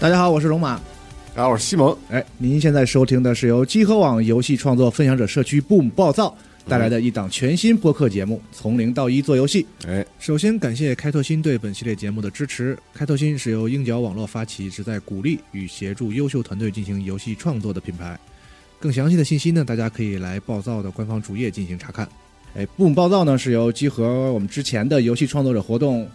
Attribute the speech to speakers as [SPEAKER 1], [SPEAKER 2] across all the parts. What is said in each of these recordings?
[SPEAKER 1] 大家好，我是龙马。
[SPEAKER 2] 然后我是西蒙，
[SPEAKER 1] 哎，您现在收听的是由集合网游戏创作分享者社区 Boom 暴躁带来的一档全新播客节目《从零到一做游戏》。
[SPEAKER 2] 哎，
[SPEAKER 3] 首先感谢开拓新对本系列节目的支持。开拓新是由鹰角网络发起，旨在鼓励与协助优秀团队进行游戏创作的品牌。更详细的信息呢，大家可以来暴躁的官方主页进行查看。
[SPEAKER 1] 哎，Boom 暴躁呢是由集合我们之前的游戏创作者活动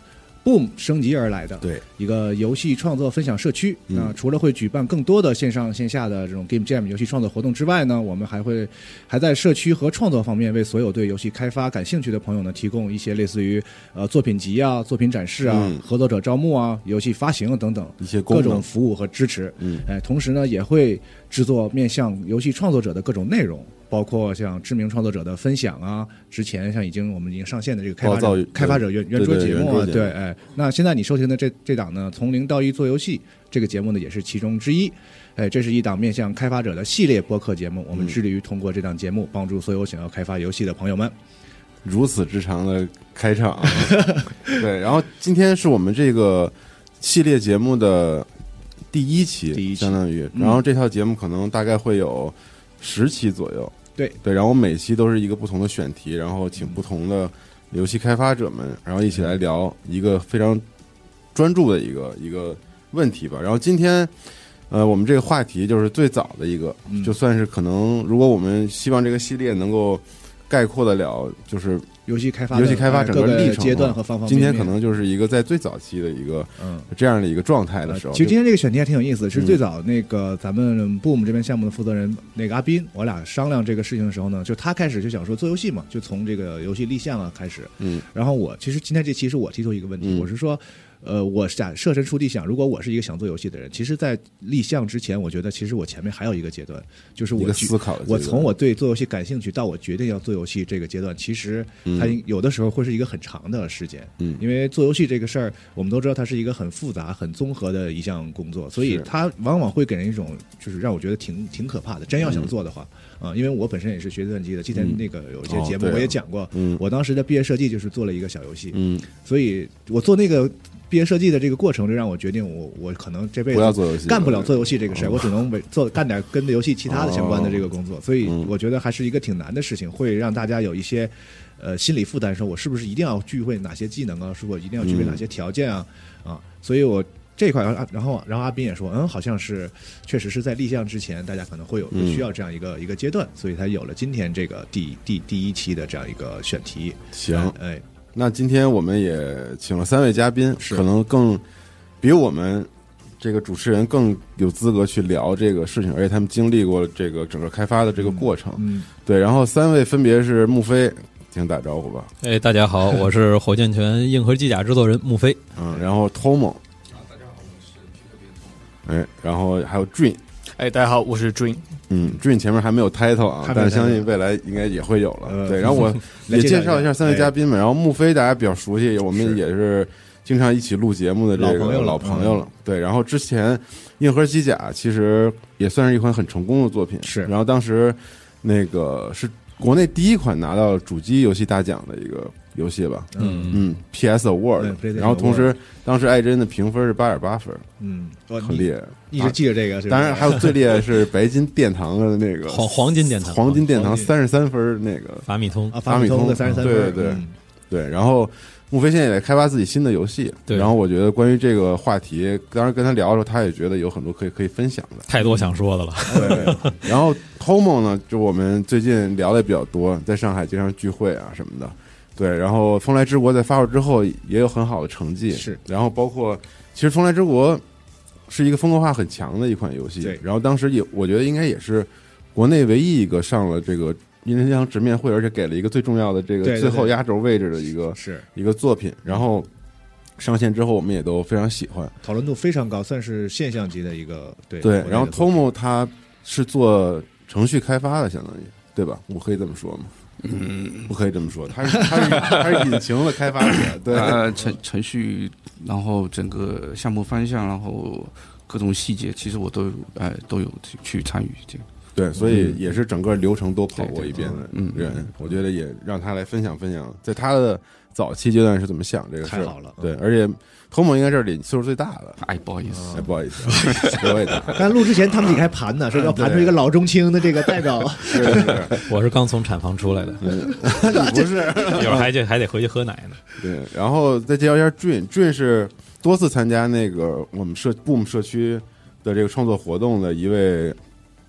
[SPEAKER 1] Boom 升级而来的，
[SPEAKER 2] 对，
[SPEAKER 1] 一个游戏创作分享社区。
[SPEAKER 2] 嗯
[SPEAKER 1] 那除了会举办更多的线上线下的这种 Game Jam 游戏创作活动之外呢，我们还会还在社区和创作方面为所有对游戏开发感兴趣的朋友呢，提供一些类似于呃作品集啊、作品展示啊、
[SPEAKER 2] 嗯
[SPEAKER 1] 合作者招募啊、游戏发行啊等等
[SPEAKER 2] 一些
[SPEAKER 1] 各
[SPEAKER 2] 功
[SPEAKER 1] 种
[SPEAKER 2] 能，
[SPEAKER 1] 服务和支持。
[SPEAKER 2] 嗯，
[SPEAKER 1] 哎，同时呢，也会制作面向游戏创作者的各种内容，包括像知名创作者的分享啊，之前像已经我们已经上线的这个开发
[SPEAKER 2] 暴躁
[SPEAKER 1] 者
[SPEAKER 2] 与
[SPEAKER 1] 开发者圆圆桌
[SPEAKER 2] 哦呃对对
[SPEAKER 1] 节目啊，
[SPEAKER 2] 圆桌节目
[SPEAKER 1] 对，哎，那现在你收听的这这档呢，从零到一做游戏这个节目呢，也是其中之一。哎，这是一档面向开发者的系列播客节目，我们
[SPEAKER 2] 嗯
[SPEAKER 1] 致力于通过这档节目帮助所有想要开发游戏的朋友们。
[SPEAKER 2] 如此之长的开场， 对。然后今天是我们这个系列节目的第一期，
[SPEAKER 1] 第一期
[SPEAKER 2] 相当于。
[SPEAKER 1] 嗯
[SPEAKER 2] 然后这套节目可能大概会有十期左右，
[SPEAKER 1] 对
[SPEAKER 2] 对。然后每期都是一个不同的选题，然后请不同的游戏开发者们，然后一起来聊一个非常专注的一个一个问题吧。然后今天。呃，我们这个话题就是最早的一个，
[SPEAKER 1] 嗯
[SPEAKER 2] 就算是可能，如果我们希望这个系列能够概括得了，就是
[SPEAKER 1] 游戏开发的，
[SPEAKER 2] 游戏开发
[SPEAKER 1] 哎
[SPEAKER 2] 整个
[SPEAKER 1] 各
[SPEAKER 2] 历程啊
[SPEAKER 1] 阶段和方方面
[SPEAKER 2] 今
[SPEAKER 1] 面。
[SPEAKER 2] 天可能就是一个在最早期的一个
[SPEAKER 1] 嗯。
[SPEAKER 2] 这样的一个状态的
[SPEAKER 1] 呃
[SPEAKER 2] 时候，
[SPEAKER 1] 其实今
[SPEAKER 2] 就
[SPEAKER 1] 天这个选题还挺有意思，是
[SPEAKER 2] 嗯
[SPEAKER 1] 最早那个咱们 Boom 这边项目的负责人那个阿斌，我俩商量这个事情的时候呢，就他开始就想说做游戏嘛，就从这个游戏立项啊开始。
[SPEAKER 2] 嗯，
[SPEAKER 1] 然后我其实今天这期是我提出一个问题，
[SPEAKER 2] 嗯
[SPEAKER 1] 我是说，呃，我假设身处地想，如果我是一个想做游戏的人，其实，在立项之前，我觉得其实我前面还有一个阶段，就是
[SPEAKER 2] 一
[SPEAKER 1] 我
[SPEAKER 2] 个
[SPEAKER 1] 去
[SPEAKER 2] 思考的阶段。
[SPEAKER 1] 我从我对做游戏感兴趣到我决定要做游戏这个阶段，其实它
[SPEAKER 2] 嗯
[SPEAKER 1] 有的时候会是一个很长的时间。
[SPEAKER 2] 嗯
[SPEAKER 1] 因为做游戏这个事儿，我们都知道它是一个很复杂、很综合的一项工作，所以
[SPEAKER 2] 是
[SPEAKER 1] 它往往会给人一种就是让我觉得挺挺可怕的。真要想做的话，啊、因为我本身也是学计算机的，之前
[SPEAKER 2] 嗯
[SPEAKER 1] 那个有一些
[SPEAKER 2] 哦
[SPEAKER 1] 节目
[SPEAKER 2] 对啊
[SPEAKER 1] 我也讲过，
[SPEAKER 2] 嗯
[SPEAKER 1] 我当时的毕业设计就是做了一个小游戏，
[SPEAKER 2] 嗯，
[SPEAKER 1] 所以我做那个毕业设计的这个过程，就让我决定我我可能这辈子
[SPEAKER 2] 不要做游戏，
[SPEAKER 1] 干不了做游戏这个事儿，
[SPEAKER 2] 哦
[SPEAKER 1] 我只能为做干点跟游戏其他的相关的这个工作，所以
[SPEAKER 2] 嗯
[SPEAKER 1] 我觉得还是一个挺难的事情，会让大家有一些呃心理负担，说我是不是一定要具备哪些技能啊，是我一定要具备哪些条件啊
[SPEAKER 2] 嗯
[SPEAKER 1] 啊，所以我。这块，啊然后，然后阿斌也说，嗯，好像是，确实是在立项之前，大家可能会有
[SPEAKER 2] 嗯
[SPEAKER 1] 需要这样一个、一个阶段，所以才有了今天这个第第第一期的这样一个选题。
[SPEAKER 2] 行。
[SPEAKER 1] 哎，
[SPEAKER 2] 那今天我们也请了三位嘉宾，
[SPEAKER 1] 是
[SPEAKER 2] 可能更比我们这个主持人更有资格去聊这个事情，而且他们经历过这个整个开发的这个过程。
[SPEAKER 1] 嗯，
[SPEAKER 2] 对，然后三位分别是穆飞，请打招呼吧，
[SPEAKER 4] 哎，大家好，我是火箭拳硬核机甲制作人穆飞。
[SPEAKER 2] 嗯，然后 Tomo，哎，然后还有 Dream。
[SPEAKER 5] 哎，大家好，我是 Dream。
[SPEAKER 2] 嗯，Dream 前面还没有 title 啊，
[SPEAKER 1] 还没有
[SPEAKER 2] 但是相
[SPEAKER 1] title
[SPEAKER 2] 信未来应该也会有了。
[SPEAKER 1] 呃
[SPEAKER 2] 对，然后我
[SPEAKER 1] 来
[SPEAKER 2] 也
[SPEAKER 1] 介绍一下哎
[SPEAKER 2] 介绍一下三位嘉宾们，然后穆飞大家比较熟悉，我们
[SPEAKER 1] 是
[SPEAKER 2] 也是经常一起录节目的这个
[SPEAKER 1] 老朋友了嗯
[SPEAKER 2] 老朋友了。对，然后之前《硬核机甲》其实也算是一款很成功的作品，
[SPEAKER 1] 是
[SPEAKER 2] 然后当时那个是国内第一款拿到主机游戏大奖的一个游戏吧。
[SPEAKER 1] 嗯
[SPEAKER 2] 嗯，P.S. Award，
[SPEAKER 1] 对，PlayStation
[SPEAKER 2] 然后同时当时艾珍的评分是八点八分，
[SPEAKER 1] 嗯，我
[SPEAKER 2] 很厉害。
[SPEAKER 1] 一直记着这个，是吧
[SPEAKER 2] 当然还有最厉害是白金殿堂的那个
[SPEAKER 4] 黄黄金殿堂
[SPEAKER 2] 黄金殿堂
[SPEAKER 1] 黄金
[SPEAKER 2] 三十三分儿那个
[SPEAKER 4] 法米通，
[SPEAKER 1] 啊，法米通的三十三分儿，
[SPEAKER 2] 对对对
[SPEAKER 1] 嗯
[SPEAKER 2] 对，然后穆飞现在也在开发自己新的游戏，
[SPEAKER 4] 对
[SPEAKER 2] 然后我觉得关于这个话题，当时跟他聊的时候，他也觉得有很多可以可以分享的。
[SPEAKER 4] 太多想说的了。
[SPEAKER 2] 对，然后 Tomo 呢，就我们最近聊的也比较多，在上海经常聚会啊什么的。对，然后《风来之国》在发售之后也有很好的成绩，
[SPEAKER 1] 是。
[SPEAKER 2] 然后包括，其实《风来之国》是一个风格化很强的一款游戏，
[SPEAKER 1] 对
[SPEAKER 2] 然后当时也我觉得应该也是国内唯一一个上了这个任天堂直面会，而且给了一个最重要的这个
[SPEAKER 1] 对对
[SPEAKER 2] 最后
[SPEAKER 1] 对
[SPEAKER 2] 压轴位置的一个
[SPEAKER 1] 是
[SPEAKER 2] 一个作品。然后上线之后，我们也都非常喜欢。
[SPEAKER 1] 讨论度非常高，算是现象级的一个对
[SPEAKER 2] 对，然后
[SPEAKER 1] 通
[SPEAKER 2] Tomo 他是做程序开发的，相当于对吧？我可以这么说吗？嗯，不可以这么说，他是他是他是引擎的开发 者，对，
[SPEAKER 6] 呃，程程序，然后整个项目方向，然后各种细节，其实我都有呃都有去去参与这个。
[SPEAKER 2] 对，所以也是整个流程都跑过一遍的
[SPEAKER 6] 嗯对对对
[SPEAKER 2] 人，我觉得也让他来分享分享，在他的早期阶段是怎么想这个事
[SPEAKER 1] 太
[SPEAKER 2] 儿
[SPEAKER 1] 好。了，
[SPEAKER 2] 对，而且 Tomo 应该这里岁数最大的，
[SPEAKER 6] 哎，不好意思，
[SPEAKER 1] 哦
[SPEAKER 2] 哎，不好意 思，我也大，
[SPEAKER 1] 刚录之前他们几个还盘 呢，说要盘出一个老中青的这个代 表，
[SPEAKER 2] 是是是，
[SPEAKER 4] 我是刚从产房出来的，
[SPEAKER 2] 你不是，
[SPEAKER 4] 一会儿还得还得回去喝奶呢。
[SPEAKER 2] 对，然后再介绍一下 Jun，Jun 是多次参加那个我们社 Boom 社区的这个创作活动的一位，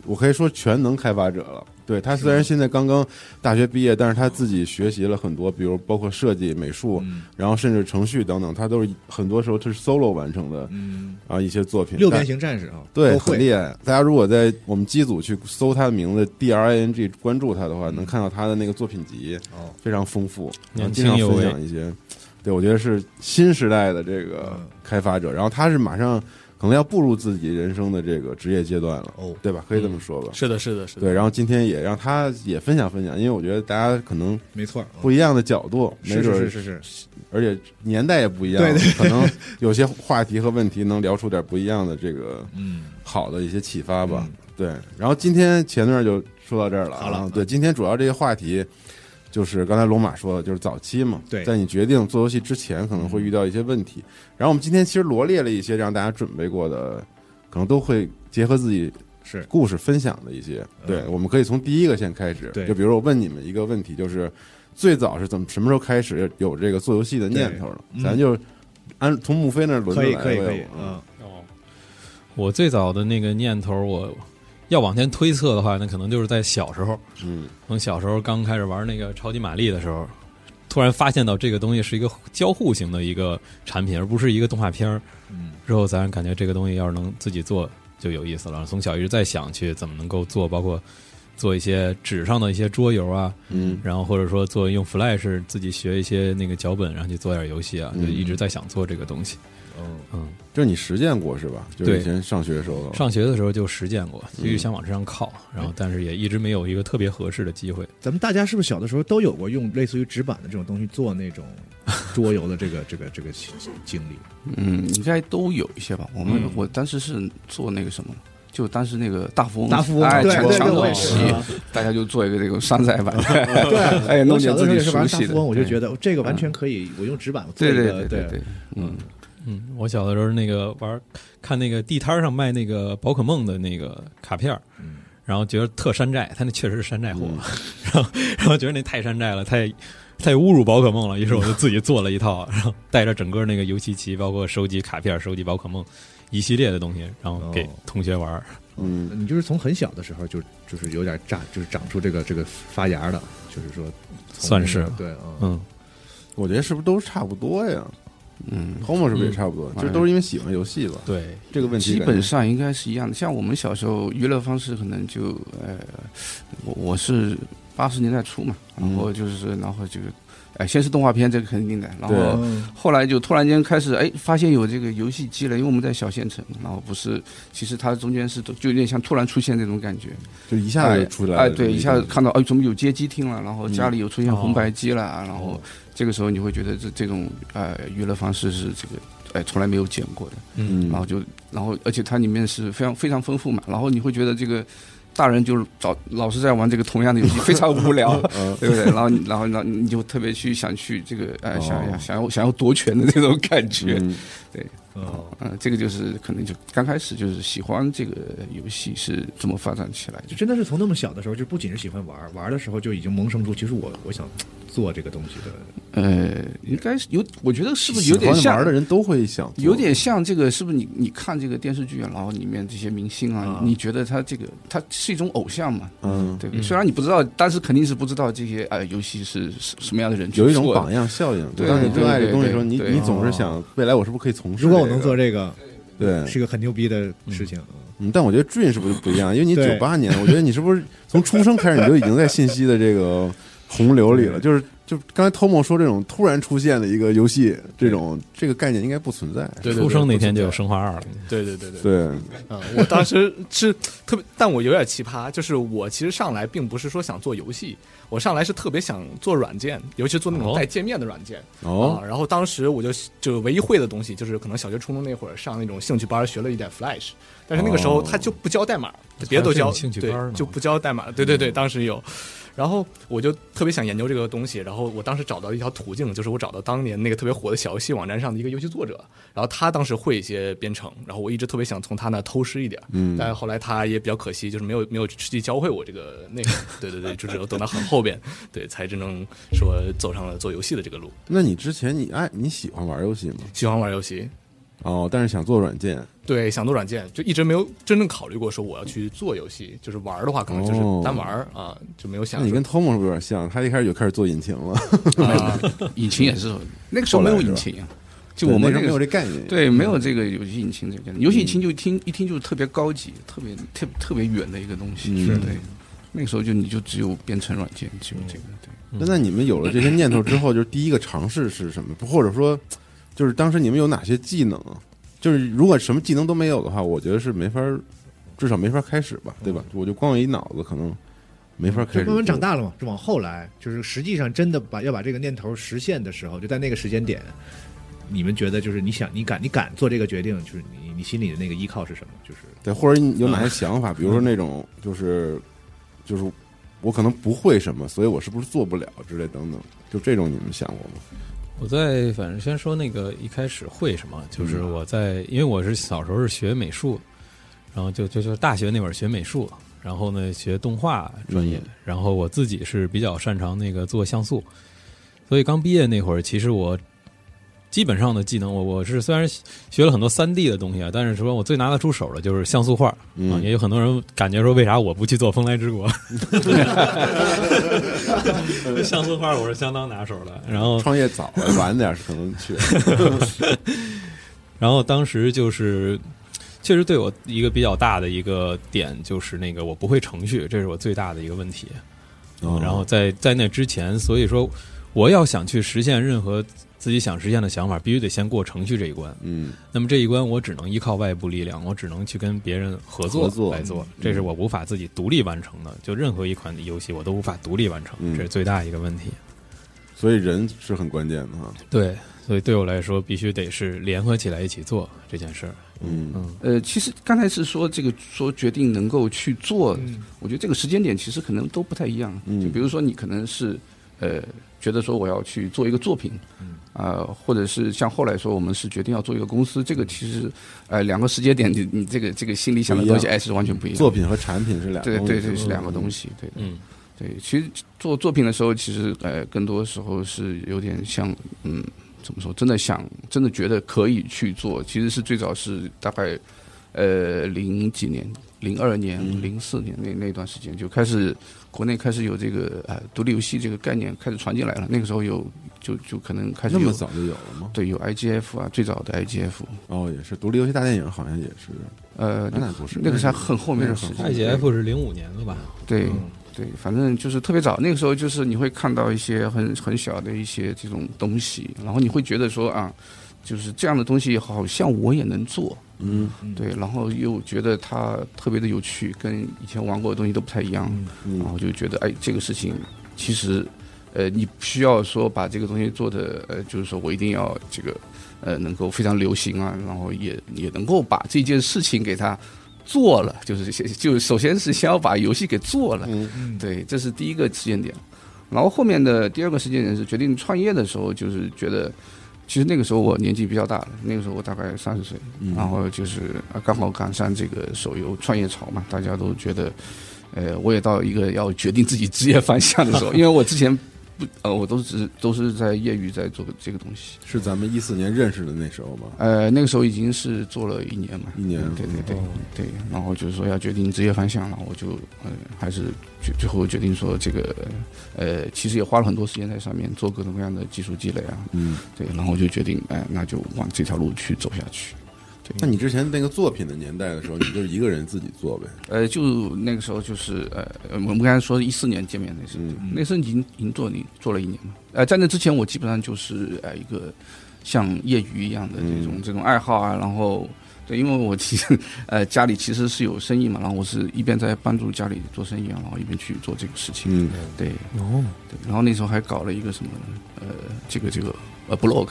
[SPEAKER 2] 我可以说全能开发者了。对他虽然现在刚刚大学毕业，但是他自己学习了很多，比如包括设计、美术，
[SPEAKER 1] 嗯
[SPEAKER 2] 然后甚至程序等等，他都是很多时候他是 solo 完成的
[SPEAKER 1] 嗯，
[SPEAKER 2] 啊一些作品。
[SPEAKER 1] 六边形战士啊，
[SPEAKER 2] 对，
[SPEAKER 1] 都
[SPEAKER 2] 很
[SPEAKER 1] 会，
[SPEAKER 2] 厉害。大家如果在我们机组去搜他的名字 D R I N G，关注他的话，能看到他的那个作品集，
[SPEAKER 1] 哦
[SPEAKER 2] 非常丰富，然后
[SPEAKER 4] 年
[SPEAKER 2] 经
[SPEAKER 4] 轻
[SPEAKER 2] 常
[SPEAKER 4] 有
[SPEAKER 2] 分
[SPEAKER 4] 为
[SPEAKER 2] 享一些。对，我觉得是新时代的这个
[SPEAKER 1] 嗯
[SPEAKER 2] 开发者，然后他是马上可能要步入自己人生的这个职业阶段了，
[SPEAKER 1] 哦
[SPEAKER 2] 对吧？可以这么说吧。
[SPEAKER 5] 是的，是的，是的。
[SPEAKER 2] 对，然后今天也让他也分享分享，因为我觉得大家可能
[SPEAKER 1] 没错，嗯
[SPEAKER 2] 不一样的角度，没
[SPEAKER 1] 是
[SPEAKER 2] 准儿
[SPEAKER 1] 是是是是，
[SPEAKER 2] 而且年代也不一样，
[SPEAKER 1] 对对
[SPEAKER 2] 可能有些话题和问题能聊出点不一样的这个
[SPEAKER 1] 嗯，
[SPEAKER 2] 好的一些启发吧。
[SPEAKER 1] 嗯
[SPEAKER 2] 对，然后今天前段就说到这儿了啊。
[SPEAKER 1] 好了
[SPEAKER 2] 然后对，今天主要这些话题就是刚才龙马说的，就是早期嘛。
[SPEAKER 1] 对
[SPEAKER 2] 在你决定做游戏之前，可能会遇到一些问题。然后我们今天其实罗列了一些让大家准备过的，可能都会结合自己
[SPEAKER 1] 是
[SPEAKER 2] 故事分享的一些。对，我们可以从第一个先开始。
[SPEAKER 1] 嗯对
[SPEAKER 2] 就比如我问你们一个问题，就是最早是怎么什么时候开始有这个做游戏的念头了？
[SPEAKER 1] 对嗯
[SPEAKER 2] 咱就按从穆飞那儿轮着
[SPEAKER 1] 可以
[SPEAKER 2] 来
[SPEAKER 1] 可以
[SPEAKER 2] 呗
[SPEAKER 1] 可以，
[SPEAKER 2] 我
[SPEAKER 1] 嗯，
[SPEAKER 4] 哦我最早的那个念头，我要往前推测的话，那可能就是在小时候，
[SPEAKER 2] 嗯
[SPEAKER 4] 从小时候刚开始玩那个超级玛丽的时候，突然发现到这个东西是一个交互型的一个产品，而不是一个动画片儿。
[SPEAKER 1] 嗯，
[SPEAKER 4] 之后咱感觉这个东西要是能自己做就有意思了。从小一直在想去怎么能够做，包括做一些纸上的一些桌游啊，
[SPEAKER 2] 嗯
[SPEAKER 4] 然后或者说做用 Flash 自己学一些那个脚本，然后去做点游戏啊，就
[SPEAKER 2] 嗯
[SPEAKER 4] 一直在想做这个东西。
[SPEAKER 1] 哦，
[SPEAKER 4] 嗯，
[SPEAKER 2] 就是你实践过是吧？就是
[SPEAKER 4] 对
[SPEAKER 2] 以前上学的时候，
[SPEAKER 4] 上学的时候就实践过，
[SPEAKER 2] 嗯
[SPEAKER 4] 一直想往这上靠，然后但是也一直没有一个特别合适的机会。
[SPEAKER 1] 咱们大家是不是小的时候都有过用类似于纸板的这种东西做那种桌游的这个这个这个经历？
[SPEAKER 6] 嗯，应该都有一些吧。我
[SPEAKER 1] 嗯
[SPEAKER 6] 们我当时是做那个什么。就当时那个 大富翁，
[SPEAKER 1] 大富翁
[SPEAKER 6] 哎，
[SPEAKER 1] 对
[SPEAKER 6] 抢
[SPEAKER 1] 对
[SPEAKER 6] 抢
[SPEAKER 1] 对我
[SPEAKER 6] 手
[SPEAKER 1] 也是
[SPEAKER 6] 棋
[SPEAKER 1] 啊，
[SPEAKER 6] 大家就做一个这种山寨版，
[SPEAKER 1] 对，
[SPEAKER 6] 哎， 弄
[SPEAKER 1] 我小的时候
[SPEAKER 6] 点自己
[SPEAKER 1] 也是玩
[SPEAKER 6] 熟
[SPEAKER 1] 大
[SPEAKER 6] 悉
[SPEAKER 1] 富
[SPEAKER 6] 的。嗯
[SPEAKER 1] 翁，我就
[SPEAKER 6] 对
[SPEAKER 1] 觉得这个完全可以，我用纸板做
[SPEAKER 6] 对
[SPEAKER 1] 一
[SPEAKER 6] 对
[SPEAKER 1] 个
[SPEAKER 6] 对对，对，嗯，
[SPEAKER 4] 嗯，我小的时候那个玩儿，看那个地摊儿上卖那个宝可梦的那个卡片儿
[SPEAKER 1] 嗯
[SPEAKER 4] 然后觉得特山寨，他那确实是山寨货， 然后然后觉得那太山寨了，太太侮辱宝可梦了，于是我就自己做了一套， 然后带着整个那个游戏机，包括收集卡片、收集宝可梦一系列的东西，然后给
[SPEAKER 1] 哦
[SPEAKER 4] 同学玩儿。
[SPEAKER 2] 嗯，
[SPEAKER 1] 你就是从很小的时候就就是有点长，就是长出这个这个发芽了，就是说从那个
[SPEAKER 4] 算是
[SPEAKER 1] 对啊，
[SPEAKER 4] 嗯，
[SPEAKER 2] 我觉得是不是都差不多呀
[SPEAKER 6] 嗯，
[SPEAKER 2] ？Homo 是不是也差不多？
[SPEAKER 6] 嗯
[SPEAKER 2] 就是都是因为喜欢游戏吧？
[SPEAKER 4] 对，
[SPEAKER 2] 这个问题
[SPEAKER 6] 基
[SPEAKER 2] 感觉
[SPEAKER 6] 本上应该是一样的。像我们小时候娱乐方式可能就呃，我我是八十年代初嘛，然
[SPEAKER 2] 嗯
[SPEAKER 6] 后就是然后就，哎，先是动画片这个肯定的，然
[SPEAKER 2] 对
[SPEAKER 6] 后
[SPEAKER 1] 嗯
[SPEAKER 6] 后来就突然间开始哎，发现有这个游戏机了，因为我们在小县城，然后不是，其实它中间是就有点像突然出现这种感觉，
[SPEAKER 2] 就一下子就出来了，
[SPEAKER 6] 哎，对，一下子看到哎，怎么有街机厅了，然后家里有出现
[SPEAKER 4] 嗯
[SPEAKER 6] 红白机了，然
[SPEAKER 2] 哦
[SPEAKER 6] 后这个时候你会觉得这这种呃娱乐方式是这个哎从来没有见过的。
[SPEAKER 2] 嗯，
[SPEAKER 6] 然后就，然后而且它里面是非常非常丰富嘛，然后你会觉得这个大人就是找老是在玩这个同样的游戏，非常无聊，
[SPEAKER 2] 嗯
[SPEAKER 6] 对不对？然后你然后然后你就特别去想去这个呃想要想要想要夺权的这种感觉，
[SPEAKER 2] 哦嗯
[SPEAKER 1] 哦
[SPEAKER 6] 嗯、这个就是可能就刚开始就是喜欢这个游戏是这么发展起来
[SPEAKER 1] 就
[SPEAKER 6] 的，
[SPEAKER 1] 真的是从那么小的时候，就不仅是喜欢玩，玩的时候就已经萌生出，其实我我想做这个东西的，
[SPEAKER 6] 呃，应该是有，我觉得是不是
[SPEAKER 2] 喜
[SPEAKER 6] 有
[SPEAKER 2] 欢
[SPEAKER 6] 点像
[SPEAKER 2] 玩的人都会想做，
[SPEAKER 6] 有点像这个，是不是你你看这个电视剧，啊然后里面这些明星啊，
[SPEAKER 1] 啊
[SPEAKER 6] 你觉得他这个他是一种偶像嘛？
[SPEAKER 2] 嗯，
[SPEAKER 6] 对，
[SPEAKER 4] 嗯
[SPEAKER 6] 虽然你不知道，但是肯定是不知道这些呃游戏是是什么样的人去
[SPEAKER 2] 有一种
[SPEAKER 6] 做的
[SPEAKER 2] 榜样效应。
[SPEAKER 6] 对
[SPEAKER 2] 当你热爱这个东西的时候，
[SPEAKER 6] 对
[SPEAKER 2] 你
[SPEAKER 6] 对哦
[SPEAKER 2] 你总是想未来我是不是可以从事？
[SPEAKER 1] 如果我能做，这个，
[SPEAKER 2] 对，
[SPEAKER 1] 是个很牛逼的事情。嗯
[SPEAKER 2] 嗯，但我觉得 Dream 是不是就不一样？因为你九
[SPEAKER 1] 对
[SPEAKER 2] 八年，我觉得你是不是从出生开始你就已经在信息的这个洪流里了。就是就刚才 Tomo 说这种突然出现的一个游戏，这种这个概念应该不存在。
[SPEAKER 5] 对对对
[SPEAKER 4] 出生那天就有
[SPEAKER 5] 不
[SPEAKER 4] 《生
[SPEAKER 5] 存
[SPEAKER 4] 化二》了。
[SPEAKER 5] 在对对对 对
[SPEAKER 2] 对，
[SPEAKER 5] 啊！我当时是特别，但我有点奇葩，就是我其实上来并不是说想做游戏，我上来是特别想做软件，尤其做那种
[SPEAKER 4] 哦
[SPEAKER 5] 带界面的软件。
[SPEAKER 2] 哦
[SPEAKER 5] 啊，然后当时我就就唯一会的东西就是可能小学初中那会儿上那种兴趣班儿学了一点 Flash，但是那个时候
[SPEAKER 2] 哦
[SPEAKER 5] 他就不教代码，别的都
[SPEAKER 4] 哦还有这种
[SPEAKER 5] 教，
[SPEAKER 4] 兴趣
[SPEAKER 5] 对
[SPEAKER 4] 班儿呢嗯
[SPEAKER 5] 就不教代码。对对对，当时有。然后我就特别想研究这个东西，然后我当时找到一条途径，就是我找到当年那个特别火的小游戏网站上的一个游戏作者，然后他当时会一些编程，然后我一直特别想从他那偷师一点，
[SPEAKER 2] 嗯
[SPEAKER 5] 但后来他也比较可惜，就是没有没有实际教会我这个内容，对对对，就只有等到很后边，对，才真正说走上了做游戏的这个路。
[SPEAKER 2] 那你之前你爱你喜欢玩游戏吗？
[SPEAKER 5] 喜欢玩游戏，
[SPEAKER 2] 哦，但是想做软件，
[SPEAKER 5] 对，想做软件，就一直没有真正考虑过说我要去做游戏，就是玩儿的话，可能就是
[SPEAKER 2] 哦
[SPEAKER 5] 单玩儿啊，就没有想
[SPEAKER 2] 那
[SPEAKER 5] 说。
[SPEAKER 2] 你跟 Tomo 是不是有点像？他一开始就开始做引擎了，
[SPEAKER 5] 啊，
[SPEAKER 6] 引擎也是那个时候没有引擎啊，就我们
[SPEAKER 2] 那时
[SPEAKER 6] 那
[SPEAKER 2] 候没有
[SPEAKER 6] 个
[SPEAKER 2] 这概念。
[SPEAKER 6] 对没有这个游戏引擎这个概念，游戏引擎就一听一听就特别高级，特别特特别远的一个东西，
[SPEAKER 2] 嗯
[SPEAKER 6] 对。那个时候就你就只有编程软件，只有这个对。
[SPEAKER 4] 嗯
[SPEAKER 2] 那那你们有了这些念头之后，就是第一个尝试是什么？或者说，就是当时你们有哪些技能？就是如果什么技能都没有的话，我觉得是没法儿，至少没法儿开始
[SPEAKER 4] 嗯
[SPEAKER 2] 吧，对吧？我就光有一脑子，可能没法儿开
[SPEAKER 1] 就
[SPEAKER 2] 始。
[SPEAKER 1] 慢慢长，大了嘛，就往后来，就是实际上真的把要把这个念头实现的时候，就在那个时间点，你们觉得就是你想你敢你敢做这个决定，就是你你心里的那个依靠是什么？就是
[SPEAKER 2] 对，或者你有哪些想法？比如说那种，就是就是我可能不会什么，所以我是不是做不了之类等等，就这种你们想过吗？
[SPEAKER 4] 我在反正先说那个一开始会什么，就是我在，因为我是小时候是学美术，然后就就就大学那会儿学美术，然后呢学动画专业，
[SPEAKER 2] 嗯
[SPEAKER 4] 然后我自己是比较擅长那个做像素，所以刚毕业那会儿，其实我基本上的技能，我我是虽然学了很多三 D 的东西啊，但是说我最拿得出手的就是像素画，啊，也
[SPEAKER 2] 嗯，
[SPEAKER 4] 有很多人感觉说，为啥我不去做《风来之国》？像素画我是相当拿手的，然 后
[SPEAKER 2] 创业早了，晚点儿可能去。
[SPEAKER 4] 然后当时就是，确实对我一个比较大的一个点就是那个我不会程序，这是我最大的一个问题。 然后在在那之前，所以说我要想去实现任何自己想实现的想法，必须得先过程序这一关。
[SPEAKER 2] 嗯，
[SPEAKER 4] 那么这一关我只能依靠外部力量，我只能去跟别人合作嗯
[SPEAKER 2] 合作
[SPEAKER 4] 来做，这是我无法自己独立完成的。就任何一款游戏，我都无法独立完成，
[SPEAKER 2] 嗯
[SPEAKER 4] 这是最大一个问题。
[SPEAKER 2] 所以人是很关键的哈。
[SPEAKER 4] 对，所以对我来说，必须得是联合起来一起做这件事儿。
[SPEAKER 2] 嗯
[SPEAKER 4] 嗯，
[SPEAKER 6] 呃，其实刚才是说这个说决定能够去做，
[SPEAKER 1] 嗯
[SPEAKER 6] 我觉得这个时间点其实可能都不太一样。
[SPEAKER 2] 嗯
[SPEAKER 6] 就比如说你可能是呃觉得说我要去做一个作品，
[SPEAKER 2] 嗯
[SPEAKER 6] 啊、或者是像后来说我们是决定要做一个公司，这个其实呃两个时间点你你这个这个心里想的
[SPEAKER 2] 不一样
[SPEAKER 6] 东西哎是完全不一样。
[SPEAKER 2] 作品和产品是两
[SPEAKER 6] 对
[SPEAKER 2] 个东西
[SPEAKER 6] 对对是两个东。西，对的
[SPEAKER 4] 嗯，
[SPEAKER 6] 对。其实做作品的时候，其实呃更多时候是有点像嗯怎么说，真的想真的觉得可以去做，其实是最早是大概呃零几年。零二年、
[SPEAKER 2] 嗯
[SPEAKER 6] 零四年那那段时间就开始，国内开始有这个呃独立游戏这个概念开始传进来了。那个时候有就就可能开始
[SPEAKER 2] 那么
[SPEAKER 6] 有
[SPEAKER 2] 早就有了吗？
[SPEAKER 6] 对有 IGF 啊，最早的 IGF，
[SPEAKER 2] 哦，也是独立游戏大电影，好像也是。
[SPEAKER 6] 呃，
[SPEAKER 2] 那不是
[SPEAKER 6] 那个是很后面的
[SPEAKER 2] 那是
[SPEAKER 6] 事
[SPEAKER 2] 很
[SPEAKER 6] 情。
[SPEAKER 2] 后
[SPEAKER 4] 艾姐 F 是零五年的吧？
[SPEAKER 6] 对
[SPEAKER 4] 嗯
[SPEAKER 6] 对，反正就是特别早，那个时候就是你会看到一些很很小的一些这种东西，然后你会觉得说啊，就是这样的东西好像我也能做，
[SPEAKER 2] 嗯，
[SPEAKER 6] 对，然后又觉得它特别的有趣，跟以前玩过的东西都不太一样，
[SPEAKER 2] 嗯
[SPEAKER 6] 然后就觉得哎，这个事情其实。呃，你不需要说把这个东西做的，呃，就是说我一定要这个，呃，能够非常流行啊，然后也也能够把这件事情给它做了，就是先就首先是先要把游戏给做了，
[SPEAKER 1] 嗯，
[SPEAKER 6] 对，这是第一个时间点。然后后面的第二个时间点是决定创业的时候，就是觉得，其实那个时候我年纪比较大了，那个时候我大概三十岁，然后就是呃刚好赶上这个手游创业潮嘛，大家都觉得，呃，我也到一个要决定自己职业方向的时候，因为我之前不呃，我都只是都是在业余在做这个东西，
[SPEAKER 2] 是咱们一四年认识的那时候吧？
[SPEAKER 6] 呃，那个时候已经是做了一年嘛，
[SPEAKER 2] 一年哦
[SPEAKER 6] 对对对对，然后就是说要决定职业方向，然后我就呃还是决最后决定说这个呃，其实也花了很多时间在上面做各种各样的技术积累啊，
[SPEAKER 2] 嗯，
[SPEAKER 6] 对，然后我就决定哎、那就往这条路去走下去，
[SPEAKER 2] 那你之前那个作品的年代的时候，你就是一个人自己做呗？
[SPEAKER 6] 呃，就那个时候就是呃，我们刚才说一四年见面那时候，
[SPEAKER 2] 嗯
[SPEAKER 6] 那时候已经已经做了一做了一年嘛。呃，在那之前我基本上就是呃一个像业余一样的这种、
[SPEAKER 2] 嗯
[SPEAKER 6] 这种爱好啊，然后对，因为我其实呃家里其实是有生意嘛，然后我是一边在帮助家里做生意啊，然后一边去做这个事情。
[SPEAKER 2] 嗯，
[SPEAKER 6] 对
[SPEAKER 4] 哦，
[SPEAKER 6] 对，然后那时候还搞了一个什么呃这个这个呃 blog。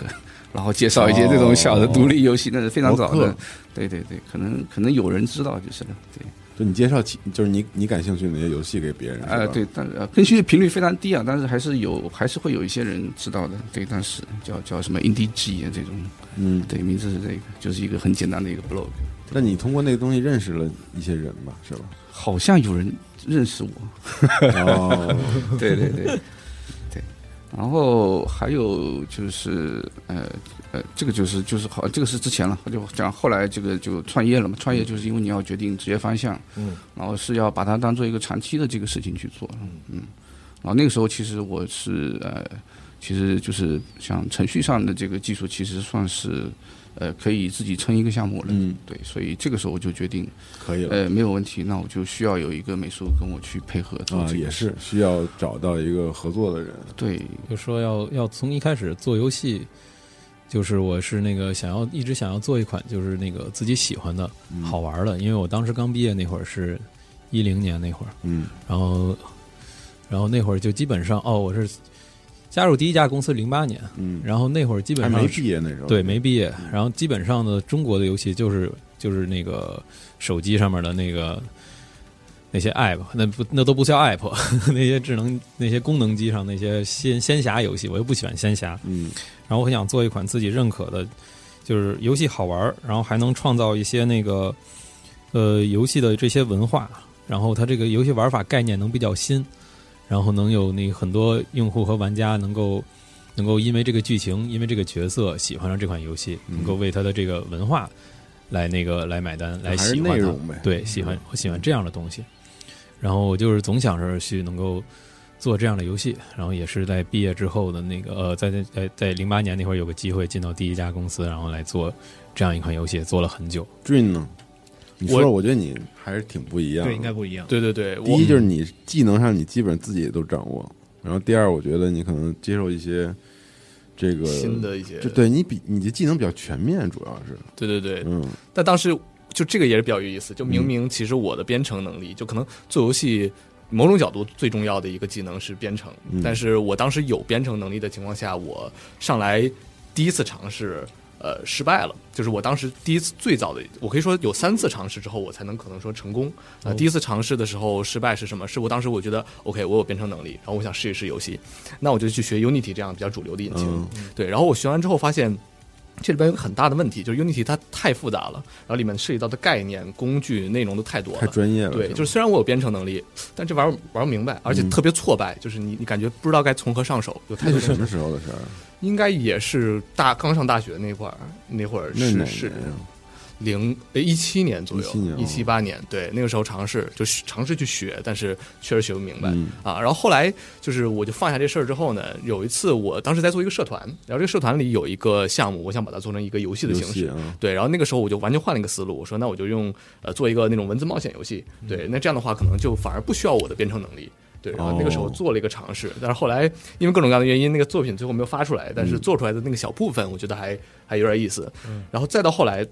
[SPEAKER 6] 然后介绍一些这种小的独立游戏，那是非常早
[SPEAKER 2] 哦博
[SPEAKER 6] 的
[SPEAKER 2] 客，
[SPEAKER 6] 对对对，可能可能有人知道就是了，对。
[SPEAKER 2] 就你介绍起，就是你你感兴趣的那些游戏给别人，是吧
[SPEAKER 6] 呃，对，，但呃更新的频率非常低啊，但是还是有，还是会有一些人知道的。对，当时叫叫什么 Indie G 啊这种，
[SPEAKER 2] 嗯，
[SPEAKER 6] 对，名字是这个，就是一个很简单的一个 blog。
[SPEAKER 2] 那你通过那个东西认识了一些人吧，是 吧？
[SPEAKER 6] 好像有人认识我，
[SPEAKER 2] 哦，
[SPEAKER 6] 对对对对。然后还有就是呃呃，这个就是就是好，这个是之前了，就讲后来这个就创业了嘛，创业就是因为你要决定职业方向，
[SPEAKER 1] 嗯，
[SPEAKER 6] 然后是要把它当做一个长期的这个事情去做，嗯，然后那个时候其实我是呃，其实就是像程序上的这个技术，其实算是呃可以自己撑一个项目了，
[SPEAKER 2] 嗯，
[SPEAKER 6] 对，所以这个时候我就决定，
[SPEAKER 2] 可以了
[SPEAKER 6] 呃，没有问题，那我就需要有一个美术跟我去配合做
[SPEAKER 2] 啊，
[SPEAKER 6] 这个
[SPEAKER 2] 也
[SPEAKER 6] 事，
[SPEAKER 2] 是需要找到一个合作的人，
[SPEAKER 6] 对，
[SPEAKER 4] 就说要要从一开始做游戏，就是我是那个想要一直想要做一款就是那个自己喜欢的、
[SPEAKER 2] 嗯
[SPEAKER 4] 好，玩的，因为我当时刚毕业那会儿是一零年那会儿，
[SPEAKER 2] 嗯
[SPEAKER 4] 然后然后那会儿就基本上哦，我是加入第一家公司零八年，
[SPEAKER 2] 嗯，
[SPEAKER 4] 然后那会儿基本
[SPEAKER 2] 还
[SPEAKER 4] 上
[SPEAKER 2] 没
[SPEAKER 4] 是
[SPEAKER 2] 毕业那时候，
[SPEAKER 4] 对没毕业，然后基本上的中国的游戏就是就是那个手机上面的那个。那些 app，那不那都不叫 app，那 些智能那些功能机上那些仙仙侠游戏，我又不喜欢仙侠，
[SPEAKER 2] 嗯
[SPEAKER 4] 然后我想做一款自己认可的，就是游戏好玩儿，然后还能创造一些那个呃游戏的这些文化，然后它这个游戏玩法概念能比较新，然后能有那很多用户和玩家能够能够因为这个剧情，因为这个角色喜欢上这款游戏，
[SPEAKER 2] 嗯
[SPEAKER 4] 能够为它的这个文化来那个来买单，来
[SPEAKER 2] 还是
[SPEAKER 4] 喜欢它
[SPEAKER 2] 内容呗嗯
[SPEAKER 4] 对，喜欢我喜欢这样的东西，然后我就是总想着去能够做这样的游戏，然后也是在毕业之后的那个呃，在在在在零八年那会儿有个机会进到第一家公司，然后来做这样一款游戏，做了很久。
[SPEAKER 2] ，Dream 呢？你说
[SPEAKER 5] 我
[SPEAKER 2] 说，我觉得你还是挺不一样的，
[SPEAKER 1] 对，应该不一样。
[SPEAKER 5] 对对对，
[SPEAKER 2] 第
[SPEAKER 5] 我
[SPEAKER 2] 一就是你技能上你基本自己也都掌握，然后第二，我觉得你可能接受一些这个
[SPEAKER 5] 新，的一些
[SPEAKER 2] 就对你比你的技能比较全面，主要是，
[SPEAKER 5] 对对对，
[SPEAKER 2] 嗯
[SPEAKER 5] 但当时就这个也是比较有意思，就明明其实我的编程能力，就可能做游戏某种角度最重要的一个技能是编程，
[SPEAKER 2] 嗯
[SPEAKER 5] 但是我当时有编程能力的情况下，我上来第一次尝试。呃，失败了，就是我当时第一次最早的，我可以说有三次尝试之后，我才能可能说成功。
[SPEAKER 2] 哦
[SPEAKER 5] 啊、第一次尝试的时候失败是什么？是我当时我觉得 OK，我有编程能力，然后我想试一试游戏，那我就去学 Unity 这样比较主流的引擎。
[SPEAKER 2] 嗯
[SPEAKER 5] 对，然后我学完之后发现，这里边有个很大的问题，就是 Unity 它太复杂了，然后里面涉及到的概念、工具、内容都太多了。
[SPEAKER 2] 太专业了，
[SPEAKER 5] 对，就是是虽然我有编程能力，但这玩意儿玩不明白，而且
[SPEAKER 2] 嗯
[SPEAKER 5] 特别挫败，就是你你感觉不知道该从何上手，有太
[SPEAKER 2] 那
[SPEAKER 5] 多
[SPEAKER 2] 是什
[SPEAKER 5] 东西。
[SPEAKER 2] 么时候的事儿？
[SPEAKER 5] 应该也是大刚上大学那会儿，那会儿
[SPEAKER 2] 那哪
[SPEAKER 5] 是
[SPEAKER 2] 年
[SPEAKER 5] 是
[SPEAKER 2] 啊？
[SPEAKER 5] 零呃一七年左右
[SPEAKER 2] 17年，哦
[SPEAKER 5] 一七八年，对，那个时候尝试就是尝试去学，但是确实学不明白。
[SPEAKER 2] 嗯
[SPEAKER 5] 啊，然后后来就是我就放下这事儿之后呢，有一次我当时在做一个社团，然后这个社团里有一个项目，我想把它做成一个游戏的
[SPEAKER 2] 游
[SPEAKER 5] 形
[SPEAKER 2] 戏
[SPEAKER 5] 式。
[SPEAKER 2] 啊，
[SPEAKER 5] 对，然后那个时候我就完全换了一个思路，我说那我就用呃做一个那种文字冒险游戏，
[SPEAKER 2] 嗯
[SPEAKER 5] 对，那这样的话可能就反而不需要我的编程能力。对，然后那个时候
[SPEAKER 2] 哦
[SPEAKER 5] 做了一个尝试，但是后来因为各种各样的原因，那个作品最后没有发出来，但是
[SPEAKER 2] 嗯
[SPEAKER 5] 做出来的那个小部分，我觉得还还有点意思。然后再到后来，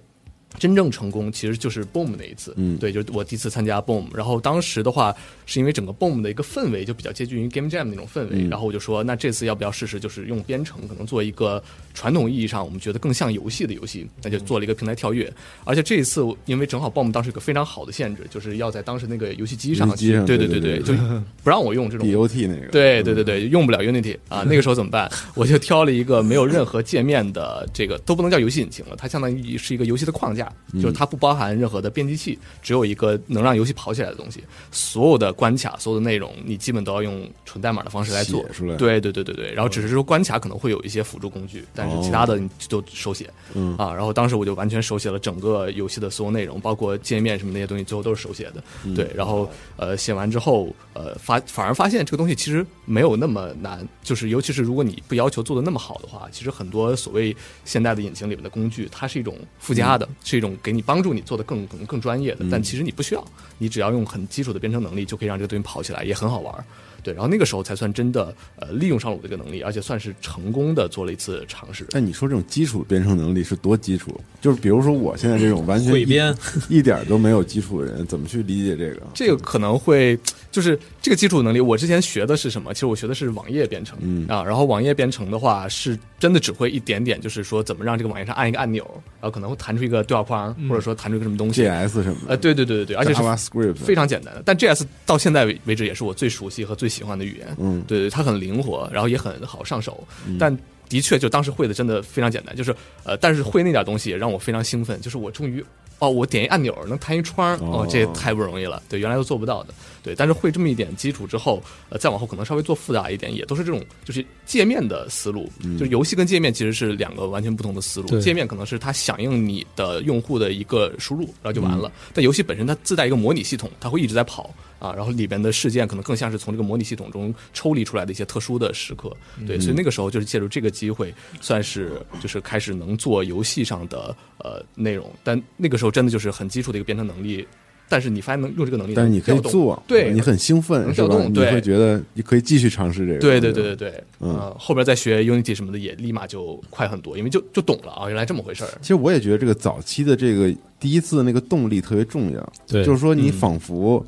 [SPEAKER 5] 真正成功其实就是 Boom 那一次，
[SPEAKER 2] 嗯
[SPEAKER 5] 对，就是我第一次参加 Boom，然后当时的话是因为整个 Boom 的一个氛围就比较接近于 Game Jam 那种氛围，
[SPEAKER 2] 嗯
[SPEAKER 5] 然后我就说，那这次要不要试试，就是用编程可能做一个传统意义上我们觉得更像游戏的游戏，那就做了一个平台跳
[SPEAKER 2] 嗯
[SPEAKER 5] 跃，而且这一次因为正好 Boom 当时有个非常好的限制，就是要在当时那个游戏机上
[SPEAKER 2] 游戏机
[SPEAKER 5] 去，
[SPEAKER 2] 上
[SPEAKER 5] 对
[SPEAKER 2] 对
[SPEAKER 5] 对
[SPEAKER 2] 对
[SPEAKER 5] 对，
[SPEAKER 2] 对
[SPEAKER 5] 就不让我 用这种
[SPEAKER 2] DOT 那个，嗯
[SPEAKER 5] 对对对对，用不了 Unity 啊，那个时候怎么办？我就挑了一个没有任何界面的这个都不能叫游戏引擎了，它相当于是一个游戏的框架，
[SPEAKER 2] 嗯
[SPEAKER 5] 就是它不包含任何的编辑器，只有一个能让游戏跑起来的东西。所有的关卡、所有的内容，你基本都要用纯代码的方式来做
[SPEAKER 2] 写出来
[SPEAKER 5] 对对对对对，然后只是说关卡可能会有一些辅助工具，但是其他的你就手写。
[SPEAKER 2] 嗯
[SPEAKER 5] 啊，然后当时我就完全手写了整个游戏的所有内容，包括界面什么那些东西，最后都是手写的。
[SPEAKER 2] 嗯
[SPEAKER 5] 对，然后呃写完之后，呃发反而发现这个东西其实没有那么难，就是尤其是如果你不要求做的那么好的话，其实很多所谓现代的引擎里面的工具，它是一种附加的，是一种给你帮助你做的更更更专业的
[SPEAKER 2] 嗯，
[SPEAKER 5] 但其实你不需要，你只要用很基础的编程能力就可以让这个东西跑起来，也很好玩儿。对，然后那个时候才算真的呃利用上了我这个能力，而且算是成功的做了一次尝试。
[SPEAKER 2] 那你说这种基础编程能力是多基础？就是比如说我现在这种完 全
[SPEAKER 4] 汇
[SPEAKER 2] 一
[SPEAKER 4] 编
[SPEAKER 2] 一点儿都没有基础的人，怎么去理解这个？
[SPEAKER 5] 这个可能会就是这个基础能力。我之前学的是什么？其实我学的是网页编程、
[SPEAKER 2] 嗯
[SPEAKER 5] 啊，然后网页编程的话是真的只会一点点，就是说怎么让这个网页上按一个按钮，然后可能会弹出一个对话框，或者说弹出一个什么东西。
[SPEAKER 2] JS 什么的，
[SPEAKER 5] 呃，对对对对对，而且是
[SPEAKER 2] JavaScript
[SPEAKER 5] 非常简单的。但 JS 到现在为为止也是我最熟悉和最喜欢的语言。
[SPEAKER 2] 嗯
[SPEAKER 5] 对对，它很灵活，然后也很好上手。但的确，就当时会的真的非常简单，就是呃，但是会那点东西也让我非常兴奋，就是我终于哦，我点一按钮能弹一窗，
[SPEAKER 2] 哦
[SPEAKER 5] 哦，这也太不容易了。对，原来都做不到的。对，但是会这么一点基础之后，呃，再往后可能稍微做复杂一点，也都是这种就是界面的思路，就是游戏跟界面其实是两个完全不同的思路。
[SPEAKER 4] 对
[SPEAKER 5] 界面可能是它响应你的用户的一个输入，然后就完
[SPEAKER 2] 嗯
[SPEAKER 5] 了。但游戏本身它自带一个模拟系统，它会一直在跑啊，然后里边的事件可能更像是从这个模拟系统中抽离出来的一些特殊的时刻。
[SPEAKER 2] 嗯
[SPEAKER 5] 对，所以那个时候就是借助这个机会，算是就是开始能做游戏上的呃内容。但那个时候真的就是很基础的一个编程能力。但是你发现能用这个能力，
[SPEAKER 2] 但是你可以
[SPEAKER 5] 调动
[SPEAKER 2] 做，
[SPEAKER 5] 对，
[SPEAKER 2] 你很兴奋
[SPEAKER 5] 能
[SPEAKER 2] 是
[SPEAKER 5] 调
[SPEAKER 2] 吧？
[SPEAKER 5] 动
[SPEAKER 2] 你
[SPEAKER 5] 对
[SPEAKER 2] 会觉得你可以继续尝试这个。
[SPEAKER 5] 对对
[SPEAKER 2] 吧
[SPEAKER 5] 对对对，
[SPEAKER 2] 嗯
[SPEAKER 5] 呃后边再学 Unity 什么的也立马就快很多，因为就就懂了啊，原来这么回事儿。
[SPEAKER 2] 其实我也觉得这个早期的这个第一次的那个动力特别重要，
[SPEAKER 4] 对
[SPEAKER 2] 就是说
[SPEAKER 5] 嗯
[SPEAKER 2] 你仿佛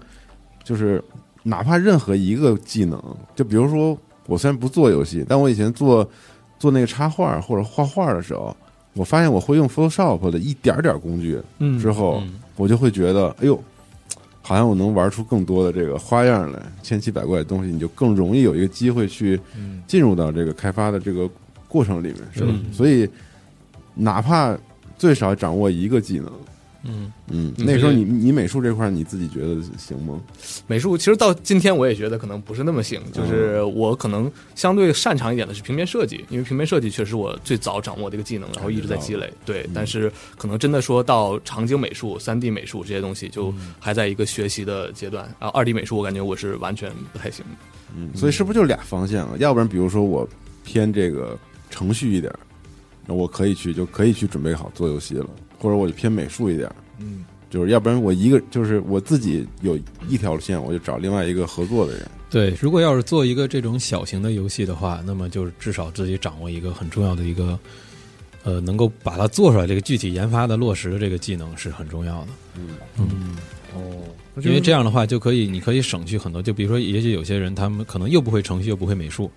[SPEAKER 2] 就是哪怕任何一个技能，就比如说我虽然不做游戏，但我以前做做那个插画或者画画的时候，我发现我会用 Photoshop 的一点点工具
[SPEAKER 5] 嗯
[SPEAKER 2] 之后，
[SPEAKER 4] 嗯
[SPEAKER 2] 我就会觉得哎呦。好像我能玩出更多的这个花样来，千奇百怪的东西，你就更容易有一个机会去进入到这个开发的这个过程里面，是吧？
[SPEAKER 4] 嗯
[SPEAKER 2] 所以哪怕最少掌握一个技能，
[SPEAKER 4] 嗯，
[SPEAKER 2] 嗯，
[SPEAKER 5] 嗯
[SPEAKER 2] 那时候你你美术这块儿你自己觉得行吗？
[SPEAKER 5] 美术其实到今天我也觉得可能不是那么行，就是我可能相对擅长一点的是平面设计，因为平面设计确实我最早掌握的一个技能，然后一直在积累。对，但是可能真的说到场景美术、三 D 美术这些东西，就还在一个学习的阶段啊。二 D 美术我感觉我是完全不太行的。
[SPEAKER 2] 嗯，所以是不是就俩方向啊？要不然比如说我偏这个程序一点儿，那我可以去就可以去准备好做游戏了，或者我就偏美术一点，
[SPEAKER 1] 嗯，
[SPEAKER 2] 就是要不然我一个就是我自己有一条线，我就找另外一个合作的人。
[SPEAKER 4] 对，如果要是做一个这种小型的游戏的话，那么就是至少自己掌握一个很重要的一个，呃，能够把它做出来这个具体研发的落实的这个技能是很重要的。
[SPEAKER 2] 嗯
[SPEAKER 4] 嗯
[SPEAKER 2] 哦
[SPEAKER 4] 因为这
[SPEAKER 1] 样
[SPEAKER 4] 样的话就可以，你可以省去很多。就比如说，也许有些人他们可能又不会程序，又不会美术，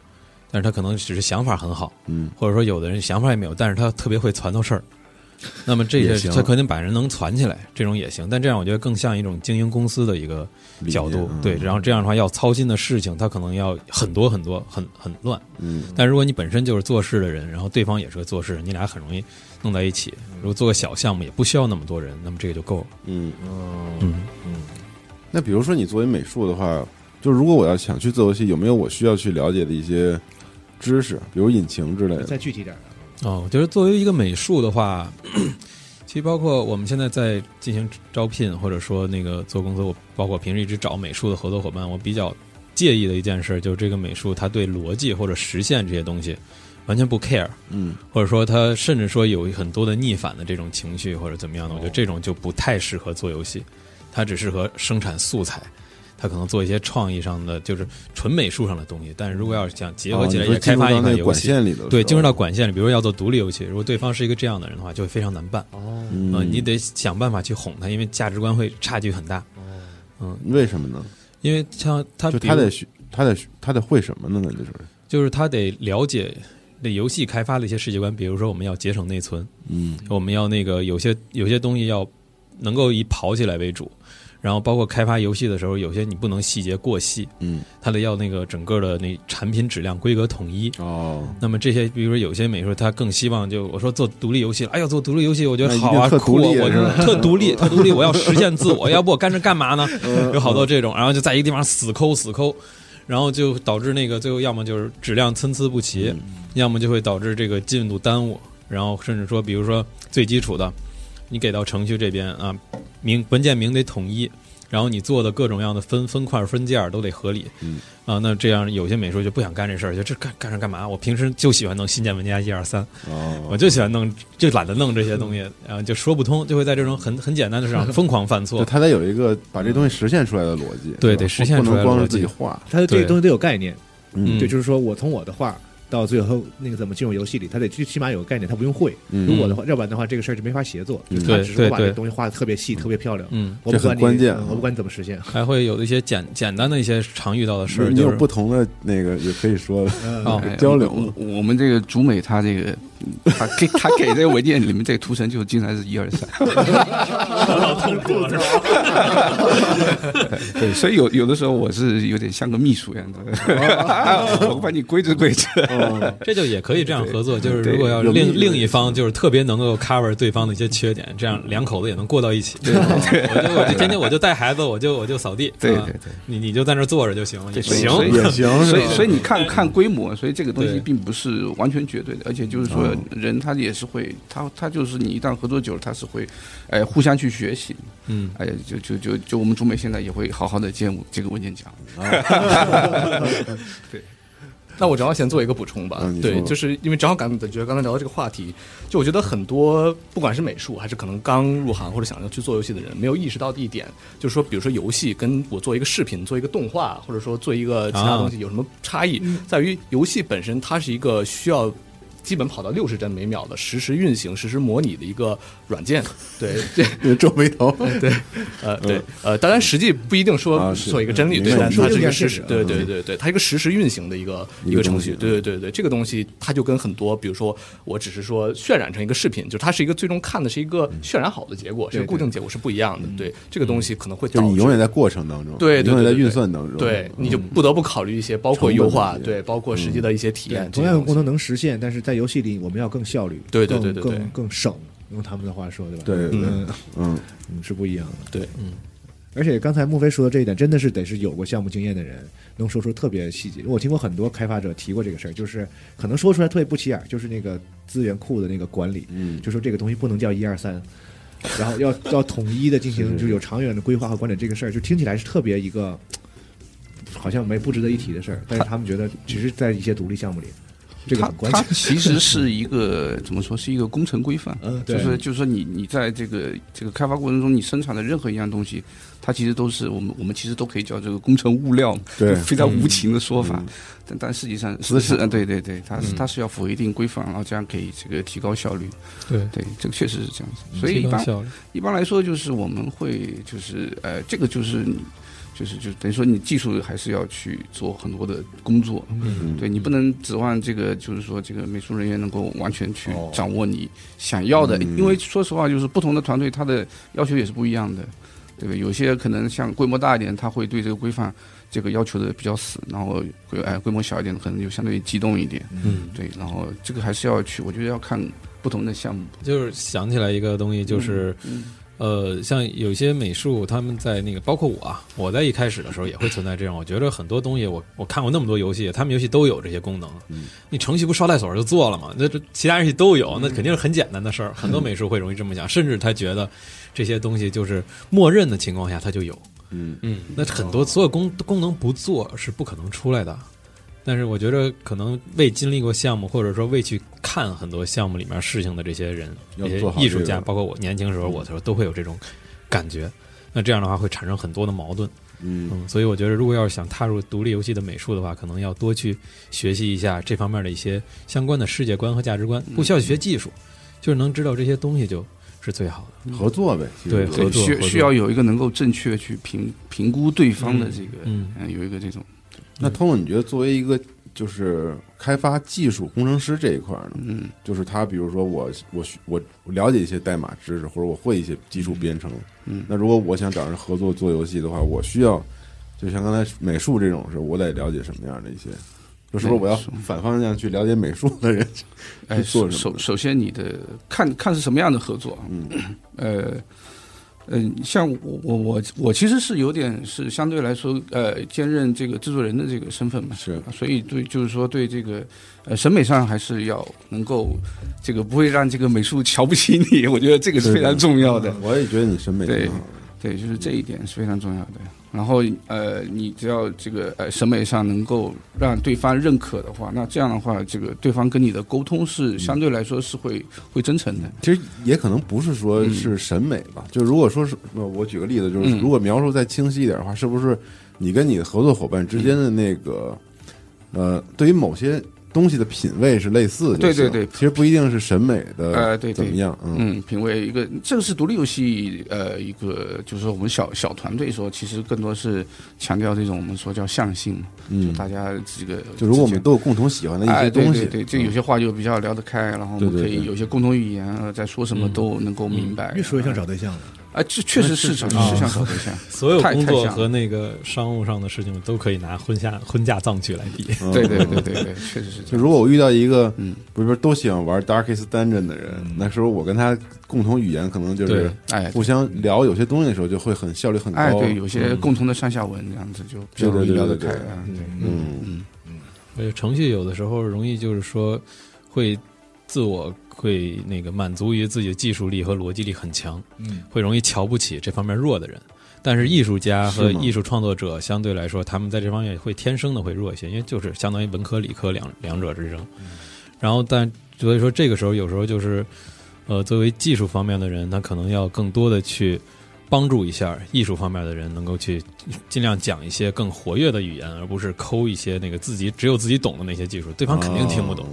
[SPEAKER 4] 但是他可能只是想法很好，
[SPEAKER 2] 嗯，
[SPEAKER 4] 或者说有的人想法也没有，但是他特别会攒头事儿。那么这
[SPEAKER 2] 也
[SPEAKER 4] 些
[SPEAKER 2] 行
[SPEAKER 4] 他肯定把人能攒起来，这种也行。但这样我觉得更像一种经营公司的一个
[SPEAKER 2] 理解
[SPEAKER 4] 角度，
[SPEAKER 2] 嗯
[SPEAKER 4] 对。然后这样的话，要操心的事情他可能要很多很多，很很乱。
[SPEAKER 2] 嗯，
[SPEAKER 4] 但如果你本身就是做事的人，然后对方也是个做事人，你俩很容易弄在一起。如果做个小项目，也不需要那么多人，那么这个就够了。
[SPEAKER 2] 嗯，
[SPEAKER 4] 嗯。
[SPEAKER 2] 那比如说你作为美术的话，就如果我要想去做游戏，有没有我需要去了解的一些知识，比如引擎之类的？
[SPEAKER 1] 再具体点儿，
[SPEAKER 4] 哦，我觉得作为一个美术的话，其实包括我们现在在进行招聘，或者说那个做公司，我包括平时一直找美术的合作伙伴，我比较介意的一件事就是这个美术他对逻辑或者实现这些东西完全不 care，
[SPEAKER 2] 嗯，
[SPEAKER 4] 或者说他甚至说有很多的逆反的这种情绪或者怎么样的，
[SPEAKER 2] 哦
[SPEAKER 4] 我觉得这种就不太适合做游戏，它只适合生产素材。它可能做一些创意上的，就是纯美术上的东西，但是如果要是想结合起来，
[SPEAKER 2] 哦你说
[SPEAKER 4] 也开发
[SPEAKER 2] 进入
[SPEAKER 4] 一
[SPEAKER 2] 到
[SPEAKER 4] 款
[SPEAKER 2] 那个
[SPEAKER 4] 游
[SPEAKER 2] 管
[SPEAKER 4] 戏，
[SPEAKER 2] 线里头，
[SPEAKER 4] 对，进入到管线里，比如要做独立游戏，如果对方是一个这样的人的话，就会非常难办。
[SPEAKER 2] 嗯、
[SPEAKER 4] 呃你得想办法去哄他，因为价值观会差距很大。
[SPEAKER 2] 为什么呢？
[SPEAKER 4] 因为像他，
[SPEAKER 2] 就
[SPEAKER 4] 比
[SPEAKER 2] 他
[SPEAKER 4] 如
[SPEAKER 2] 得学，他得学他得会什么呢？那就是，
[SPEAKER 4] 就是他得了解那游戏开发的一些世界观，比如说我们要节省内存，
[SPEAKER 2] 嗯
[SPEAKER 4] 我们要那个有些有些东西要能够以跑起来为主，然后包括开发游戏的时候，有些你不能细节过细，
[SPEAKER 2] 嗯
[SPEAKER 4] 它得要那个整个的那产品质量规格统一。
[SPEAKER 2] 哦，
[SPEAKER 4] 那么这些，比如说有些美术，他更希望就我说做独立游戏了，哎呦做独立游戏，我觉得好
[SPEAKER 2] 那
[SPEAKER 4] 啊，
[SPEAKER 2] 一定特
[SPEAKER 4] 酷啊
[SPEAKER 2] 独立
[SPEAKER 4] 我
[SPEAKER 2] 是吧
[SPEAKER 4] 特独 立，特独立，我要实现自我，要不我干这干嘛呢？
[SPEAKER 2] 嗯
[SPEAKER 4] 有好多这种，然后就在一个地方死抠死抠，然后就导致那个最后要么就是质量参差不齐，
[SPEAKER 2] 嗯
[SPEAKER 4] 要么就会导致这个进度耽误，然后甚至说，比如说最基础的，你给到程序这边啊，名文件名得统一，然后你做的各种样的分分块分件儿都得合理，
[SPEAKER 2] 嗯
[SPEAKER 4] 啊，那这样有些美术就不想干这事儿，就这干干上干嘛？我平时就喜欢弄新建文件夹一二三，
[SPEAKER 2] 哦，
[SPEAKER 4] 我就喜欢弄，就懒得弄这些东西，啊，就说不通，就会在这种很很简单的事上疯狂犯
[SPEAKER 2] 就
[SPEAKER 4] 错。
[SPEAKER 2] 他得有一个把这东西实现出来的逻辑，
[SPEAKER 4] 对
[SPEAKER 2] 是吧
[SPEAKER 4] 得实现
[SPEAKER 2] 不
[SPEAKER 4] 出来
[SPEAKER 2] 能
[SPEAKER 4] 的
[SPEAKER 2] 光是
[SPEAKER 4] 逻辑
[SPEAKER 2] 自己画，
[SPEAKER 1] 他对这
[SPEAKER 4] 对
[SPEAKER 1] 个东西得有概念，
[SPEAKER 4] 嗯
[SPEAKER 1] 对，就是说我从我的画到最后那个怎么进入游戏里，他得最起码有个概念，他不用会。
[SPEAKER 2] 嗯
[SPEAKER 1] 如果的话，要不然的话，这个事儿就没法协作。
[SPEAKER 2] 嗯
[SPEAKER 1] 就是他
[SPEAKER 4] 对
[SPEAKER 1] 只是把这
[SPEAKER 4] 对对
[SPEAKER 1] 个东西画的特别细、特别漂亮。
[SPEAKER 4] 嗯，
[SPEAKER 1] 我不
[SPEAKER 2] 这
[SPEAKER 1] 管
[SPEAKER 2] 很
[SPEAKER 1] 你，
[SPEAKER 2] 关
[SPEAKER 1] 嗯
[SPEAKER 2] 键啊
[SPEAKER 1] 我不管你怎么实现。
[SPEAKER 4] 还会有一些简简单的一些常遇到的事儿，
[SPEAKER 2] 你
[SPEAKER 4] 就
[SPEAKER 2] 有
[SPEAKER 4] 是
[SPEAKER 2] 不同的那个也可以说
[SPEAKER 4] 哦
[SPEAKER 6] 哎
[SPEAKER 2] 交流
[SPEAKER 6] 我我们这个主美他这个，嗯他给他给这个文件里面这个图层就经常是一二三， 对，所以有有的时候我是有点像个秘书一样的， 我把你规制规制。
[SPEAKER 4] 这就也可以这样合作，就是
[SPEAKER 6] 对
[SPEAKER 4] 如果要
[SPEAKER 2] 有利益
[SPEAKER 4] 另另一方就是特别能够 cover 对方的一些缺点，这
[SPEAKER 6] 嗯
[SPEAKER 4] 样两口子也能过到一 起。我就我就天天我就带孩子，我就我就扫地，
[SPEAKER 6] 对
[SPEAKER 4] 啊
[SPEAKER 6] 对对，
[SPEAKER 4] 你你就在那儿坐着就行了，也
[SPEAKER 6] 所以
[SPEAKER 4] 行。
[SPEAKER 6] 所以
[SPEAKER 2] 也行，
[SPEAKER 6] 所以
[SPEAKER 2] 是吧
[SPEAKER 6] 所以你看看规模，所以这个东西
[SPEAKER 4] 对
[SPEAKER 6] 并不是完全绝对的，而且就是说人他也是会，他他就是你一旦合作久了，他是会，哎，互相去学习，
[SPEAKER 4] 嗯，
[SPEAKER 6] 哎，就就就就我们中美现在也会好好的建这个文件夹，
[SPEAKER 5] 那我正好先做一个补充吧，
[SPEAKER 2] 嗯你
[SPEAKER 5] 对
[SPEAKER 2] 说，
[SPEAKER 5] 就是因为正好感觉刚才聊到这个话题，就我觉得很多不管是美术还是可能刚入行或者想要去做游戏的人，没有意识到的一点，就是说，比如说游戏跟我做一个视频、做一个动画，或者说做一个其他东西有什么差异，
[SPEAKER 2] 嗯
[SPEAKER 5] 在于游戏本身它是一个需要。基本跑到六十帧每秒的实时运行、实时模拟的一个软件，对， 这
[SPEAKER 2] 皱眉头， 对，
[SPEAKER 5] 呃，对，呃，当然实际不一
[SPEAKER 2] 嗯
[SPEAKER 5] 定
[SPEAKER 2] 啊
[SPEAKER 5] 说
[SPEAKER 2] 是
[SPEAKER 5] 做一个真理，
[SPEAKER 2] 嗯
[SPEAKER 5] 对，
[SPEAKER 2] 明白
[SPEAKER 5] 但它是一
[SPEAKER 1] 明白
[SPEAKER 5] 个实时
[SPEAKER 1] 嗯，
[SPEAKER 5] 对对对对，它一个实时运行的一个
[SPEAKER 2] 一个
[SPEAKER 5] 一个
[SPEAKER 2] 东
[SPEAKER 5] 程
[SPEAKER 2] 西嗯
[SPEAKER 5] 序，对对对对，这个东西它就跟很多，比如说我只是说渲染成一个视频，就是它是一个最终看的是一个
[SPEAKER 2] 嗯
[SPEAKER 5] 渲染好的结果，是一个固定结果是不一样的，对，这个东西可能会
[SPEAKER 2] 就
[SPEAKER 5] 导
[SPEAKER 2] 是你
[SPEAKER 5] 致
[SPEAKER 2] 永远在过程当中，
[SPEAKER 5] 对对
[SPEAKER 2] 你永远在
[SPEAKER 5] 对对
[SPEAKER 2] 运算当中，
[SPEAKER 5] 对，你
[SPEAKER 2] 嗯
[SPEAKER 5] 就不得不考虑一些包
[SPEAKER 2] 成
[SPEAKER 5] 括
[SPEAKER 2] 本
[SPEAKER 5] 优
[SPEAKER 2] 问
[SPEAKER 5] 化，
[SPEAKER 2] 题
[SPEAKER 5] 对，包括
[SPEAKER 2] 嗯
[SPEAKER 5] 实际的一些体验，
[SPEAKER 1] 同样的功
[SPEAKER 5] 功能。
[SPEAKER 1] 能能实现，但是在游戏里我们要更效率，
[SPEAKER 5] 对对
[SPEAKER 1] 更
[SPEAKER 5] 对对对
[SPEAKER 1] 更更省，用他们的话说，对吧？
[SPEAKER 2] 对对对
[SPEAKER 1] 嗯
[SPEAKER 2] 嗯，
[SPEAKER 1] 嗯，是不一样的。
[SPEAKER 5] 对，
[SPEAKER 1] 嗯。而且刚才孟非说的这一点，真的是得是有过项目经验的人，能说出特别细节。我听过很多开发者提过这个事儿，就是可能说出来特别不起眼儿，就是那个资源库的那个管理，
[SPEAKER 2] 嗯
[SPEAKER 1] 就说这个东西不能叫一二三，然 后要要统一的进
[SPEAKER 2] 是
[SPEAKER 1] 行，
[SPEAKER 2] 是
[SPEAKER 1] 就是有长远的规划和管理这个事儿，就听起来是特别一个好像没不值得一提的事儿，但是他们觉得只是在一些独立项目里，这个
[SPEAKER 6] 它
[SPEAKER 1] 很关
[SPEAKER 6] 它
[SPEAKER 1] 键。
[SPEAKER 6] 其实是一个怎么说，是一个工程规范。
[SPEAKER 1] 嗯，
[SPEAKER 6] 就
[SPEAKER 1] 对，
[SPEAKER 6] 是就是说你你在这个这个开发过程中，你生产的任何一样东西，它其实都是我们我们其实都可以叫这个工程物料嘛，
[SPEAKER 2] 对
[SPEAKER 6] 非常无情的说法
[SPEAKER 2] 嗯。
[SPEAKER 6] 但但实际上
[SPEAKER 2] 资
[SPEAKER 6] 是
[SPEAKER 2] 产
[SPEAKER 6] 是嗯对对对，它是它是要符合一定规范，然后这样可以这个提高效率。
[SPEAKER 4] 对，
[SPEAKER 6] 对，这个确实是这样子。所以
[SPEAKER 4] 提
[SPEAKER 6] 一
[SPEAKER 4] 高
[SPEAKER 6] 般
[SPEAKER 4] 效率。
[SPEAKER 6] 一般来说，就是我们会就是呃，这个就是你就是就等于说你技术还是要去做很多的工作，
[SPEAKER 2] 嗯
[SPEAKER 6] 对你不能指望这个就是说这个美术人员能够完全去掌握你想要的，
[SPEAKER 2] 哦嗯
[SPEAKER 6] 因为说实话，就是不同的团队他的要求也是不一样的，对吧？有些可能像规模大一点，他会对这个规范这个要求的比较死，然后规哎规模小一点的可能就相对激动一点，
[SPEAKER 4] 嗯，
[SPEAKER 6] 对，然后这个还是要去，我觉得要看不同的项目，
[SPEAKER 4] 就是想起来一个东西，就是
[SPEAKER 6] 嗯
[SPEAKER 4] 呃，像有些美术，他们在那个，包括我啊，我在一开始的时候也会存在这样。我觉得很多东西我，我看过那么多游戏，他们游戏都有这些功能。
[SPEAKER 2] 嗯
[SPEAKER 4] 你程序不捎带锁就做了嘛？那这其他游戏都
[SPEAKER 6] 嗯
[SPEAKER 4] 有，那肯定是很简单的事儿。很多美术会容易这么想，甚至他觉得这些东西就是默认的情况下它就有。
[SPEAKER 2] 嗯
[SPEAKER 5] 嗯，
[SPEAKER 4] 那很多所有功功能不做是不可能出来的。但是我觉得，可能未经历过项目，或者说未去看很多项目里面事情的这些人，
[SPEAKER 2] 要
[SPEAKER 4] 这些
[SPEAKER 2] 做好
[SPEAKER 4] 艺
[SPEAKER 2] 这
[SPEAKER 4] 术
[SPEAKER 2] 个嗯
[SPEAKER 4] 家，包括我年轻时候，我的时候都会有这种感觉。那这样的话会产生很多的矛盾，
[SPEAKER 2] 嗯
[SPEAKER 4] 嗯，所以我觉得，如果要是想踏入独立游戏的美术的话，可能要多去学习一下这方面的一些相关的世界观和价值观，
[SPEAKER 2] 嗯
[SPEAKER 4] 不需要学技术，就是能知道这些东西就是最好的。
[SPEAKER 2] 合作呗，其实
[SPEAKER 4] 对
[SPEAKER 2] 就是
[SPEAKER 4] 合
[SPEAKER 6] 嗯对，
[SPEAKER 4] 作
[SPEAKER 6] 需需要有一个能够正确去评评估对方的这个，
[SPEAKER 4] 嗯
[SPEAKER 6] 嗯，有一个这种，
[SPEAKER 2] 那通过你觉得作为一个就是开发技术工程师这一块儿呢，
[SPEAKER 6] 嗯，
[SPEAKER 2] 就是他比如说我我我我了解一些代码知识，或者我会一些基础编程，
[SPEAKER 6] 嗯
[SPEAKER 2] 那如果我想找人合作做游戏的话，我需要就像刚才美术这种事，我得了解什么样的一些。就是不是我要
[SPEAKER 6] 美术
[SPEAKER 2] 反方向去了解美术的人？
[SPEAKER 6] 哎，
[SPEAKER 2] 做
[SPEAKER 6] 首
[SPEAKER 2] 什么
[SPEAKER 6] 首
[SPEAKER 2] 的
[SPEAKER 6] 首先你的看看是什么样的合作，嗯， 呃，嗯、像我我我我其实是有点是相对来说，呃，兼任这个制作人的这个身份嘛，啊
[SPEAKER 2] 是
[SPEAKER 6] 所以对就是说对这个呃审美上还是要能够这个不会让这个美术瞧不起你，我觉得这个是非常重要的，
[SPEAKER 2] 嗯我也觉得你审美
[SPEAKER 6] 嗯对
[SPEAKER 2] 挺好的，
[SPEAKER 6] 对，就是这一点是非常重要的。然后呃，你只要这个呃审美上能够让对方认可的话，那这样的话，这个对方跟你的沟通
[SPEAKER 2] 嗯
[SPEAKER 6] 是相对来说是会会真诚的。
[SPEAKER 2] 其实也可能不是说是审美吧，就如果说是呃我举个例子，就是
[SPEAKER 6] 嗯
[SPEAKER 2] 如果描述再清晰一点的话，是不是你跟你的合作伙伴之间的那个呃，对于某些东西的品味是类似的就
[SPEAKER 6] 对对
[SPEAKER 2] 行？
[SPEAKER 6] 对
[SPEAKER 2] 其实不一定是审美的，
[SPEAKER 6] 呃对对
[SPEAKER 2] 怎么样？嗯
[SPEAKER 6] 嗯，品味一个，这个是独立游戏，呃，一个就是说我们小小团队说，其实更多是强调这种我们说叫向性嘛，就
[SPEAKER 2] 嗯，
[SPEAKER 6] 大家这个
[SPEAKER 2] 就如果我们
[SPEAKER 6] 之间
[SPEAKER 2] 都有共同喜欢的一
[SPEAKER 6] 哎
[SPEAKER 2] 些
[SPEAKER 6] 对
[SPEAKER 2] 东西，
[SPEAKER 6] 对对，就有些话就比较聊得开，然后我
[SPEAKER 2] 对
[SPEAKER 6] 们
[SPEAKER 2] 对
[SPEAKER 6] 可
[SPEAKER 2] 对嗯
[SPEAKER 6] 以有些共同语言，呃在说什么都能够明白。
[SPEAKER 1] 越说越像找对象了。
[SPEAKER 6] 啊，这确实是找
[SPEAKER 4] 啊
[SPEAKER 6] 是像找对象，
[SPEAKER 4] 所有
[SPEAKER 6] 太
[SPEAKER 4] 工
[SPEAKER 6] 太
[SPEAKER 4] 作
[SPEAKER 6] 像
[SPEAKER 4] 和那个商务上的事情都可以拿婚嫁 婚嫁葬具来 比。
[SPEAKER 2] 嗯
[SPEAKER 6] 对对对对对， 确实是这
[SPEAKER 2] 就
[SPEAKER 6] 样。
[SPEAKER 2] 如果我遇到一个，
[SPEAKER 6] 嗯
[SPEAKER 2] 比如说都喜欢玩 Darkest Dungeon 的人，那时候我跟他共同语言可能就是
[SPEAKER 4] 对
[SPEAKER 6] 哎
[SPEAKER 2] 互相聊有些东西的时候，就会很效率很高。
[SPEAKER 6] 哎，对，有些共同的上下文这样子就比较容易聊得开啊。
[SPEAKER 2] 嗯，
[SPEAKER 6] 嗯
[SPEAKER 4] 而且程序有的时候容易就是说会自我会那个满足于自己的技术力和逻辑力很强，
[SPEAKER 1] 嗯，
[SPEAKER 4] 会容易瞧不起这方面弱的人。但是艺术家和
[SPEAKER 2] 是吗
[SPEAKER 4] 艺术创作者相对来说，他们在这方面会天生的会弱一些，因为就是相当于文科理科两两者之争。
[SPEAKER 2] 嗯
[SPEAKER 4] 然后但所以说这个时候有时候就是，呃，作为技术方面的人，他可能要更多的去帮助一下艺术方面的人，能够去尽量讲一些更活跃的语言，而不是抠一些那个自己只有自己懂的那些技术，对
[SPEAKER 2] 对
[SPEAKER 4] 方肯定听不懂。。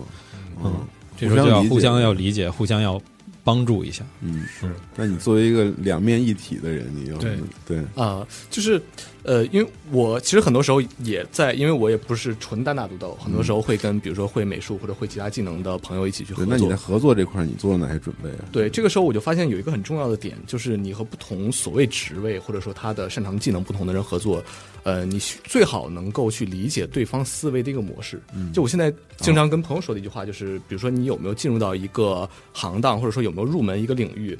[SPEAKER 2] 嗯，
[SPEAKER 4] 这时候就要
[SPEAKER 2] 互
[SPEAKER 4] 互
[SPEAKER 2] 相
[SPEAKER 4] 相
[SPEAKER 2] 理解
[SPEAKER 4] 要理解，互相要帮助一下。
[SPEAKER 2] 嗯，
[SPEAKER 4] 是
[SPEAKER 2] 那你作为一个两面一体的人，你要
[SPEAKER 5] 对
[SPEAKER 2] 对，
[SPEAKER 5] 啊、就是呃，因为我其实很多时候也在，因为我也不是纯单打独斗，很多时候会跟比如说会美术或者会其他技能的朋友一起去合
[SPEAKER 2] 嗯对
[SPEAKER 5] 作。
[SPEAKER 2] 那你在合作这块儿你做了哪些准备啊？
[SPEAKER 5] 对，这个时候我就发现有一个很重要的点，就是你和不同所谓职位或者说他的擅长技能不同的人合作，呃，你需最好能够去理解对方思维的一个模式。
[SPEAKER 2] 嗯
[SPEAKER 5] 就我现
[SPEAKER 2] 哦
[SPEAKER 5] 在经常跟朋友说的一句话，就是比如说你有没有进入到一个行当，或者说有没有入门一个领域。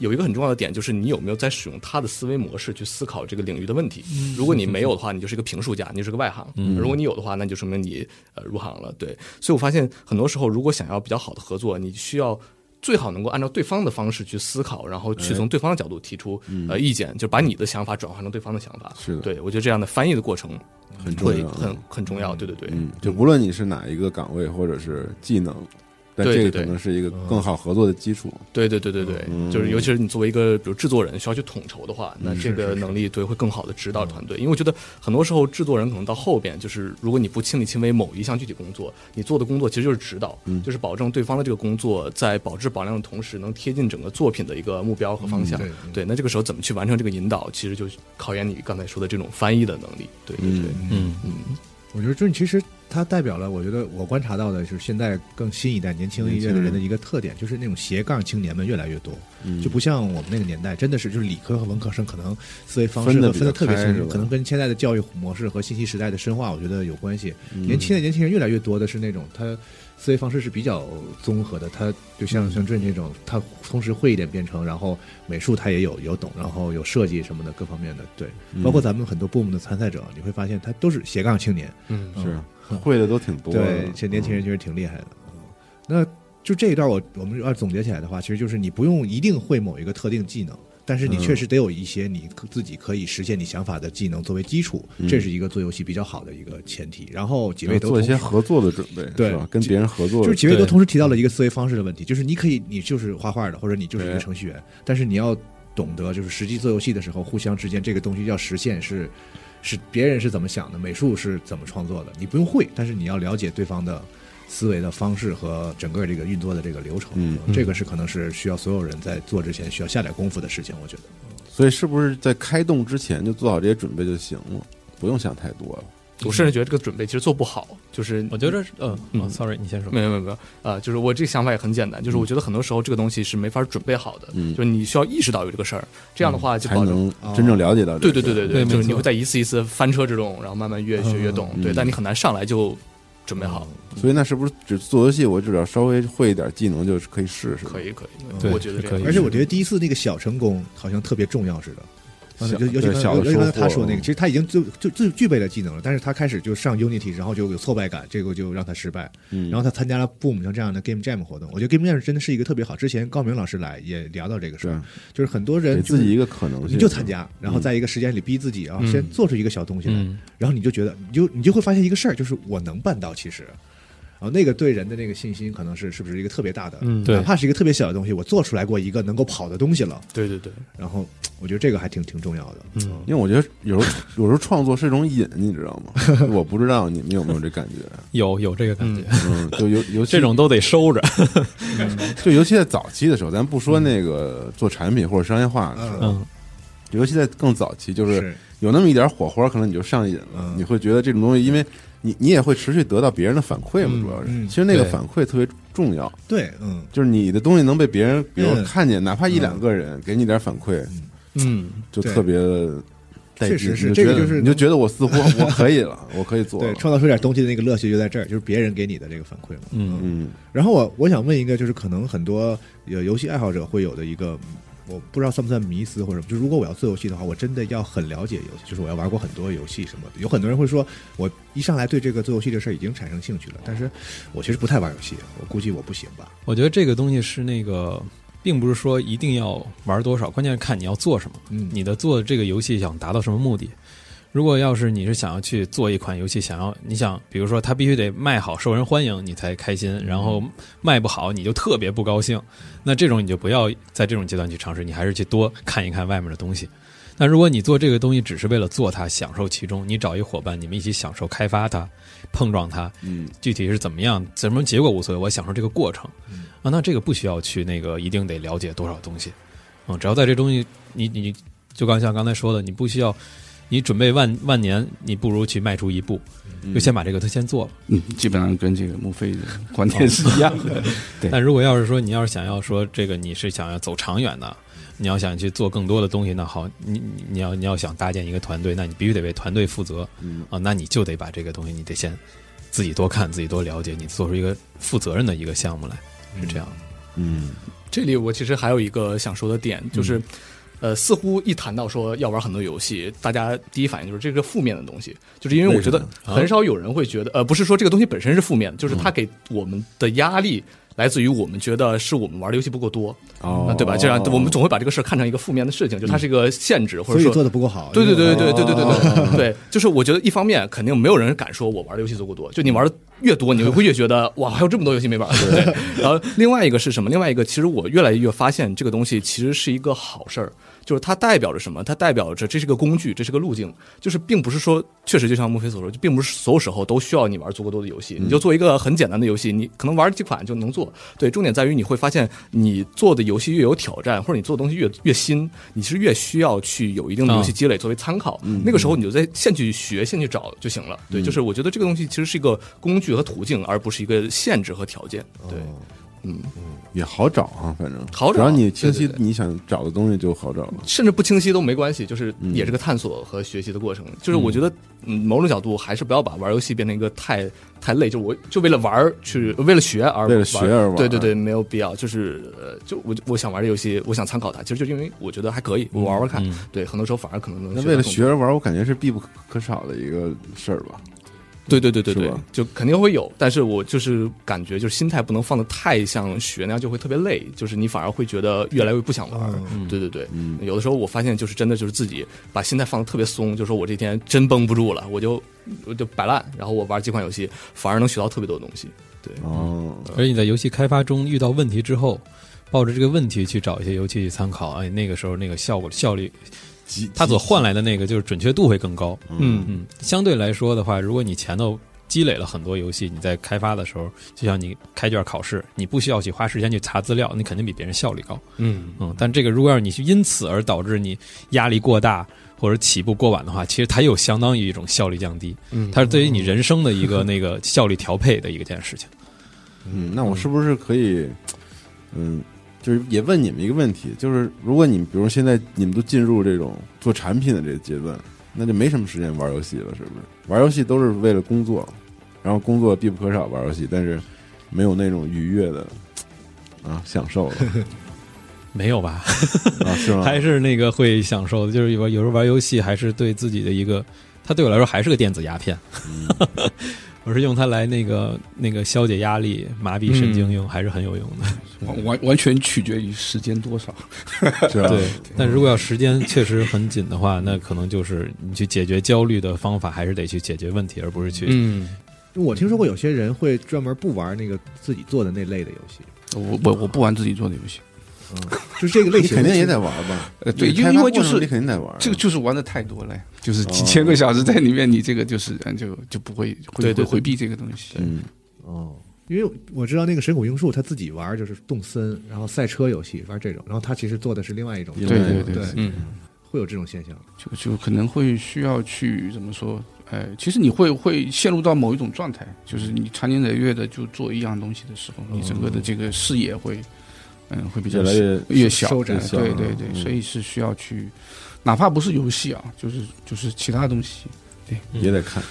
[SPEAKER 5] 有一个很重要的点，就是你有没有在使用他的思维模式去思考这个领域的问题。
[SPEAKER 2] 嗯
[SPEAKER 5] 如果你没有的话，你就是一个评述家，你就是个外行；如果你有的话，那就说明你呃入行了。对，所以我发现很多时候，如果想要比较好的合作，你需要最好能够按照对方的方式去思考，然后
[SPEAKER 2] 哎
[SPEAKER 5] 去从对方的角度提出、呃意见，就把你的想法转换成对方的想法。
[SPEAKER 2] 嗯是的
[SPEAKER 5] 对我觉得这样的翻译的过程
[SPEAKER 2] 很重
[SPEAKER 5] 会
[SPEAKER 2] 要。啊
[SPEAKER 5] 很很重要。对对对，
[SPEAKER 2] 嗯，就无论你是哪一个岗位或者是技能，但
[SPEAKER 5] 对
[SPEAKER 2] 这个
[SPEAKER 5] 对
[SPEAKER 2] 可
[SPEAKER 5] 对
[SPEAKER 2] 能是一个更好合作的基础。
[SPEAKER 5] 对对对对对，就是尤其是你作为一个比如制作人需要去统筹的话，那这个能力对会更好的指导团队。因为我觉得很多时候制作人可能到后边，就是如果你不亲力亲为某一项具体工作，你做的工作其实就是指导，就是保证对方的这个工作在保质保量的同时，能贴近整个作品的一个目标和方向。
[SPEAKER 1] 对
[SPEAKER 5] 对，那这个时候怎么去完成这个引导，其实就考验你刚才说的这种翻译的能力。对对对，
[SPEAKER 4] 嗯
[SPEAKER 1] 我觉得就是其实它代表了，我觉得我观察到的就是现在更新一代年轻一代的人的一个特点，就是那种斜杠青年们越来越多，
[SPEAKER 2] 嗯
[SPEAKER 1] 嗯就不像我们那个年代，真的是就是理科和文科生可能思维方式
[SPEAKER 2] 分得
[SPEAKER 1] 和
[SPEAKER 2] 比
[SPEAKER 1] 分的
[SPEAKER 2] 较
[SPEAKER 1] 特别
[SPEAKER 2] 开是
[SPEAKER 1] 清
[SPEAKER 2] 吧
[SPEAKER 1] 楚，可能跟现在的教育模式和信息时代的深化，我觉得有关系。
[SPEAKER 2] 嗯
[SPEAKER 1] 年轻的年轻人越来越多的是那种他思维方式是比较综合的，他就
[SPEAKER 2] 嗯
[SPEAKER 1] 像像郑这种，他同时会一点编程，然后美术他也有有懂，然后有设计什么的各方面的，对，
[SPEAKER 2] 嗯
[SPEAKER 1] 包括咱们很多 boom 的参赛者，你会发现他都是斜杠青年，
[SPEAKER 5] 嗯
[SPEAKER 2] 是会的都挺多的。
[SPEAKER 1] 对，这年轻人其实挺厉害的。嗯那就这一段我，我们要总结起来的话，其实就是你不用一定会某一个特定技能，但
[SPEAKER 2] 嗯
[SPEAKER 1] 是你确实得有一些你可自己可以实现你想法的技能作为基础，这是一个做游戏比较好的一个前提。然后几位
[SPEAKER 2] 嗯要
[SPEAKER 1] 都
[SPEAKER 2] 做一些
[SPEAKER 1] 同
[SPEAKER 2] 合作的准备，
[SPEAKER 1] 对
[SPEAKER 2] 是吧？跟别人合作，
[SPEAKER 1] 就是几位都
[SPEAKER 4] 对
[SPEAKER 1] 同时提到了一个思维方式的问题，就是你可以，你就是画画的，或者你就是一个
[SPEAKER 2] 对
[SPEAKER 1] 程序员，但是你要懂得，就是实际做游戏的时候，互相之间这个东西要实现是是别人是怎么想的，美术是怎么创作的，你不用会，但是你要了解对方的思维的方式和整个这个运作的这个流程，
[SPEAKER 2] 嗯
[SPEAKER 1] 呃这个是可能是需要所有人在做之前需要下点功夫的事情，我觉得。
[SPEAKER 2] 所以是不是在开动之前就做好这些准备就行了，不用想太多了。
[SPEAKER 5] 我甚至觉得这个准备其实做不好，就是
[SPEAKER 4] 我觉得，嗯、
[SPEAKER 5] 嗯
[SPEAKER 4] s o r r y 你先说。
[SPEAKER 5] 没有没有没有，呃，就是我这个想法也很简单，
[SPEAKER 4] 嗯
[SPEAKER 5] 就是我觉得很多时候这个东西是没法准备好的，
[SPEAKER 2] 嗯
[SPEAKER 5] 就是你需要意识到有这个事儿，这样的话就
[SPEAKER 2] 才
[SPEAKER 5] 保证。
[SPEAKER 2] 能真正了解到这
[SPEAKER 5] 对
[SPEAKER 2] 个
[SPEAKER 5] 对
[SPEAKER 2] 事儿。
[SPEAKER 5] 对对
[SPEAKER 4] 嗯对没
[SPEAKER 5] 就是你
[SPEAKER 4] 错嗯
[SPEAKER 5] 会在一次一次翻车之中，然后慢慢越学越懂，对，但你很难上来就准备好，
[SPEAKER 2] 所以那是不是只做游戏，我只要稍微会一点技能就是可以试试？
[SPEAKER 5] 可以可以，
[SPEAKER 4] 嗯对
[SPEAKER 5] 我觉得这
[SPEAKER 4] 可以
[SPEAKER 5] 样
[SPEAKER 1] 而且我觉得第一次那个小成功好像特别重要似的，嗯
[SPEAKER 2] 小
[SPEAKER 1] 尤尤其
[SPEAKER 2] 对小
[SPEAKER 1] 刚尤
[SPEAKER 2] 的
[SPEAKER 1] 其
[SPEAKER 2] 收
[SPEAKER 1] 刚才他
[SPEAKER 2] 获
[SPEAKER 1] 说那个，
[SPEAKER 2] 嗯
[SPEAKER 1] 其实他已经就就就具备了技能了，但是他开始就上 Unity，然后就有挫败感，这个就让他失败。
[SPEAKER 2] 嗯
[SPEAKER 1] 然后他参加了 Boom 像这样的 Game Jam 活动，我觉得 Game Jam 真的是一个特别好。之前高明老师来也聊到这个事儿，就是很多
[SPEAKER 2] 给
[SPEAKER 1] 人就
[SPEAKER 2] 自己
[SPEAKER 1] 是
[SPEAKER 2] 一个可能性，
[SPEAKER 1] 你就参加，然后在一个时间里逼自己啊，
[SPEAKER 4] 嗯
[SPEAKER 1] 先做出一个小东西来，
[SPEAKER 4] 嗯，
[SPEAKER 1] 然后你就觉得，你就你就会发现一个事儿，就是我能办到，其实。然后那个对人的那个信心，可能是是不是一个特别大的，
[SPEAKER 5] 嗯
[SPEAKER 4] 对
[SPEAKER 1] 哪怕是一个特别小的东西，我做出来过一个能够跑的东西了，
[SPEAKER 5] 对对对，
[SPEAKER 1] 然后我觉得这个还挺挺重要的，啊
[SPEAKER 5] 嗯，
[SPEAKER 2] 因为我觉得有时候有时候创作是一种瘾，你知道吗？ 我不知道你们有没有这感觉，啊
[SPEAKER 4] 有有这个感觉，
[SPEAKER 2] 嗯，就尤尤其
[SPEAKER 4] 这种都得收着。
[SPEAKER 2] 就尤其在早期的时候，咱不说那个做产品或者商业化的时候，
[SPEAKER 4] 嗯，
[SPEAKER 2] 尤其在更早期，就是有那么一点火花，可能你就上瘾了
[SPEAKER 1] 嗯，
[SPEAKER 2] 你会觉得这种东西，因为你你也会持续得到别人的反馈嘛，
[SPEAKER 5] 嗯
[SPEAKER 2] 主要是，
[SPEAKER 1] 嗯
[SPEAKER 2] 其实那个
[SPEAKER 4] 对
[SPEAKER 2] 反馈特别重要，
[SPEAKER 1] 对，嗯，
[SPEAKER 2] 就是你的东西能被别人，比如
[SPEAKER 1] 嗯
[SPEAKER 2] 看见，哪怕一两个人给你点反馈，
[SPEAKER 5] 嗯，
[SPEAKER 2] 就
[SPEAKER 1] 对
[SPEAKER 2] 特别的带
[SPEAKER 1] 确
[SPEAKER 2] 劲。
[SPEAKER 1] 实是
[SPEAKER 2] 你觉
[SPEAKER 1] 这
[SPEAKER 2] 得
[SPEAKER 1] 个就是
[SPEAKER 2] 你就觉得我似乎 我可以了，我可以做了。
[SPEAKER 1] 对，创造出点东西的那个乐趣就在这儿，就是别人给你的这个反馈嘛。
[SPEAKER 4] 嗯
[SPEAKER 2] 嗯
[SPEAKER 1] 然后我我想问一个，就是可能很多有游戏爱好者会有的一个，我不知道算不算迷思或者什么，就如果我要做游戏的话，我真的要很了解游戏，就是我要玩过很多游戏什么的。有很多人会说，我一上来对这个做游戏这事儿已经产生兴
[SPEAKER 5] 嗯
[SPEAKER 1] 趣了，但是我其实不太玩游戏，我估计我不行吧。
[SPEAKER 4] 我觉得这个东西是那个，并不是说一定要玩多少，关键是看你要做什么，
[SPEAKER 1] 嗯，
[SPEAKER 4] 你的做这个游戏想达到什么目的。如果要是你是想要去做一款游戏，想要你想，比如说它必须得卖好、受人欢迎，你才开心；然后卖不好，你就特别不高兴。那这种你就不要在这种阶段去尝试，你还是去多看一看外面的东西。那如果你做这个东西只是为了做它，享受其中，你找一伙伴，你们一起享受开发它、碰撞它，
[SPEAKER 2] 嗯，
[SPEAKER 4] 具体是怎么样，怎么结果无所谓，我享受这个过程
[SPEAKER 2] 嗯
[SPEAKER 4] 啊。那这个不需要去那个一定得了解多少东西，嗯，只要在这东西，你你你就刚像刚才说的，你不需要，你准备万万年，你不如去迈出一步，
[SPEAKER 2] 嗯
[SPEAKER 4] 就先把这个它先做了。
[SPEAKER 6] 嗯，基本上跟这个墨菲的观点是一样的。对
[SPEAKER 4] 但如果要是说你要是想要说这个你是想要走长远的，你要想去做更多的东西，那好，你你你要你要想搭建一个团队，那你必须得为团队负责
[SPEAKER 2] 嗯
[SPEAKER 4] 啊，那你就得把这个东西你得先自己多看，自己多了解，你做出一个负责任的一个项目来，是这样的。
[SPEAKER 2] 嗯
[SPEAKER 5] 这里我其实还有一个想说的点，就是，呃，似乎一谈到说要玩很多游戏，大家第一反应就是这个负面的东西，就是因为我觉得
[SPEAKER 2] 为
[SPEAKER 4] 么
[SPEAKER 5] 很少有人会觉得，呃，不是说这个东西本身是负面的，就是它给我们的压力。来自于我们觉得是我们玩的游戏不够多，
[SPEAKER 2] 哦
[SPEAKER 5] 啊，对吧？这样我们总会把这个事儿看成一个负面的事情，就它是一个限制，
[SPEAKER 1] 所
[SPEAKER 5] 或者
[SPEAKER 1] 以
[SPEAKER 5] 说嗯
[SPEAKER 1] 做的不够好。
[SPEAKER 5] 对对
[SPEAKER 1] 因为哦
[SPEAKER 5] 对
[SPEAKER 1] 我
[SPEAKER 5] 对对对对对对对，就是我觉得一方面肯定没有人敢说我玩的游戏足够多，就你玩的越多，你会越觉得哇还有这么多游戏没玩。对， 然后另外一个是什么？另外一个其实我越来越发现这个东西其实是一个好事儿，就是它代表着什么？它代表着这是个工具，这是个路径，就是并不是说确实就像墨菲所说，就并不是所有时候都需要你玩足够多的游戏，你就做一个很简单的游戏，你可能玩几款就能做。对，重点在于你会发现你做的游戏越有挑战，或者你做的东西越越新，你是越需要去有一定的游戏积累作为参考。那个时候你就在现去学、现去找就行了。对，就是我觉得这个东西其实是一个工具和途径，而不是一个限制和条件。对，嗯，
[SPEAKER 2] 也好找啊，反正
[SPEAKER 5] 好找
[SPEAKER 2] 只要你清晰
[SPEAKER 5] 对对
[SPEAKER 2] 你想找的东西就好找了。
[SPEAKER 5] 甚至不清晰都没关系，就是
[SPEAKER 2] 嗯
[SPEAKER 5] 也是个探索和学习的过程。就是我觉得，嗯，某种角度还是不要把玩游戏变成一个太太累，就我就为了玩儿去，为了学而
[SPEAKER 2] 为了学而玩
[SPEAKER 5] 对对对，没有必要。就是呃，就我我想玩这游戏，我想参考它，其实就因为我觉得还可以，我玩玩看。
[SPEAKER 4] 嗯
[SPEAKER 5] 对，很多时候反而可能能
[SPEAKER 2] 那
[SPEAKER 5] 到
[SPEAKER 2] 为了
[SPEAKER 5] 更
[SPEAKER 2] 学着玩，我感觉是必不可少的一个事儿吧。
[SPEAKER 5] 对对对对对
[SPEAKER 2] 是吧，
[SPEAKER 5] 就肯定会有，但是我就是感觉就是心态不能放的太像学那样，就会特别累，就是你反而会觉得越来越不想玩。对对对，
[SPEAKER 2] 嗯
[SPEAKER 5] 有的时候我发现就是真的就是自己把心态放的特别松，就说我这天真绷不住了，我就我就摆烂，然后我玩几款游戏，反而能学到特别多东西。对，
[SPEAKER 2] 哦，
[SPEAKER 4] 而你在游戏开发中遇到问题之后，抱着这个问题去找一些游戏去参考，哎，那个时候那个效果效率，
[SPEAKER 2] 极
[SPEAKER 4] 它所换来的那个就是准确度会更高。
[SPEAKER 5] 嗯
[SPEAKER 4] 嗯，相对来说的话，如果你前头积累了很多游戏，你在开发的时候，就像你开卷考试，你不需要去花时间去查资料，你肯定比别人效率高。
[SPEAKER 5] 嗯
[SPEAKER 4] 嗯，但这个如果要是你去因此而导致你压力过大或者起步过晚的话，其实它有相当于一种效率降低，
[SPEAKER 5] 嗯
[SPEAKER 4] 它是对于你人生的一 个那个效率调配的一个件事情。
[SPEAKER 2] 嗯，那我是不是可以，嗯，就是也问你们一个问题，就是如果你们比如现在你们都进入这种做产品的这个阶段，那就没什么时间玩游戏了，是不是？玩游戏都是为了工作，然后工作必不可少玩游戏，但是没有那种愉悦的啊享受了。
[SPEAKER 4] 没有吧？
[SPEAKER 2] 啊，是吗？
[SPEAKER 4] 还是那个会享受的，就是有有时候玩游戏还是对自己的一个，它对我来说还是个电子鸦片， 我是用它来那个那个消解压力、麻痹神经用，还是很有用的。
[SPEAKER 6] 完
[SPEAKER 2] 哦
[SPEAKER 6] 完完全取决于时间多少。
[SPEAKER 2] 是吧？
[SPEAKER 4] 对，但如果要时间确实很紧的话，那可能就是你去解决焦虑的方法，还是得去解决问题，而不是去、
[SPEAKER 5] 嗯，
[SPEAKER 1] 我听说过有些人会专门不玩那个自己做的那类的游戏，
[SPEAKER 6] 我我我不玩自己做的游戏，
[SPEAKER 1] 就是这个类
[SPEAKER 2] 你
[SPEAKER 1] 型
[SPEAKER 2] 肯定也得
[SPEAKER 1] 玩。
[SPEAKER 2] 玩吧？
[SPEAKER 6] 呃，对，
[SPEAKER 2] 你
[SPEAKER 6] 因
[SPEAKER 2] 开
[SPEAKER 6] 为
[SPEAKER 2] 发
[SPEAKER 6] 因为就
[SPEAKER 2] 过程
[SPEAKER 6] 是
[SPEAKER 2] 你肯定得玩，啊哦
[SPEAKER 6] 这个就是玩的太多了呀，就是几千个小时在里面，你这个就是嗯就就不会会
[SPEAKER 5] 对
[SPEAKER 6] 会
[SPEAKER 5] 对
[SPEAKER 6] 回避这个东西。
[SPEAKER 2] 嗯，
[SPEAKER 1] 哦，因为我知道那个神谷英树他自己玩就是动森，然后赛车游戏玩这种，然后他其实做的是另外一种，
[SPEAKER 2] 对
[SPEAKER 6] 对对嗯
[SPEAKER 1] 对
[SPEAKER 6] 对，
[SPEAKER 5] 嗯，
[SPEAKER 1] 会有这种现象。
[SPEAKER 6] 就就可能会需要去怎么说？呃，其实你会会陷入到某一种状态，就是你长年累月的就做一样东西的时候，你整个的这个视野会，嗯，会比较
[SPEAKER 2] 越来越
[SPEAKER 6] 越小，
[SPEAKER 1] 收窄
[SPEAKER 6] 哎
[SPEAKER 1] 越
[SPEAKER 2] 小
[SPEAKER 6] 对
[SPEAKER 2] 嗯
[SPEAKER 6] 对对，
[SPEAKER 2] 嗯
[SPEAKER 6] 所以是需要去，哪怕不是游戏啊，就是就是其他东西，
[SPEAKER 2] 也得看，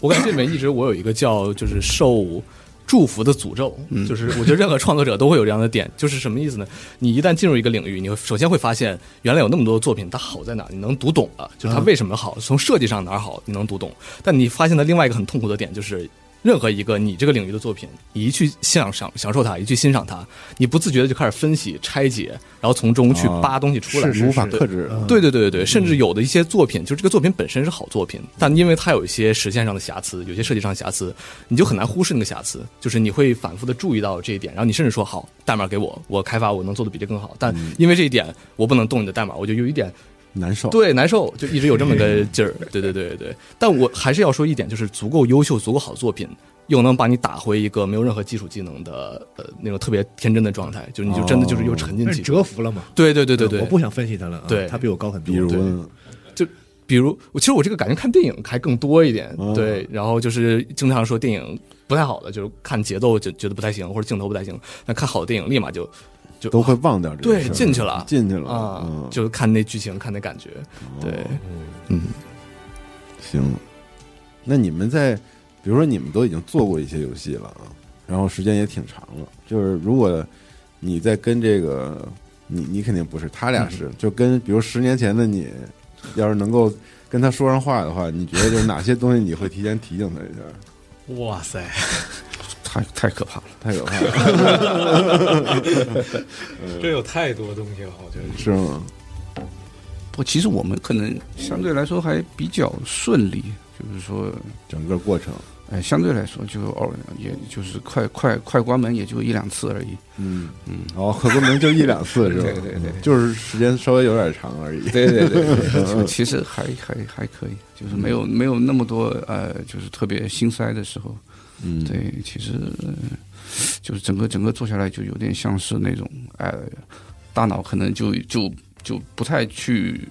[SPEAKER 5] 我感觉这里面一直我有一个叫就是受祝福的诅咒，就是我觉得任何创作者都会有这样的点，就是什么意思呢？你一旦进入一个领域，你会首先会发现原来有那么多作品，它好在哪？你能读懂了，就是它为什么好，从设计上哪儿好，你能读懂。但你发现的另外一个很痛苦的点就是。任何一个你这个领域的作品，你一去享赏享受它，一去欣赏它，你不自觉的就开始分析拆解，然后从中去
[SPEAKER 2] 啊
[SPEAKER 5] 扒东西出来，
[SPEAKER 1] 是是
[SPEAKER 2] 无法
[SPEAKER 1] 是嗯
[SPEAKER 2] 克制。
[SPEAKER 5] 对对对对对，甚至有的一些作品，就是这个作品本身是好作品，但因为它有一些实现上的瑕疵，有些设计上的瑕疵，你就很难忽视那个瑕疵。就是你会反复的注意到这一点，然后你甚至说好，代码给我，我开发我能做的比这更好，但
[SPEAKER 1] 嗯
[SPEAKER 5] 因为这一点我不能动你的代码，我就有一点
[SPEAKER 2] 难受，
[SPEAKER 5] 对难受，就一直有这么
[SPEAKER 1] 嗯
[SPEAKER 5] 个劲儿。对对对对对，但我还是要说一点，就是足够优秀、足够好的作品。又能把你打回一个没有任何基础技能的呃那种特别天真的状态，就是你就真的就是又沉浸
[SPEAKER 1] 但
[SPEAKER 5] 其
[SPEAKER 1] 是
[SPEAKER 5] 中。
[SPEAKER 1] 哦折服了嘛？
[SPEAKER 5] 对对对对对，
[SPEAKER 1] 我不想分析他了啊，
[SPEAKER 5] 对
[SPEAKER 1] 他比我高很多。
[SPEAKER 2] 比如
[SPEAKER 1] 对
[SPEAKER 2] 呢
[SPEAKER 5] 比如，我其实我这个感觉看电影还更多一点，
[SPEAKER 2] 哦
[SPEAKER 5] 对。然后就是经常说电影不太好的，就是看节奏就觉得不太行，或者镜头不太行。那看好的电影立马就就
[SPEAKER 2] 都会忘掉这个
[SPEAKER 5] 对
[SPEAKER 2] 事儿
[SPEAKER 5] 进去了
[SPEAKER 2] 进去了
[SPEAKER 5] 啊，
[SPEAKER 2] 嗯
[SPEAKER 5] 就看那剧情，看那感觉，
[SPEAKER 2] 哦
[SPEAKER 5] 对，嗯。
[SPEAKER 2] 行，那你们在，比如说你们都已经做过一些游戏了啊，然后时间也挺长了，就是如果你在跟这个你你肯定不是，他俩
[SPEAKER 6] 嗯
[SPEAKER 2] 是，就跟比如十年前的你，要是能够跟他说上话的话，你觉得就是哪些东西你会提前提醒他一下？
[SPEAKER 4] 哇塞，
[SPEAKER 6] 太太可怕了。
[SPEAKER 2] 太可怕 了，
[SPEAKER 4] 这有太多东西了，我觉得。
[SPEAKER 2] 是吗？
[SPEAKER 6] 不，其实我们可能相对来说还比较顺利，就是说，
[SPEAKER 2] 整个过程，
[SPEAKER 6] 哎，相对来说就偶尔，也就是快快快关门也就一两次而已。
[SPEAKER 2] 嗯嗯，哦，可不能就一两次是吧？
[SPEAKER 6] 对对对对
[SPEAKER 2] 就是时间稍微有点长而已。
[SPEAKER 6] 对对对对， 嗯其实还还还可以，就是没有没有那么多呃，就是特别心塞的时候。
[SPEAKER 2] 嗯，
[SPEAKER 6] 对，其实、呃就是整个整个做下来就有点像是那种呃，大脑可能就就就不太去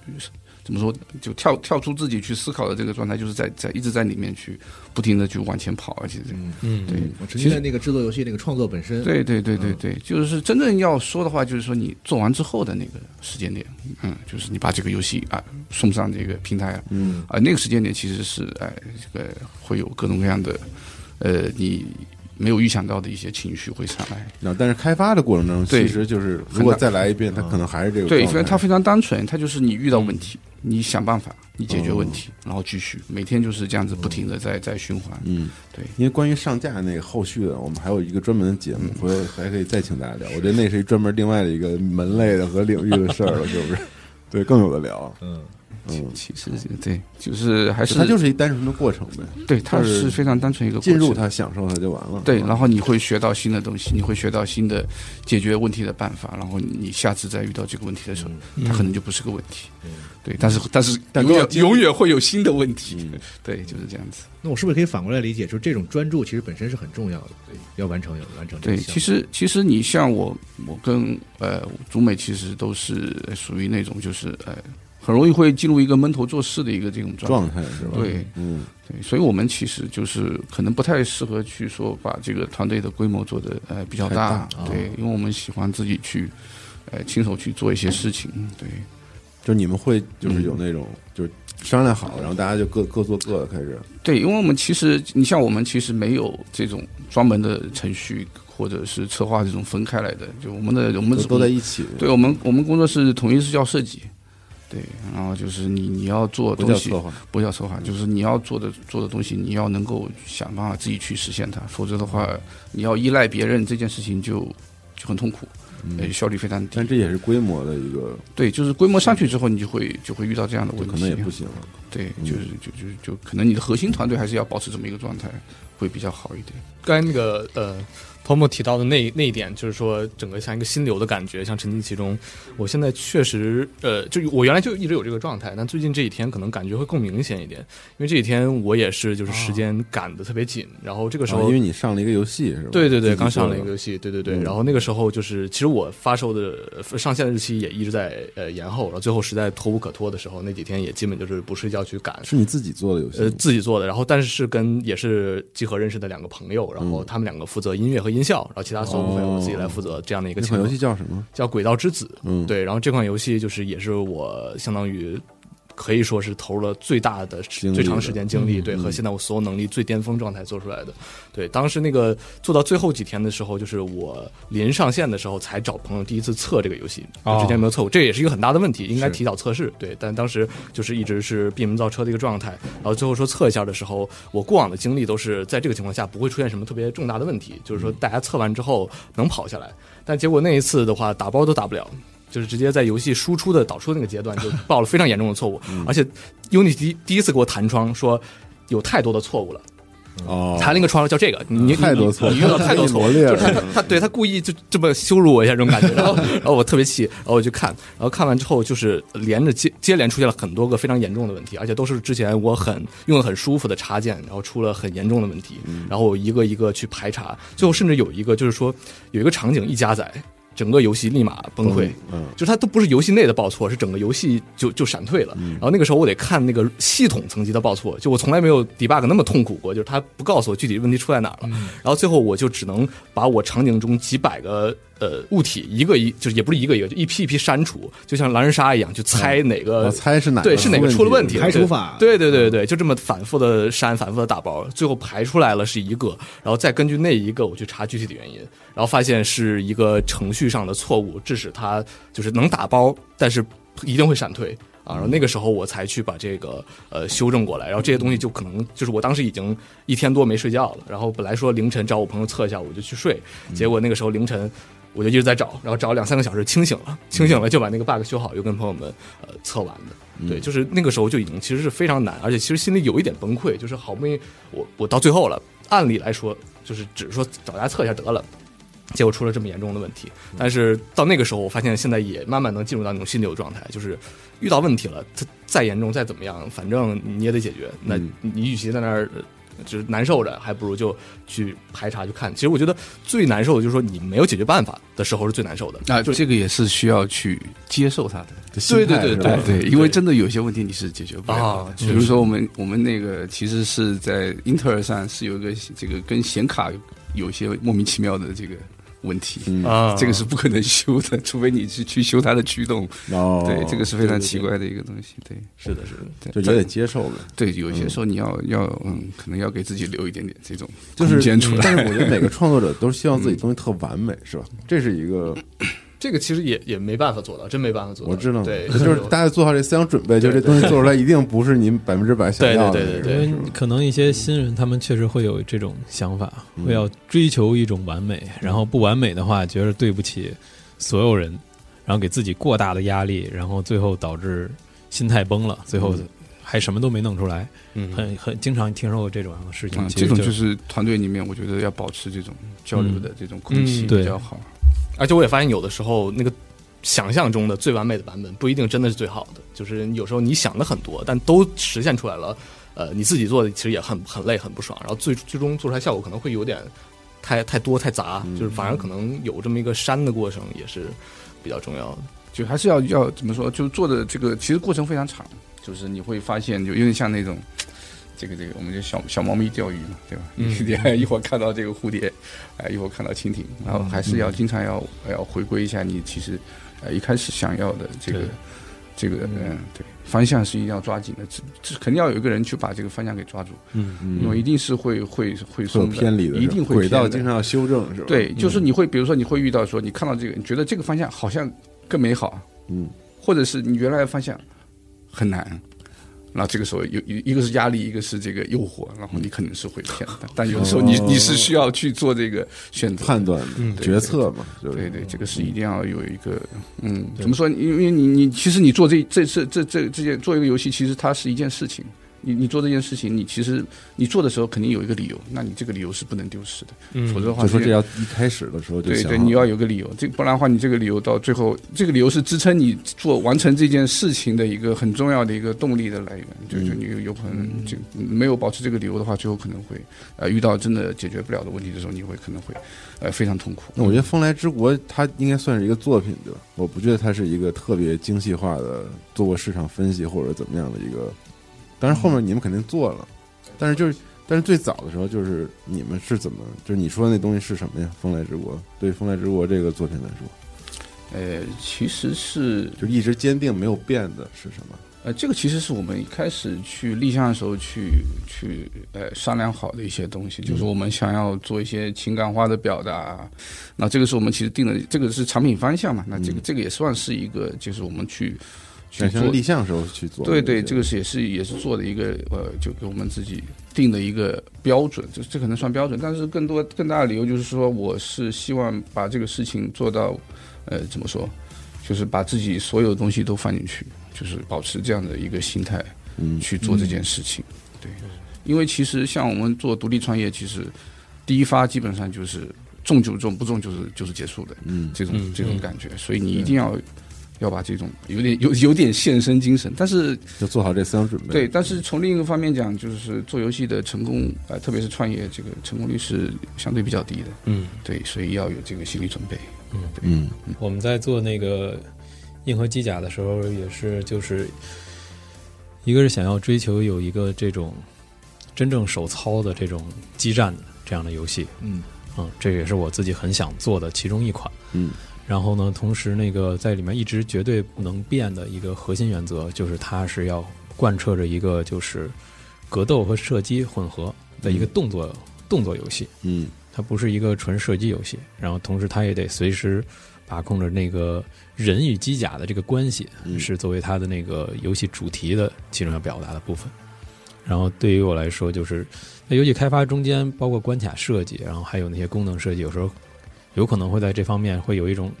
[SPEAKER 6] 怎么说，就跳跳出自己去思考的这个状态，就是在在一直在里面去不停的去往前跑，啊而且这
[SPEAKER 4] 嗯，
[SPEAKER 6] 对。
[SPEAKER 1] 我沉浸在那个制作游戏那个创作本身。
[SPEAKER 6] 对对对对对，就是真正要说的话，就是说你做完之后的那个时间点，嗯，就是你把这个游戏啊送上这个平台啊，
[SPEAKER 2] 嗯，
[SPEAKER 6] 啊，那个时间点其实是哎，这个会有各种各样的，呃，你没有预想到的一些情绪会上来。
[SPEAKER 2] 然后但是开发的过程中，
[SPEAKER 6] 对嗯
[SPEAKER 2] 其实就是如果再来一遍，他可能还是这个
[SPEAKER 6] 对，
[SPEAKER 2] 状
[SPEAKER 6] 所以
[SPEAKER 2] 态嗯
[SPEAKER 6] 它非常单纯，它就是你遇到问题，你想办法，你解决问题，然后继续，每天就是这样子不停的在在循环。
[SPEAKER 2] 嗯，
[SPEAKER 6] 对
[SPEAKER 2] 因为关于上架那个后续的，我们还有一个专门的节目，
[SPEAKER 6] 嗯
[SPEAKER 2] 回头还可以再请大家聊。我觉得那是一专门另外的一个门类的和领域的事儿了，是 不是？对，更有的聊。
[SPEAKER 1] 嗯，
[SPEAKER 2] 嗯，
[SPEAKER 6] 其实对，就是还呃是
[SPEAKER 2] 它就是一单纯的过程呗，
[SPEAKER 6] 对，它
[SPEAKER 2] 就是
[SPEAKER 6] 是非常单纯一个过
[SPEAKER 2] 进入
[SPEAKER 6] 程。
[SPEAKER 2] 它，享受它就完了。
[SPEAKER 6] 对，然后你会学到新的东西，你会学到新的解决问题的办法，然后你下次再遇到这个问题的时候，
[SPEAKER 1] 嗯
[SPEAKER 6] 它可能就不是个问题。对，但是但是
[SPEAKER 2] 但
[SPEAKER 6] 永
[SPEAKER 2] 都要
[SPEAKER 6] 远
[SPEAKER 2] 经历
[SPEAKER 6] 永远会有新的问题
[SPEAKER 2] 嗯。
[SPEAKER 6] 对，就是这样子。
[SPEAKER 1] 那我是不是可以反过来理解，就是这种专注其实本身是很重要的，要完成有完成这个
[SPEAKER 6] 对，
[SPEAKER 1] 项目。
[SPEAKER 6] 其实其实你像我，我跟呃祖美其实都是属于那种就是呃很容易会进入一个闷头做事的一个这种状态。
[SPEAKER 2] 状态是吧？
[SPEAKER 6] 对
[SPEAKER 2] 嗯，
[SPEAKER 6] 对，所以我们其实就是可能不太适合去说把这个团队的规模做的呃比较
[SPEAKER 2] 太
[SPEAKER 6] 大
[SPEAKER 2] 大，
[SPEAKER 6] 对，因为我们喜欢自己去呃亲手去做一些事情，对。嗯
[SPEAKER 2] 就是你们会就是有那种就是商量好，然后大家就各各做各的开始。
[SPEAKER 6] 对，因为我们其实，你像我们其实没有这种专门的程序或者是策划这种分开来的，就我们的我们
[SPEAKER 2] 都
[SPEAKER 6] 只
[SPEAKER 2] 都在一起，
[SPEAKER 6] 对我们我们工作室统一是叫设计，对，然后就是你你要做
[SPEAKER 2] 不叫
[SPEAKER 6] 东西
[SPEAKER 2] 策划，
[SPEAKER 6] 不叫策划，就是你要做的做的东西，你要能够想办法自己去实现它，否则的话，你要依赖别人这件事情就就很痛苦，呃，效率非常低
[SPEAKER 2] 嗯但。这也是规模的一个，
[SPEAKER 6] 对，就是规模上去之后，你就会就会遇到这样的
[SPEAKER 2] 就
[SPEAKER 6] 问题，
[SPEAKER 2] 可能也不行了。
[SPEAKER 6] 对，就是就就就可能你的核心团队还是要保持这么一个状态，会比较好一点。
[SPEAKER 5] 刚才那个呃，Tom 提到的那那一点，就是说整个像一个心流的感觉，像沉浸其中。我现在确实呃，就我原来就一直有这个状态，但最近这几天可能感觉会更明显一点，因为这几天我也是就是时间赶得特别紧，然后这个时
[SPEAKER 2] 然后啊
[SPEAKER 5] 候
[SPEAKER 2] 哦因为你上了一个游戏是吧？
[SPEAKER 5] 对对
[SPEAKER 2] 自
[SPEAKER 5] 对，
[SPEAKER 2] 己
[SPEAKER 5] 刚上
[SPEAKER 2] 做
[SPEAKER 5] 了
[SPEAKER 2] 的
[SPEAKER 5] 一个游戏，对对对。
[SPEAKER 2] 嗯
[SPEAKER 5] 然后那个时候就是，其实我发售的呃上线的日期也一直在呃延后，然后最后实在拖无可拖的时候，那几天也基本就是不睡觉去赶。
[SPEAKER 2] 是你自己做的游戏
[SPEAKER 5] 呃，
[SPEAKER 2] 吗，
[SPEAKER 5] 自己做的，然后但是是跟也是集合认识的两个朋友，然
[SPEAKER 2] 嗯
[SPEAKER 5] 后他们两个负责音乐和音效，然后其他所有部分我自己来负责这样的一个
[SPEAKER 2] 哦那
[SPEAKER 5] 情
[SPEAKER 2] 款
[SPEAKER 5] 况。
[SPEAKER 2] 游戏叫什么？
[SPEAKER 5] 叫《轨道之子》，
[SPEAKER 2] 嗯
[SPEAKER 5] 对，然后这款游戏就是也是我相当于可以说是投入了最大的
[SPEAKER 2] 精力嗯
[SPEAKER 5] 最长时间精力，对，和现在我所有能力最巅峰状态做出来的。对，当时那个做到最后几天的时候，就是我临上线的时候才找朋友第一次测这个游戏，
[SPEAKER 4] 哦
[SPEAKER 5] 就之前没有测过，这也是一个很大的问题，应该
[SPEAKER 4] 是
[SPEAKER 5] 提早测试。对，但当时就是一直是闭门造车的一个状态，然后最后说测一下的时候，我过往的经历都是在这个情况下不会出现什么特别重大的问题，就是说
[SPEAKER 4] 嗯
[SPEAKER 5] 大家测完之后能跑下来。但结果那一次的话，打包都打不了，就是直接在游戏输出的导出那个阶 段就爆了非常严重的错误，
[SPEAKER 4] 嗯
[SPEAKER 5] 而且 Unity 第第一次给我弹窗说有太多的错误了，
[SPEAKER 2] 哦，
[SPEAKER 5] 弹了一个窗叫这个，你你
[SPEAKER 2] 太多错了，
[SPEAKER 5] 你用到太多错误
[SPEAKER 2] 罗列
[SPEAKER 5] 就是他
[SPEAKER 2] 了。
[SPEAKER 5] 他他对他故意就这么羞辱我一下这种感 觉，然后然后我特别气，然后我去看，然后看完之后就是连着接接连出现了很多个非常严重的问题，而且都是之前我很用的很舒服的插件，然后出了很严重的问题，
[SPEAKER 2] 嗯
[SPEAKER 5] 然后我一个一个去排查，最后甚至有一个就是说有一个场景一加载，整个游戏立马崩溃，
[SPEAKER 2] 嗯，
[SPEAKER 5] 就是它都不是游戏内的报错，是整个游戏就就闪退了。然后那个时候我得看那个系统层级的报错，就我从来没有 debug 那么痛苦过，就是它不告诉我具体问题出在哪儿了。然后最后我就只能把我场景中几百个呃物体一个一，就是也不是一个一个，就一批一批删除，就像狼人杀一样，就猜哪个
[SPEAKER 2] 我猜是哪
[SPEAKER 5] 对，是哪个出了问题？
[SPEAKER 1] 排除法
[SPEAKER 5] 对对对对，就这么反复的删，反复的打包，最后排出来了是一个，然后再根据那一个我去查具体的原因，然后发现是一个程序上的错误，致使它就是能打包，但是一定会闪退。啊，然后那个时候我才去把这个呃修正过来，然后这些东西就可能就是我当时已经一天多没睡觉了，然后本来说凌晨找我朋友测一下，我就去睡，结果那个时候凌晨我就一直在找，然后找了两三个小时，清醒了，清醒了就把那个 bug 修好，又跟朋友们呃测完的。对，就是那个时候就已经其实是非常难，而且其实心里有一点崩溃，就是好不容易我我到最后了，按理来说就是只是说找大家测一下得了。结果出了这么严重的问题，但是到那个时候，我发现现在也慢慢能进入到那种心流状态，就是遇到问题了，它再严重再怎么样，反正你也得解决。那
[SPEAKER 2] 嗯
[SPEAKER 5] 你与其在那儿呃就是难受着，还不如就去排查去看。其实我觉得最难受的就是说你没有解决办法的时候是最难受的。
[SPEAKER 6] 啊，
[SPEAKER 5] 就
[SPEAKER 6] 这个也是需要去接受它的，
[SPEAKER 5] 对对对对
[SPEAKER 6] 对，哦嗯因为真的有些问题你是解决不了
[SPEAKER 5] 啊
[SPEAKER 6] 的。比如说我们我们那个其实是在英特尔上是有一个这个跟显卡有一些莫名其妙的这个问题，
[SPEAKER 5] 啊
[SPEAKER 6] 这个是不可能修的，除非你去去修它的驱动。
[SPEAKER 2] 哦，
[SPEAKER 6] 对，这个是非常奇怪的一个东西。对
[SPEAKER 5] 是的，是的，
[SPEAKER 2] 就也得接受呗。
[SPEAKER 6] 对，有些时候你要要嗯，可能要给自己留一点点这种
[SPEAKER 2] 就是
[SPEAKER 6] 空间出，来。
[SPEAKER 2] 但是我觉 得每个创作者都是希望自己东西特完美，是吧？这是一 个
[SPEAKER 5] 这个其实也也没办法做到，真没办法做到。
[SPEAKER 2] 我知道，
[SPEAKER 5] 对，
[SPEAKER 2] 就是大家做好这思想准备，就这东西做出来一定不是您百分之百想要的那
[SPEAKER 5] 对对
[SPEAKER 2] 个。
[SPEAKER 5] 对
[SPEAKER 4] 因为可能一些新人，他们确实会有这种想法，
[SPEAKER 5] 嗯
[SPEAKER 4] 会要追求一种完美，然后不完美的话，觉得对不起所有人，然后给自己过大的压力，然后最后导致心态崩了，最后还什么都没弄出来，
[SPEAKER 5] 嗯，
[SPEAKER 4] 很很经常听说过这种样的事情
[SPEAKER 6] 啊，。
[SPEAKER 4] 其
[SPEAKER 6] 这
[SPEAKER 4] 实
[SPEAKER 6] 种就是团队里面，我觉得要保持这种交流的这种空气
[SPEAKER 5] 嗯
[SPEAKER 4] 对
[SPEAKER 6] 比较好。
[SPEAKER 5] 而且我也发现有的时候那个想象中的最完美的版本不一定真的是最好的，就是有时候你想的很多，但都实现出来了，呃，你自己做的其实也很很累很不爽，然后最最终做出来效果可能会有点太太多太杂，就是反而可能有这么一个删的过程也是比较重要的。
[SPEAKER 6] 就还是要要怎么说？就做的这个其实过程非常长，就是你会发现，就有点像那种。这个这个，我们就小小猫咪钓鱼嘛，对吧？嗯、一会儿看到这个蝴蝶，哎、一会儿看到蜻蜓，然后还是要经常要要回归一下你其实，呃，一开始想要的这个
[SPEAKER 4] 对
[SPEAKER 6] 这个嗯，对，方向是一定要抓紧的，这这肯定要有一个人去把这个方向给抓住，
[SPEAKER 4] 嗯，
[SPEAKER 6] 因为一定是会会会
[SPEAKER 2] 会有
[SPEAKER 6] 松的
[SPEAKER 2] 偏离的是吧，
[SPEAKER 6] 一定会
[SPEAKER 2] 轨道
[SPEAKER 6] 偏的
[SPEAKER 2] 经常要修正，是吧？
[SPEAKER 6] 对，就是你会，比如说你会遇到说，你看到这个，你觉得这个方向好像更美好，
[SPEAKER 2] 嗯，
[SPEAKER 6] 或者是你原来的方向很难，那这个时候有一一个是压力，一个是这个诱惑，然
[SPEAKER 2] 嗯
[SPEAKER 6] 后你肯定是会骗的。但有的时候你你是需要去做这个选择。
[SPEAKER 2] 哦判断嗯嘛、
[SPEAKER 6] 嗯对
[SPEAKER 2] 决策嘛，就是
[SPEAKER 6] 对对，这个是一定要有一个，嗯，怎么说？因为你你其实你做这这这这这这件做一个游戏，其实它是一件事情。你你做这件事情，你其实你做的时候肯定有一个理由，那你这个理由是不能丢失的，否则的话
[SPEAKER 2] 嗯就说
[SPEAKER 6] 件
[SPEAKER 2] 这要一开始的时候就
[SPEAKER 6] 对
[SPEAKER 2] 想
[SPEAKER 6] 对，
[SPEAKER 2] 好
[SPEAKER 6] 你要有个理由，这不然的话，你这个理由到最后，这个理由是支撑你做完成这件事情的一个很重要的一个动力的来源。就
[SPEAKER 2] 嗯
[SPEAKER 6] 就你有有可能就没有保持这个理由的话，最后可能会呃遇到真的解决不了的问题的时候，你会可能会呃非常痛苦。
[SPEAKER 2] 那我觉得《风来之国》它应该算是一个作品，对吧？我不觉得它是一个特别精细化的做过市场分析或者怎么样的一个。当然后
[SPEAKER 6] 嗯
[SPEAKER 2] 面你们肯定做了，但是就是但是最早的时候就是你们是怎么就是你说的那东西是什么呀？《风来之国》对《风来之国》这个作品来说，
[SPEAKER 6] 呃，其实是
[SPEAKER 2] 就是一直坚定没有变的是什么？
[SPEAKER 6] 呃，这个其实是我们一开始去立项的时候去去呃商量好的一些东西，就是我们想要做一些情感化的表达。那这个是我们其实定的，这个是产品方向嘛。那这个、这个也算是一个，就是我们去去
[SPEAKER 2] 想
[SPEAKER 6] 做
[SPEAKER 2] 象立项时候去做的
[SPEAKER 6] 对
[SPEAKER 2] 那些。
[SPEAKER 6] 对，这个是也是也是做的一个呃，就给我们自己定的一个标准，这这可能算标准，但是更多更大的理由就是说，我是希望把这个事情做到，呃，怎么说，就是把自己所有的东西都放进去，就是保持这样的一个心态
[SPEAKER 2] 嗯
[SPEAKER 6] 去做这件事情。对，因为其实像我们做独立创业，其实第一发基本上就是中就中，不中就是就是结束的。
[SPEAKER 2] 嗯
[SPEAKER 6] 这种
[SPEAKER 4] 嗯
[SPEAKER 6] 这种感觉，所以你一定要要把这种有点有有点献身精神，但是
[SPEAKER 2] 就做好这思想准备。
[SPEAKER 6] 对，但是从另一个方面讲，就是做游戏的成功，呃，特别是创业，这个成功率是相对比较低的，
[SPEAKER 4] 嗯，
[SPEAKER 6] 对，所以要有这个心理准备。
[SPEAKER 2] 嗯
[SPEAKER 4] 我们在做那个硬核机甲的时候，也是就是一个是想要追求有一个这种真正手操的这种激战的这样的游戏，
[SPEAKER 1] 嗯
[SPEAKER 4] 嗯，这也是我自己很想做的其中一款。
[SPEAKER 2] 嗯
[SPEAKER 4] 然后呢，同时那个在里面一直绝对不能变的一个核心原则，就是它是要贯彻着一个就是格斗和射击混合的一个动作、动作游戏，
[SPEAKER 2] 嗯
[SPEAKER 4] 它不是一个纯射击游戏。然后同时它也得随时把控着那个人与机甲的这个关系，
[SPEAKER 2] 嗯
[SPEAKER 4] 是作为它的那个游戏主题的其中要表达的部分。然后对于我来说，就是在游戏开发中间，包括关卡设计，然后还有那些功能设计，有时候有可能会在这方面会有一种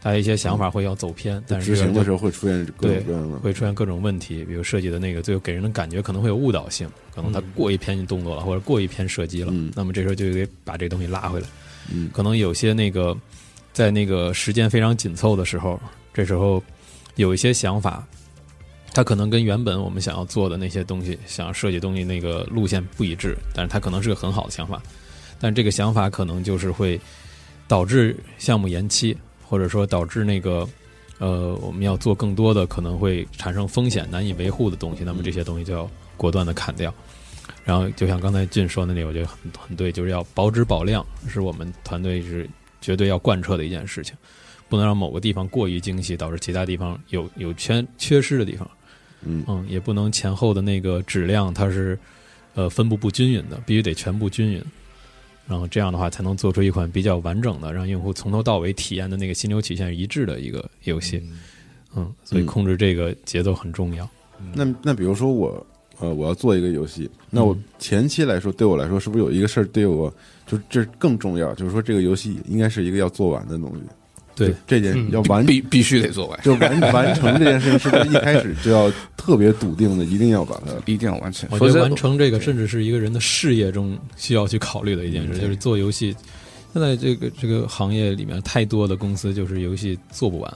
[SPEAKER 4] 大家一些想法会要走偏，但是
[SPEAKER 2] 嗯执行的时
[SPEAKER 4] 候
[SPEAKER 2] 候会出现各种各样的
[SPEAKER 4] 会出现各种问题，比如设计的那个最后给人的感觉可能会有误导性，可能它过于偏动作了，或者过于偏射击了，
[SPEAKER 2] 嗯
[SPEAKER 4] 那么这时候就得把这东西拉回来。
[SPEAKER 2] 嗯
[SPEAKER 4] 可能有些那个在那个时间非常紧凑的时候，这时候有一些想法，它可能跟原本我们想要做的那些东西、想要设计东西那个路线不一致，但是它可能是个很好的想法，但这个想法可能就是会导致项目延期，或者说导致那个。呃，我们要做更多的可能会产生风险、难以维护的东西，那么这些东西就要果断的砍掉。然后就像刚才俊说那里，我觉得很很对，就是要保质保量，是我们团队是绝对要贯彻的一件事情，不能让某个地方过于精细，导致其他地方有有缺缺失的地方。
[SPEAKER 2] 嗯
[SPEAKER 4] 嗯，也不能前后的那个质量它是呃分布不均匀的，必须得全部均匀。然后这样的话，才能做出一款比较完整的，让用户从头到尾体验的那个心流曲线一致的一个游戏。嗯，所以控制这个节奏很重要。
[SPEAKER 2] 那那比如说我呃，我要做一个游戏，那
[SPEAKER 4] 嗯
[SPEAKER 2] 我前期来说，对我来说，是不是有一个事儿对我就是这更重要？就是说，这个游戏应该是一个要做完的东西。
[SPEAKER 4] 对
[SPEAKER 2] 就这
[SPEAKER 5] 嗯
[SPEAKER 2] 件要完，
[SPEAKER 6] 必必须得做完，
[SPEAKER 2] 就完完成这件事情，是不是一开始就要特别笃定的，一定要把它？
[SPEAKER 6] 一定要完成，
[SPEAKER 4] 我
[SPEAKER 6] 否
[SPEAKER 4] 觉得
[SPEAKER 6] 则
[SPEAKER 4] 完成这个，甚至是一个人的事业中需要去考虑的一件
[SPEAKER 6] 嗯
[SPEAKER 4] 事，就是做游戏。现在这个这个行业里面，太多的公司就是游戏做不完，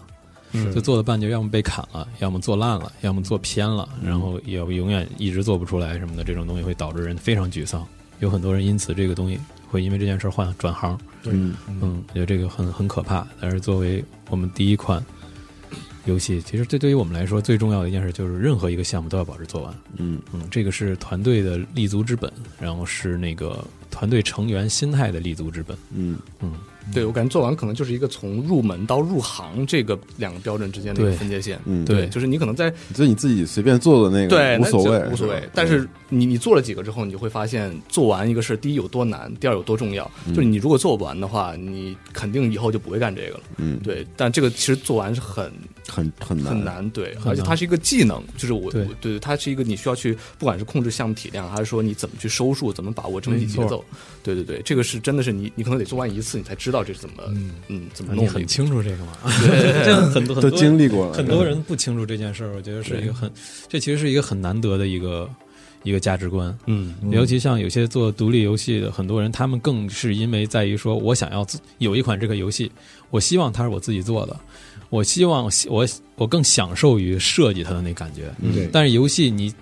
[SPEAKER 4] 就做了半截，要么被砍了，要么做烂了，要么做偏了，然后也永远一直做不出来什么的，这种东西会导致人非常沮丧。有很多人因此这个东西会因为这件事儿换转行，
[SPEAKER 2] 嗯
[SPEAKER 4] 嗯，我觉得这个很很可怕。但是作为我们第一款游戏，其实这对于我们来说最重要的一件事就是，任何一个项目都要保持做完。
[SPEAKER 2] 嗯
[SPEAKER 4] 嗯，这个是团队的立足之本，然后是那个团队成员心态的立足之本。
[SPEAKER 2] 嗯，
[SPEAKER 5] 对我感觉做完可能就是一个从入门到入行这个两个标准之间的一个
[SPEAKER 4] 对
[SPEAKER 5] 分界线。
[SPEAKER 2] 嗯
[SPEAKER 5] 对，就是你可能在
[SPEAKER 2] 这你自己随便做的那
[SPEAKER 5] 对
[SPEAKER 2] 个无所
[SPEAKER 5] 那
[SPEAKER 2] 谓
[SPEAKER 5] 就，无所谓
[SPEAKER 2] 吧，嗯
[SPEAKER 5] 但是你你做了几个之后，你就会发现做完一个事儿，第一有多难，第二有多重要。
[SPEAKER 2] 嗯
[SPEAKER 5] 就是你如果做不完的话，你肯定以后就不会干这个了。
[SPEAKER 2] 嗯，
[SPEAKER 5] 对，但这个其实做完是很
[SPEAKER 2] 很很难
[SPEAKER 5] 很，难，对，
[SPEAKER 4] 很
[SPEAKER 5] 而且它
[SPEAKER 4] 难
[SPEAKER 5] 是一个技能，就是我
[SPEAKER 4] 对
[SPEAKER 5] 我对它是一个你需要去，不管是控制项目体量，还是说你怎么去收束，怎么把握整体
[SPEAKER 4] 没
[SPEAKER 5] 节
[SPEAKER 4] 错
[SPEAKER 5] 奏，对对对，这个是真的是你你可能得做完一次，你才知道这是怎么嗯怎么
[SPEAKER 4] 你
[SPEAKER 5] 弄
[SPEAKER 4] 很
[SPEAKER 5] 的。
[SPEAKER 4] 清楚这个嘛？ 这个很多很
[SPEAKER 2] 都
[SPEAKER 4] 多
[SPEAKER 2] 经历过了，
[SPEAKER 4] 很多人不清楚这件事儿，我觉得是一个很，这其实是一个很难得的一个一个价值观。
[SPEAKER 5] 嗯，
[SPEAKER 4] 尤其像有些做独立游戏的很多人，他们更是因为在于说我想要自有一款这个游戏，我希望它是我自己做的，我希望我我更享受于设计它的那感觉。
[SPEAKER 2] 嗯
[SPEAKER 1] 对
[SPEAKER 4] 但是游戏你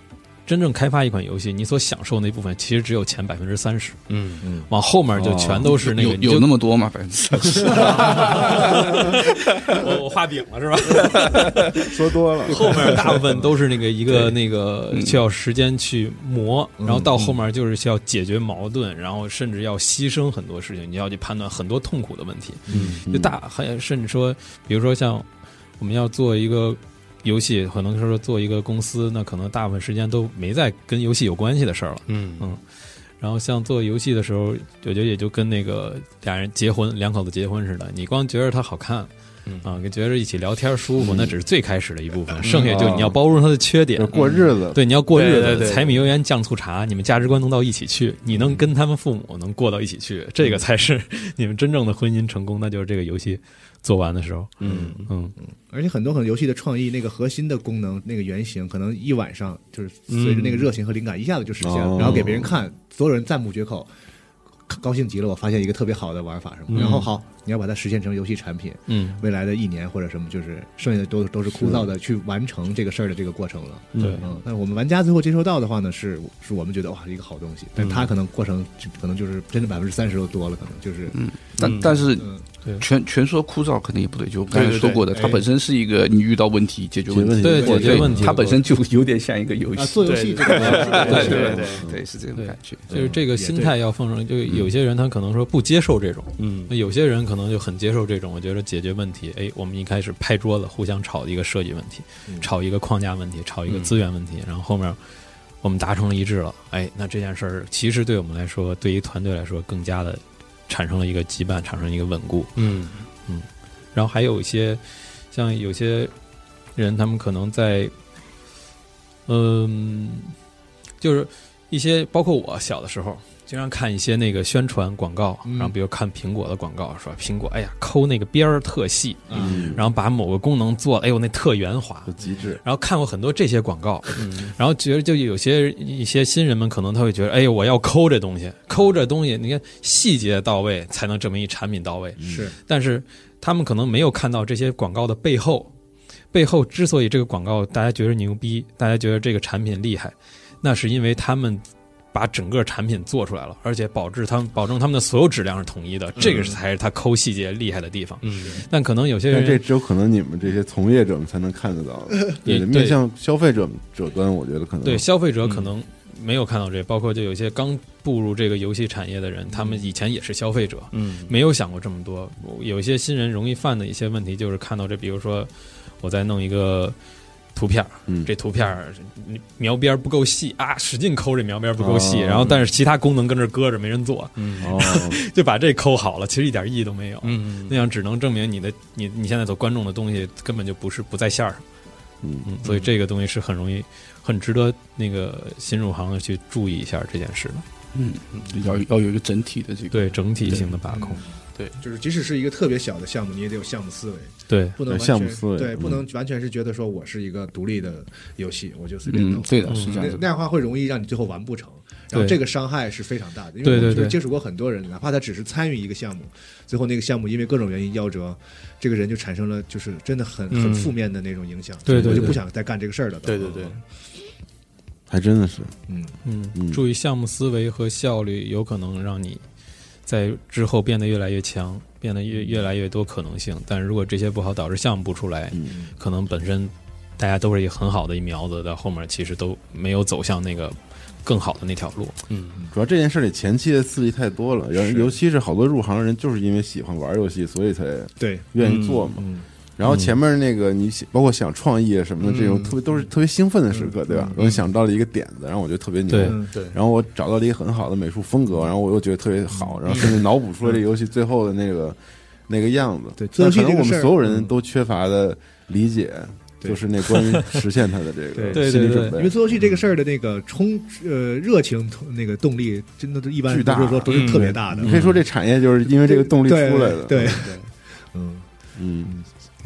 [SPEAKER 4] 真正开发一款游戏，你所享受那部分其实只有前百分之三十，
[SPEAKER 5] 嗯，
[SPEAKER 4] 往后面就全都是那个
[SPEAKER 6] 有
[SPEAKER 4] 你就
[SPEAKER 6] 哦有那么多吗？百分之三十，
[SPEAKER 4] 我我画饼了是吧？
[SPEAKER 2] 说多了，
[SPEAKER 4] 后面大部分都是那个一个那个需要时间去磨，然后到后面就是需要解决矛盾，然后甚至要牺牲很多事情，你要去判断很多痛苦的问题。
[SPEAKER 2] 嗯
[SPEAKER 4] 就大还甚至说，比如说像我们要做一个游戏，可能说做一个公司，那可能大部分时间都没在跟游戏有关系的事儿了。
[SPEAKER 5] 嗯
[SPEAKER 4] 然后像做游戏的时候，我觉得也就跟那个俩人结婚两口子结婚似的，你光觉着它好看。
[SPEAKER 5] 嗯
[SPEAKER 4] 啊，跟觉着一起聊天舒服，那只是最开始的一部分，剩下就你要包容它的缺点
[SPEAKER 2] 要，过日子，
[SPEAKER 4] 对，你要过日
[SPEAKER 5] 啊对对
[SPEAKER 4] 子，
[SPEAKER 5] 对
[SPEAKER 4] 柴米油盐酱醋茶，你们价值观能到一起去，你能跟他们父母能过到一起去，
[SPEAKER 5] 嗯
[SPEAKER 4] 这个才是 你们真正的婚姻成功。那就是这个游戏做完的时候，
[SPEAKER 5] 嗯，
[SPEAKER 4] 嗯，
[SPEAKER 1] 而且很多可能游戏的创意那个核心的功能那个原型，可能一晚上就是随着那个热情和灵感一下子就实现了，
[SPEAKER 2] 哦
[SPEAKER 1] 然后给别人看，所有人赞不绝口，高兴极了。我发现一个特别好的玩法什么，然后好，你要把它实现成游戏产品，
[SPEAKER 4] 嗯，
[SPEAKER 1] 未来的一年或者什么，就是剩下的都都是枯燥的去完成这个事儿的这个过程了。
[SPEAKER 4] 对，
[SPEAKER 1] 嗯，但是我们玩家最后接收到的话呢，是是我们觉得哇一个好东西，但他可能过程就可能就是真的百分之三十都多了，可能就是
[SPEAKER 6] 但但是
[SPEAKER 1] 嗯
[SPEAKER 6] 全全说枯燥肯定也不对，就我刚才
[SPEAKER 5] 对对
[SPEAKER 6] 说过的，
[SPEAKER 1] 对
[SPEAKER 6] 它
[SPEAKER 1] 哎
[SPEAKER 6] 本身是一个你遇到问题解决问题，
[SPEAKER 4] 对
[SPEAKER 2] 过
[SPEAKER 4] 解决
[SPEAKER 2] 日子
[SPEAKER 4] 问题
[SPEAKER 6] 它本身就有点像一个游
[SPEAKER 1] 啊
[SPEAKER 6] 戏
[SPEAKER 1] 做，游戏这个
[SPEAKER 6] 对
[SPEAKER 5] 对对
[SPEAKER 6] 对
[SPEAKER 5] 对，
[SPEAKER 6] 对，是这种
[SPEAKER 4] 对
[SPEAKER 6] 感觉。
[SPEAKER 4] 就是
[SPEAKER 5] 嗯
[SPEAKER 4] 这个心态要放上。就有些人他可能说不接受这种，
[SPEAKER 5] 嗯
[SPEAKER 4] 那有些人可能就很接受这种。我觉得解决问题，哎，我们一开始拍桌子互相吵一个设计问题，
[SPEAKER 5] 嗯
[SPEAKER 4] 吵一个框架问题，吵一个资源问题，然后后面我们达成了一致了，哎，那这件事儿其实对我们来说，对于团队来说，更加的产生了一个羁绊，产生一个稳固。
[SPEAKER 5] 嗯
[SPEAKER 4] 然后还有一些像有些人，他们可能在，嗯，就是一些包括我小的时候。经常看一些那个宣传广告，然后比如看苹果的广告，说苹果，哎呀，抠那个边儿特细，
[SPEAKER 2] 嗯，
[SPEAKER 4] 然后把某个功能做，哎呦，那特圆滑，
[SPEAKER 2] 后极致，
[SPEAKER 4] 然后看过很多这些广告，然后觉得就有些一些新人们可能他会觉得，哎呦，我要抠这东西，抠这东西，你看细节到位才能证明一产品到位。
[SPEAKER 1] 是
[SPEAKER 4] 但是他们可能没有看到这些广告的背后，背后之所以这个广告大家觉得牛逼，大家觉得这个产品厉害，那是因为他们把整个产品做出来了，而且保质他们保证他们的所有质量是统一的，这个才是他抠细节厉害的地方。
[SPEAKER 5] 嗯，
[SPEAKER 4] 但可能有些
[SPEAKER 2] 但
[SPEAKER 4] 人
[SPEAKER 2] 这只有可能你们这些从业者们才能看得到， 对，
[SPEAKER 4] 对
[SPEAKER 2] 面向消费者者端，我觉得可能嗯
[SPEAKER 4] 对消费者可能没有看到这，包括就有些刚步入这个游戏产业的
[SPEAKER 2] 嗯
[SPEAKER 4] 人，他们以前也是消费者，
[SPEAKER 5] 嗯，
[SPEAKER 4] 没有想过这么多。有一些新人容易犯的一些问题，就是看到这，比如说我在弄一个图片儿，
[SPEAKER 2] 嗯
[SPEAKER 4] 这图片儿描边儿不够细啊，使劲抠这描边儿不够细，
[SPEAKER 2] 哦
[SPEAKER 4] 然后但是其他功能跟这儿搁着没人做，
[SPEAKER 2] 哦，
[SPEAKER 4] 就把这抠好了，其实一点意义都没有。
[SPEAKER 5] 嗯
[SPEAKER 4] 那样只能证明你的你你现在所观众的东西根本就不是不在线儿上，
[SPEAKER 2] 嗯
[SPEAKER 4] 嗯，所以这个东西是很容易、很值得那个新入行的去注意一下这件事的，
[SPEAKER 6] 嗯，要要有一个整体的这个，
[SPEAKER 4] 对整体性的把
[SPEAKER 1] 嗯
[SPEAKER 4] 控，
[SPEAKER 1] 就是即使是一个特别小的项目，你也得有项目思维。
[SPEAKER 4] 对
[SPEAKER 1] 不能完
[SPEAKER 2] 对
[SPEAKER 1] 全
[SPEAKER 2] 项目思维
[SPEAKER 1] 对，
[SPEAKER 2] 嗯
[SPEAKER 1] 不能完全是觉得说我是一个独立的游戏，我就随便
[SPEAKER 6] 嗯
[SPEAKER 1] 弄，。
[SPEAKER 6] 对的，
[SPEAKER 4] 嗯
[SPEAKER 6] 是
[SPEAKER 1] 那
[SPEAKER 6] 这样子。
[SPEAKER 1] 那样的话会容易让你最后完不成，然后
[SPEAKER 4] 对
[SPEAKER 1] 这个伤害是非常大的。因为
[SPEAKER 4] 对
[SPEAKER 1] 我就
[SPEAKER 4] 对
[SPEAKER 1] 是
[SPEAKER 4] 对
[SPEAKER 1] 接触过很多人，哪怕他只是参与一个项目，最后那个项目因为各种原因夭折，这个人就产生了就是真的很很
[SPEAKER 4] 嗯
[SPEAKER 1] 负面的那种影响。
[SPEAKER 4] 对对
[SPEAKER 1] 我就
[SPEAKER 4] 对
[SPEAKER 1] 不想再干这个事儿了。
[SPEAKER 5] 对对对，
[SPEAKER 2] 还真的是，
[SPEAKER 1] 嗯，
[SPEAKER 4] 嗯，
[SPEAKER 2] 嗯
[SPEAKER 4] 注意项目思维和效率，有可能让你在之后变得越来越强，变得越越来越多可能性。但如果这些不好，导致项目不出来，
[SPEAKER 2] 嗯
[SPEAKER 4] 可能本身大家都是一个很好的一苗子，到后面其实都没有走向那个更好的那条路。
[SPEAKER 5] 嗯，
[SPEAKER 2] 主要这件事里前期的刺激太多了，然后
[SPEAKER 1] 是
[SPEAKER 2] 尤其是好多入行人就是因为喜欢玩游戏，所以才
[SPEAKER 1] 对，
[SPEAKER 2] 愿意做嘛。
[SPEAKER 1] 嗯，嗯
[SPEAKER 2] 然后前面那个你包括想创意啊什么的，这种特别都是特别兴奋的时刻，对吧？我想到了一个点子，然后我觉得特别牛，
[SPEAKER 4] 对
[SPEAKER 1] 嗯
[SPEAKER 5] 对，
[SPEAKER 2] 然后我找到了一个很好的美术风格，然后我又觉得特别
[SPEAKER 1] 嗯
[SPEAKER 2] 好，然后甚至脑补出了这游戏最后的那个那个样子。
[SPEAKER 1] 对做
[SPEAKER 2] 但
[SPEAKER 1] 游戏
[SPEAKER 2] 可能
[SPEAKER 1] 这个
[SPEAKER 2] 我
[SPEAKER 1] 事儿
[SPEAKER 2] 们
[SPEAKER 1] 嗯
[SPEAKER 2] 所有人都缺乏的理解，
[SPEAKER 1] 对
[SPEAKER 2] 就是那关于实现它的这
[SPEAKER 1] 对
[SPEAKER 2] 个心理准
[SPEAKER 1] 因为
[SPEAKER 2] 备。
[SPEAKER 1] 做游戏这个事儿的那个冲呃热情那个动力，真的都一般
[SPEAKER 2] 巨大
[SPEAKER 1] 不是说都是
[SPEAKER 5] 嗯
[SPEAKER 1] 特别大的
[SPEAKER 2] 你，可以说这产业就是因为这个动力出
[SPEAKER 1] 对
[SPEAKER 2] 来的。
[SPEAKER 1] 对，嗯，
[SPEAKER 2] 嗯，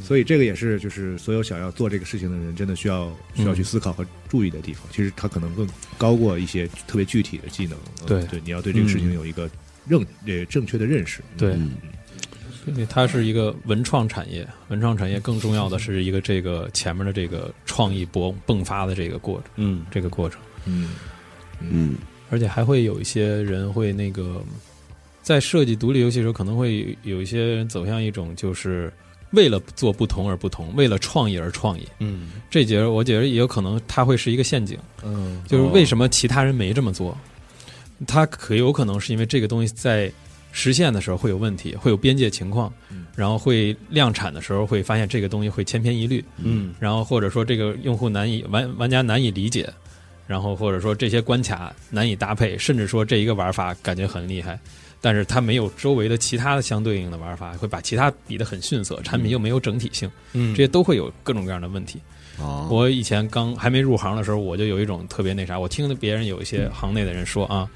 [SPEAKER 1] 所以这个也是就是所有想要做这个事情的人，真的需要
[SPEAKER 4] 嗯
[SPEAKER 1] 需要去思考和注意的地方。其实它可能更高过一些特别具体的技能，嗯
[SPEAKER 4] 对嗯
[SPEAKER 1] 对，你要对这个事情有一个认呃正确的认识，嗯
[SPEAKER 4] 对，
[SPEAKER 2] 嗯
[SPEAKER 4] 因为它是一个文创产业，文创产业更重要的是一个这个前面的这个创意勃迸发的这个过程，
[SPEAKER 5] 嗯
[SPEAKER 4] 这个过程，
[SPEAKER 1] 嗯，
[SPEAKER 2] 嗯
[SPEAKER 4] 而且还会有一些人会那个在设计独立游戏的时候，可能会有一些人走向一种就是为了做不同而不同，为了创意而创意。
[SPEAKER 5] 嗯
[SPEAKER 4] 这节我觉得也有可能它会是一个陷阱，
[SPEAKER 5] 嗯
[SPEAKER 1] 哦
[SPEAKER 4] 就是为什么其他人没这么做？他可有可能是因为这个东西在实现的时候会有问题，会有边界情况，
[SPEAKER 5] 嗯
[SPEAKER 4] 然后会量产的时候会发现这个东西会千篇一律，
[SPEAKER 5] 嗯
[SPEAKER 4] 然后或者说这个用户难以玩玩家难以理解，然后或者说这些关卡难以搭配，甚至说这一个玩法感觉很厉害，但是它没有周围的其他的相对应的玩法，会把其他比得很逊色，产品又没有整体性，
[SPEAKER 5] 嗯
[SPEAKER 4] 这些都会有各种各样的问题。
[SPEAKER 2] 啊，
[SPEAKER 1] 哦
[SPEAKER 4] 我以前刚还没入行的时候，我就有一种特别那啥，我听别人有一些行内的人说啊，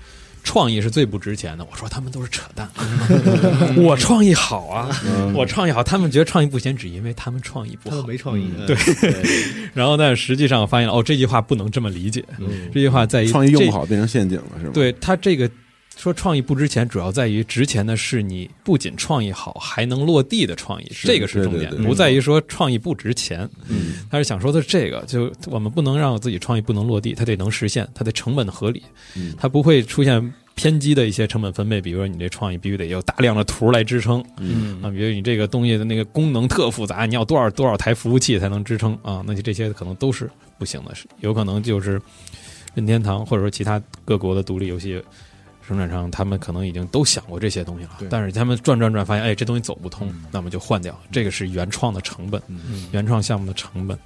[SPEAKER 4] 创意是最不值钱的。我说他们都是扯淡， 我创意好啊，
[SPEAKER 2] 嗯
[SPEAKER 4] 我创意好，他们觉得创意不行，只因为他们创意不
[SPEAKER 1] 他们
[SPEAKER 4] 好。
[SPEAKER 1] 没创意，嗯
[SPEAKER 4] 对，然后但是实际上我发现了，哦，这句话不能这么理解，
[SPEAKER 5] 嗯
[SPEAKER 4] 这句话在于
[SPEAKER 2] 创意用
[SPEAKER 4] 这
[SPEAKER 2] 不好变成陷阱了，是吗？，
[SPEAKER 4] 对他这个说创意不值钱，主要在于值钱的是你不仅创意好，还能落地的创意，
[SPEAKER 2] 是
[SPEAKER 4] 这个是
[SPEAKER 2] 对
[SPEAKER 4] 重
[SPEAKER 2] 对
[SPEAKER 4] 点
[SPEAKER 2] 对，
[SPEAKER 4] 不在于说创意不值钱。
[SPEAKER 2] 嗯，
[SPEAKER 4] 他是想说的是这个，就我们不能让自己创意不能落地，它得能实现，它得成本合理
[SPEAKER 2] 嗯，
[SPEAKER 4] 它不会出现。偏激的一些成本分配，比如说你这创意必须得有大量的图来支撑
[SPEAKER 5] 嗯
[SPEAKER 4] 啊，比如你这个东西的那个功能特复杂，你要多少多少台服务器才能支撑啊？那就这些可能都是不行的，是有可能就是任天堂或者说其他各国的独立游戏生产商，他们可能已经都想过这些东西了
[SPEAKER 1] 对，
[SPEAKER 4] 但是他们转转转发现，哎，这东西走不通，那么就换掉，这个是原创的成本，
[SPEAKER 5] 嗯
[SPEAKER 4] 原创项目的成本。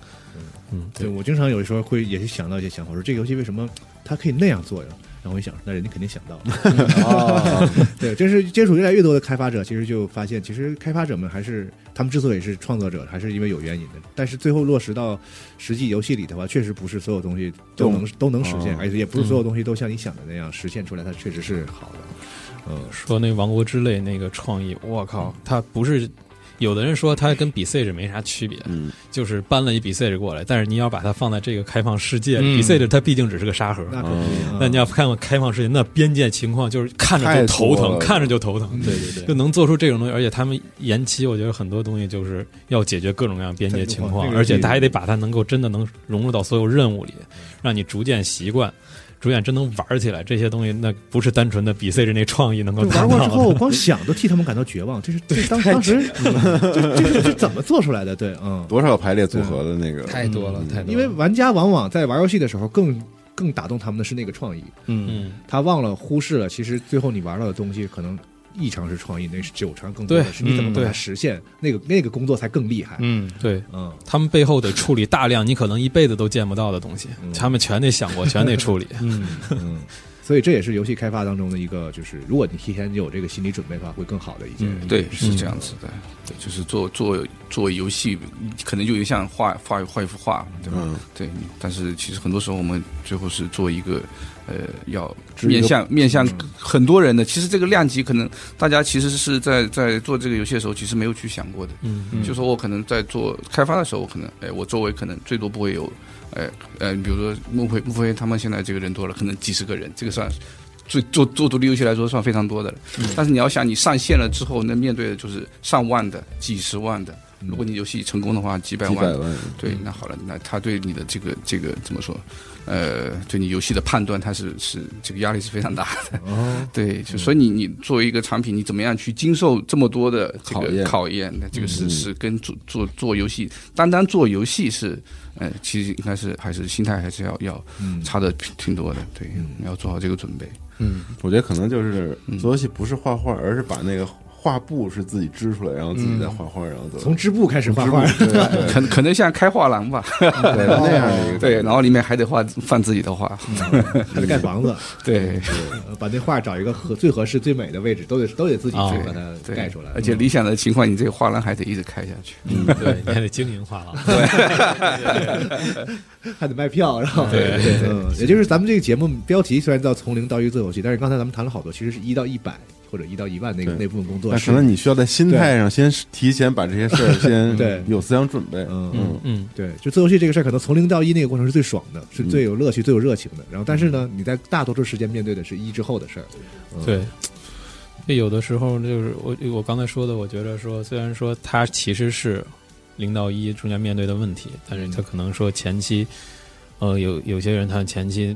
[SPEAKER 4] 嗯，
[SPEAKER 1] 对我经常有时候会也是想到一些想法，说这个游戏为什么它可以那样做呀？然后我一想，那人家肯定想到了。
[SPEAKER 2] 嗯
[SPEAKER 1] 哦 对，真是接触越来越多的开发者，其实就发现，其实开发者们还是他们之所以是创作者，还是因为有原因的。但是最后落实到实际游戏里的话，确实不是所有东西都能都能实现，
[SPEAKER 2] 哦
[SPEAKER 1] 而且也不是所有东西都像你想的那样实现出来，它确实是好的。嗯，
[SPEAKER 4] 说那《王国之泪》那个创意，我靠，它不是。有的人说它跟比 C 这没啥区别，
[SPEAKER 2] 嗯，
[SPEAKER 4] 就是搬了一比 C 这过来，但是你要把它放在这个开放世界，
[SPEAKER 5] 嗯
[SPEAKER 4] 比 C 这它毕竟只是个沙盒，
[SPEAKER 1] 那肯定。嗯
[SPEAKER 4] 啊那你要看看开放世界，那边界情况就是看着就头
[SPEAKER 2] 太多
[SPEAKER 4] 疼，
[SPEAKER 2] 了
[SPEAKER 4] 看着就头疼。
[SPEAKER 5] 对 对
[SPEAKER 4] 就能做出这种东西，而且他们延期，我觉得很多东西就是要解决各种各样边界情
[SPEAKER 1] 这
[SPEAKER 4] 况，
[SPEAKER 1] 个
[SPEAKER 4] 而且他还得把它能够真的能融入到所有任务里，让你逐渐习惯，逐渐真能玩起来。这些东西那不是单纯的比赛着那创意能够
[SPEAKER 1] 就
[SPEAKER 4] 达
[SPEAKER 1] 玩过之后，
[SPEAKER 4] 到
[SPEAKER 1] 我
[SPEAKER 4] 的。
[SPEAKER 1] 光想都替他们感到绝望。这是这当当时， 嗯这这这怎么做出来的？对，嗯，
[SPEAKER 2] 多少排列组合的那个，
[SPEAKER 5] 太多了太多了
[SPEAKER 1] 因为玩家往往在玩游戏的时候更更打动他们的是那个创意，
[SPEAKER 5] 嗯
[SPEAKER 4] 嗯，
[SPEAKER 1] 他忘了忽视了，其实最后你玩到的东西可能异常是创意，那是九成更多的
[SPEAKER 4] 对
[SPEAKER 1] 是你怎么
[SPEAKER 5] 嗯
[SPEAKER 1] 把它
[SPEAKER 4] 对
[SPEAKER 1] 实现，那个那个工作才更厉害。
[SPEAKER 5] 嗯
[SPEAKER 4] 对
[SPEAKER 1] 嗯，
[SPEAKER 4] 他们背后得处理大量你可能一辈子都见不到的东西，
[SPEAKER 1] 嗯
[SPEAKER 4] 他们全得想过，全得处理。
[SPEAKER 5] 嗯
[SPEAKER 1] 嗯，所以这也是游戏开发当中的一个，就是如果你提前有这个心理准备的话，会更好的一件。
[SPEAKER 4] 嗯
[SPEAKER 6] 对，是这样子的，对，就是做做做游戏，可能就有像画画画一幅画，对吧？
[SPEAKER 2] 嗯
[SPEAKER 6] 对，但是其实很多时候我们最后是做一个，呃，要
[SPEAKER 2] 只有一
[SPEAKER 6] 面
[SPEAKER 2] 个嗯
[SPEAKER 6] 向面向很多人的。其实这个量级可能大家其实是在在做这个游戏的时候，其实没有去想过的。
[SPEAKER 4] 嗯
[SPEAKER 5] 嗯
[SPEAKER 6] 就说我可能在做开发的时候，我可能，哎，我周围可能最多不会有，哎，呃，比如说慕飞慕飞他们现在这个人多了，可能几十个人，这个算最做做独立游戏来说算
[SPEAKER 2] 嗯
[SPEAKER 6] 非常多的了。但是你要想，你上线了之后，那面对的就是上万的、几十万的，如果你游戏成功的话，几百
[SPEAKER 2] 嗯几百
[SPEAKER 6] 万。
[SPEAKER 2] 万，
[SPEAKER 6] 对，那好了，那他对你的这个这个怎么说？呃，对你游戏的判断，他是是这个压力是非常大的。
[SPEAKER 1] 哦，
[SPEAKER 6] 对，就所以你你作为一个产品，你怎么样去经受这么多的这
[SPEAKER 2] 考
[SPEAKER 6] 个
[SPEAKER 2] 验
[SPEAKER 6] 考验？那这个是
[SPEAKER 2] 嗯
[SPEAKER 6] 是跟做做做游戏，单单做游戏是，呃，其实应该是还是心态还是要要
[SPEAKER 1] 嗯，
[SPEAKER 6] 差的挺挺多的。对，你要做好这个准备。
[SPEAKER 4] 嗯，
[SPEAKER 2] 我觉得可能就是
[SPEAKER 1] 嗯
[SPEAKER 2] 做游戏不是画画，而是把那个画布是自己织出来，然后自己再画画，然后
[SPEAKER 1] 嗯从织布开始画画，
[SPEAKER 2] 对对
[SPEAKER 6] 可可能像开画廊吧，
[SPEAKER 2] 对那样的一个
[SPEAKER 6] 对，然后里面还得画放自己的画，
[SPEAKER 1] 还得盖房子，
[SPEAKER 6] 对
[SPEAKER 1] 呃把那画找一个合最合适、最美的位置，都得都得自己
[SPEAKER 4] 哦
[SPEAKER 1] 去把它
[SPEAKER 6] 啊对，
[SPEAKER 1] 盖出来。嗯
[SPEAKER 6] 而且理想的情况，你这个画廊还得一直开下去。
[SPEAKER 4] 嗯对，你还得经营画廊，
[SPEAKER 1] 还得卖票，然后对对嗯，也就是咱们这个节目标题虽然叫从零到一做游戏，但是刚才咱们谈了好多，其实是一到一百或者一到一万那个
[SPEAKER 2] 对
[SPEAKER 1] 那部分工作
[SPEAKER 2] 但
[SPEAKER 1] 是
[SPEAKER 2] 可能你需要在心态上先提前把这些 事儿
[SPEAKER 1] 对
[SPEAKER 2] 先有思想准备。
[SPEAKER 1] 嗯
[SPEAKER 2] 嗯，
[SPEAKER 4] 嗯，
[SPEAKER 1] 对，就做游戏这个事儿，可能从零到一那个过程是最爽的，
[SPEAKER 2] 嗯
[SPEAKER 1] 是最有乐趣、最有热情的。然后，但是呢，你在大多数时间面对的是一之后的事儿。嗯
[SPEAKER 4] 对。那有的时候就是我我刚才说的，我觉得说虽然说它其实是零到一中间面对的问题，但是它可能说前期，呃，有有些人他前期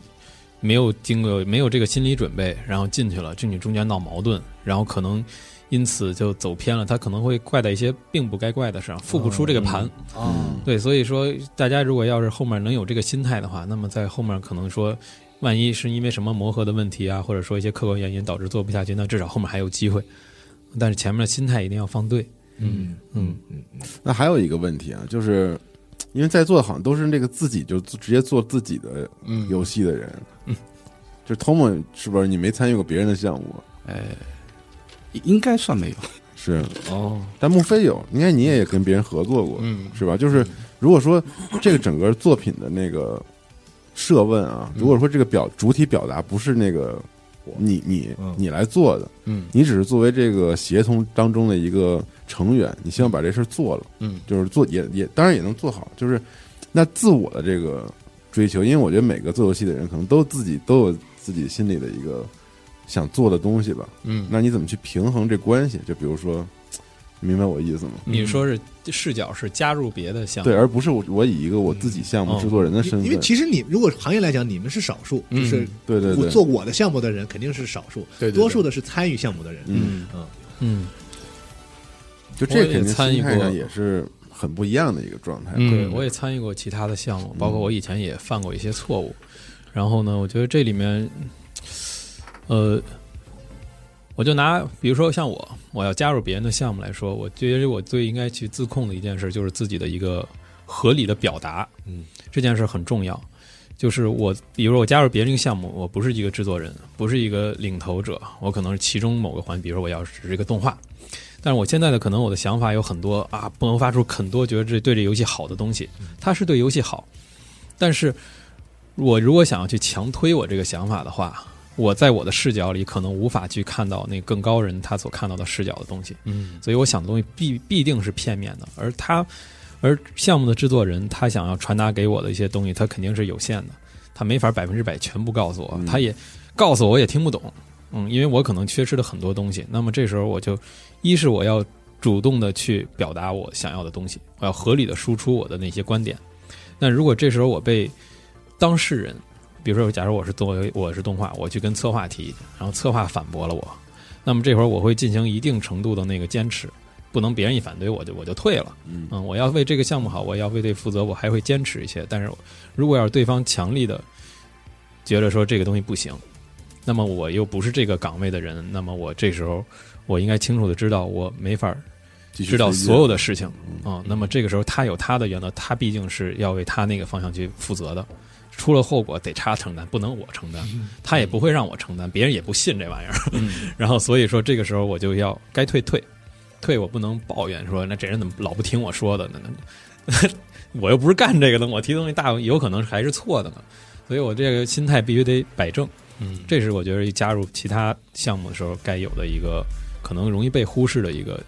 [SPEAKER 4] 没有经过没有这个心理准备，然后进去了，进去中间闹矛盾，然后可能因此就走偏了，他可能会怪在一些并不该怪的上，付不出这个盘。
[SPEAKER 1] 嗯
[SPEAKER 5] 啊，
[SPEAKER 4] 对，所以说大家如果要是后面能有这个心态的话，那么在后面可能说，万一是因为什么磨合的问题啊，或者说一些客观原因导致做不下去，那至少后面还有机会。但是前面的心态一定要放对。
[SPEAKER 1] 嗯
[SPEAKER 4] 嗯，
[SPEAKER 2] 那还有一个问题啊，就是因为在座的好像都是那个自己就直接做自己的
[SPEAKER 5] 嗯
[SPEAKER 2] 游戏的人，
[SPEAKER 1] 嗯
[SPEAKER 2] 就是 Tom 是不是你没参与过别人的项目？啊
[SPEAKER 6] 应该算没有，
[SPEAKER 2] 是，
[SPEAKER 5] 哦，
[SPEAKER 2] 但穆飞有，应该你也跟别人合作过，
[SPEAKER 5] 嗯
[SPEAKER 2] 是吧？就是如果说这个整个作品的那个设问啊，
[SPEAKER 5] 嗯
[SPEAKER 2] 如果说这个表主体表达不是那个你你
[SPEAKER 1] 嗯
[SPEAKER 2] 你来做的，
[SPEAKER 5] 嗯
[SPEAKER 2] 你只是作为这个协同当中的一个成员，你希望把这事儿做了，
[SPEAKER 5] 嗯，
[SPEAKER 2] 就是做也也当然也能做好，就是那自我的这个追求，因为我觉得每个做游戏的人可能都自己都有自己心里的一个想做的东西吧，
[SPEAKER 5] 嗯，
[SPEAKER 2] 那你怎么去平衡这关系？就比如说，你明白我意思吗？
[SPEAKER 4] 你说是视角是加入别的项目，
[SPEAKER 2] 对，而不是我我以一个我自己项目制作人的身
[SPEAKER 1] 因
[SPEAKER 2] 份，
[SPEAKER 1] 因为其实你如果行业来讲，你们是少数，
[SPEAKER 5] 嗯
[SPEAKER 1] 就是
[SPEAKER 2] 对对
[SPEAKER 1] 我
[SPEAKER 2] 对，
[SPEAKER 1] 做我的项目的人肯定是少数，
[SPEAKER 5] 对对对
[SPEAKER 1] 多数的是参与项目的人。
[SPEAKER 2] 嗯，
[SPEAKER 1] 嗯，
[SPEAKER 4] 嗯，
[SPEAKER 2] 就这
[SPEAKER 4] 我也
[SPEAKER 2] 肯定
[SPEAKER 4] 参与
[SPEAKER 2] 心态
[SPEAKER 4] 过
[SPEAKER 2] 上也是很不一样的一个状态。
[SPEAKER 5] 嗯
[SPEAKER 4] 对，我也参与过其他的项目，包括我以前也犯过一些错误。然后呢，我觉得这里面，呃，我就拿比如说像我，我要加入别人的项目来说，我觉得我最应该去自控的一件事就是自己的一个合理的表达，
[SPEAKER 1] 嗯，
[SPEAKER 4] 这件事很重要。就是我，比如说我加入别人一个项目，我不是一个制作人，不是一个领头者，我可能是其中某个环，比如说我要是一个动画，但是我现在的可能我的想法有很多啊，迸发出很多觉得这对这游戏好的东西，它是对游戏好，但是我如果想要去强推我这个想法的话，我在我的视角里可能无法去看到那更高人他所看到的视角的东西，
[SPEAKER 5] 嗯
[SPEAKER 4] 所以我想的东西必必定是片面的，而他，而项目的制作人他想要传达给我的一些东西，他肯定是有限的，他没法百分之百全部告诉我，
[SPEAKER 2] 嗯
[SPEAKER 4] 他也告诉我我也听不懂，嗯，因为我可能缺失了很多东西，那么这时候我就，一是我要主动的去表达我想要的东西，我要合理的输出我的那些观点，那如果这时候我被当事人。比如说，假如我是作为我是动画，我去跟策划提意见，然后策划反驳了我，那么这会儿我会进行一定程度的那个坚持，不能别人一反对我就我就退了。
[SPEAKER 2] 嗯
[SPEAKER 4] 嗯，我要为这个项目好，我要为这负责，我还会坚持一些。但是如果要是对方强力的觉得说这个东西不行，那么我又不是这个岗位的人，那么我这时候我应该清楚的知道我没法儿
[SPEAKER 2] 继续
[SPEAKER 4] 知道
[SPEAKER 2] 推进
[SPEAKER 4] 所有的事情啊、那么这个时候他有他的原则，他毕竟是要为他那个方向去负责的，出了后果得他承担，不能我承担，他也不会让我承担，别人也不信这玩意儿。 然后所以说这个时候我就要该退退，退我不能抱怨说那这人怎么老不听我说的呢？那我又不是干这个的，我提东西大有可能还是错的呢，所以我这个心态必须得摆正。
[SPEAKER 5] 嗯，
[SPEAKER 4] 这是我觉得加入其他项目的时候该有的一个可能容易被忽视的一个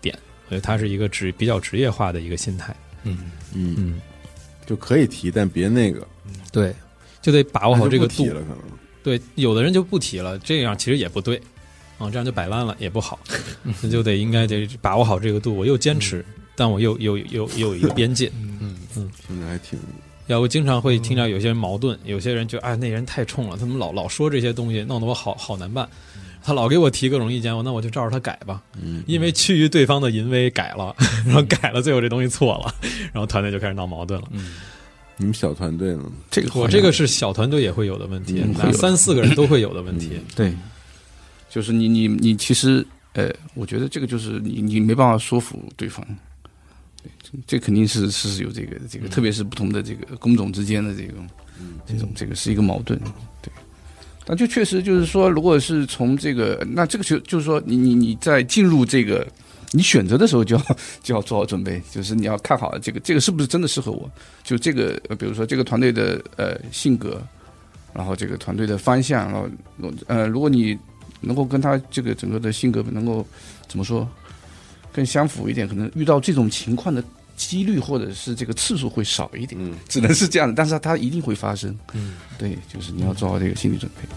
[SPEAKER 4] 点。我觉得它是一个职比较职业化的一个心态。
[SPEAKER 5] 嗯
[SPEAKER 2] 嗯，
[SPEAKER 4] 嗯，
[SPEAKER 2] 就可以提，但别那个
[SPEAKER 4] 对，就得把握好这个
[SPEAKER 2] 还是不提。
[SPEAKER 4] 度
[SPEAKER 2] 了，可能
[SPEAKER 4] 对，有的人就不提了，这样其实也不对
[SPEAKER 2] 嗯
[SPEAKER 4] 啊、这样就摆烂了也不好，那就得应该得把握好这个度。我又坚持，但我又又又又有一个边界。
[SPEAKER 2] 听着还挺
[SPEAKER 4] 要我经常会听到有些人矛盾，有些人觉得哎那人太冲了，他们老老说这些东西，弄得我好好难办。他老给我提各种意见，我那我就照着他改吧，
[SPEAKER 2] 嗯
[SPEAKER 4] 因为趋于对方的淫威改了， 然后改了，最后这东西错了，然后团队就开始闹矛盾了。
[SPEAKER 2] 你们小团队呢，
[SPEAKER 6] 这个好
[SPEAKER 4] 我
[SPEAKER 6] 像
[SPEAKER 4] 这个是小团队也会有的问题
[SPEAKER 6] 嗯，会
[SPEAKER 4] 哪
[SPEAKER 6] 有嗯
[SPEAKER 4] 三四个人都会有的问题。
[SPEAKER 6] 对，就是你你你其实呃，我觉得这个就是你你没办法说服对方，对，这这肯定是是有这个这个，特别是不同的这个工种之间的这种这种这个是一个矛盾，对。但就确实就是说，如果是从这个，那这个就就是说你，你你在进入这个你选择的时候，就要就要做好准备，就是你要看好这个这个是不是真的适合我，就这个呃比如说这个团队的呃性格，然后这个团队的方向，然后呃，如果你能够跟他这个整个的性格能够怎么说更相符一点，可能遇到这种情况的几率或者是这个次数会少一点，
[SPEAKER 2] 嗯
[SPEAKER 6] 只能是这样的，但是它一定会发生。
[SPEAKER 4] 嗯，
[SPEAKER 6] 对，就是你要做好这个心理准备。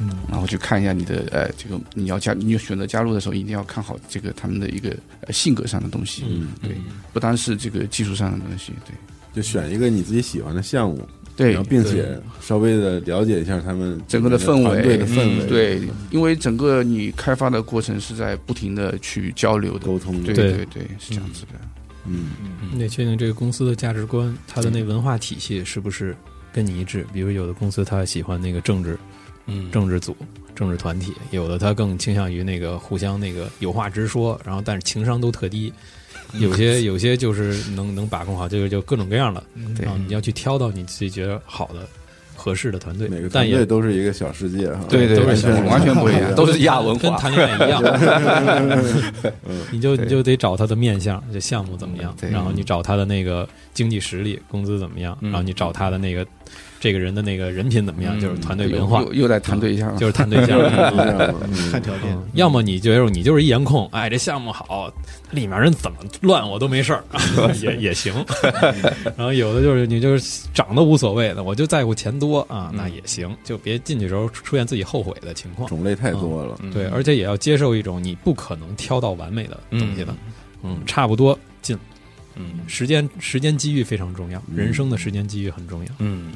[SPEAKER 1] 嗯，
[SPEAKER 6] 然后去看一下你的呃，这个你要加，你选择加入的时候，一定要看好这个他们的一个、呃、性格上的东西，
[SPEAKER 4] 嗯，
[SPEAKER 6] 对，不单是这个技术上的东西，对
[SPEAKER 2] 就选一个你自己喜欢的项目，
[SPEAKER 6] 对
[SPEAKER 2] 然后，并且稍微的了解一下他们
[SPEAKER 6] 整个的氛围
[SPEAKER 2] 团队的氛围，
[SPEAKER 6] 嗯对，因为整个你开发的过程是在不停的去交流的，
[SPEAKER 2] 沟通的
[SPEAKER 6] 对
[SPEAKER 4] 对
[SPEAKER 6] 对对，是这样子的。
[SPEAKER 2] 嗯
[SPEAKER 4] 你得确定这个公司的价值观，它的那文化体系是不是跟你一致。比如有的公司它喜欢那个政治
[SPEAKER 5] 嗯
[SPEAKER 4] 政治组、政治团体，有的它更倾向于那个互相那个有话直说，然后但是情商都特低。
[SPEAKER 6] 嗯
[SPEAKER 4] 有些有些就是能能把控好，这个就各种各样的。
[SPEAKER 6] 对
[SPEAKER 4] 然后你要去挑到你自己觉得好的、合适的团队
[SPEAKER 2] 每个，团
[SPEAKER 4] 但
[SPEAKER 2] 队
[SPEAKER 4] 也
[SPEAKER 2] 都是一个小世界哈，
[SPEAKER 6] 对对
[SPEAKER 4] 都
[SPEAKER 6] 对，
[SPEAKER 4] 是小
[SPEAKER 2] 人
[SPEAKER 6] 完全不一样，都是亚文
[SPEAKER 4] 跟
[SPEAKER 6] 化。
[SPEAKER 4] 谈恋爱一样， 你就
[SPEAKER 6] 对
[SPEAKER 4] 你就得找他的面相，这项目怎么样，
[SPEAKER 6] 对
[SPEAKER 4] 然后你找他的那个经济实力、工资怎么样，
[SPEAKER 5] 嗯
[SPEAKER 4] 然后你找他的那个这个人的那个人品怎么样，
[SPEAKER 5] 嗯
[SPEAKER 4] 就是团队
[SPEAKER 6] 又
[SPEAKER 4] 文化，
[SPEAKER 6] 又又来谈对象 了，
[SPEAKER 4] 就是谈对 象。
[SPEAKER 2] 是这样
[SPEAKER 4] 嗯
[SPEAKER 2] 的嗯
[SPEAKER 1] 看条件，
[SPEAKER 4] 嗯要么你就是你就是一颜控，哎，这项目好，里面人怎么乱我都没事儿， 也也行。 然后有的就是你就是长得无所谓的，我就在乎钱多啊，那
[SPEAKER 6] 嗯
[SPEAKER 4] 也行，就别进去时候出现自己后悔的情况。
[SPEAKER 2] 种类太多
[SPEAKER 5] 哦
[SPEAKER 2] 了，
[SPEAKER 5] 嗯
[SPEAKER 4] 对，而且也要接受一种你不可能挑到完美的东西的，嗯，差不多进。
[SPEAKER 5] 嗯
[SPEAKER 4] 时间时间机遇非常重要，
[SPEAKER 2] 嗯
[SPEAKER 4] 人生的时间机遇很重要。
[SPEAKER 5] 嗯，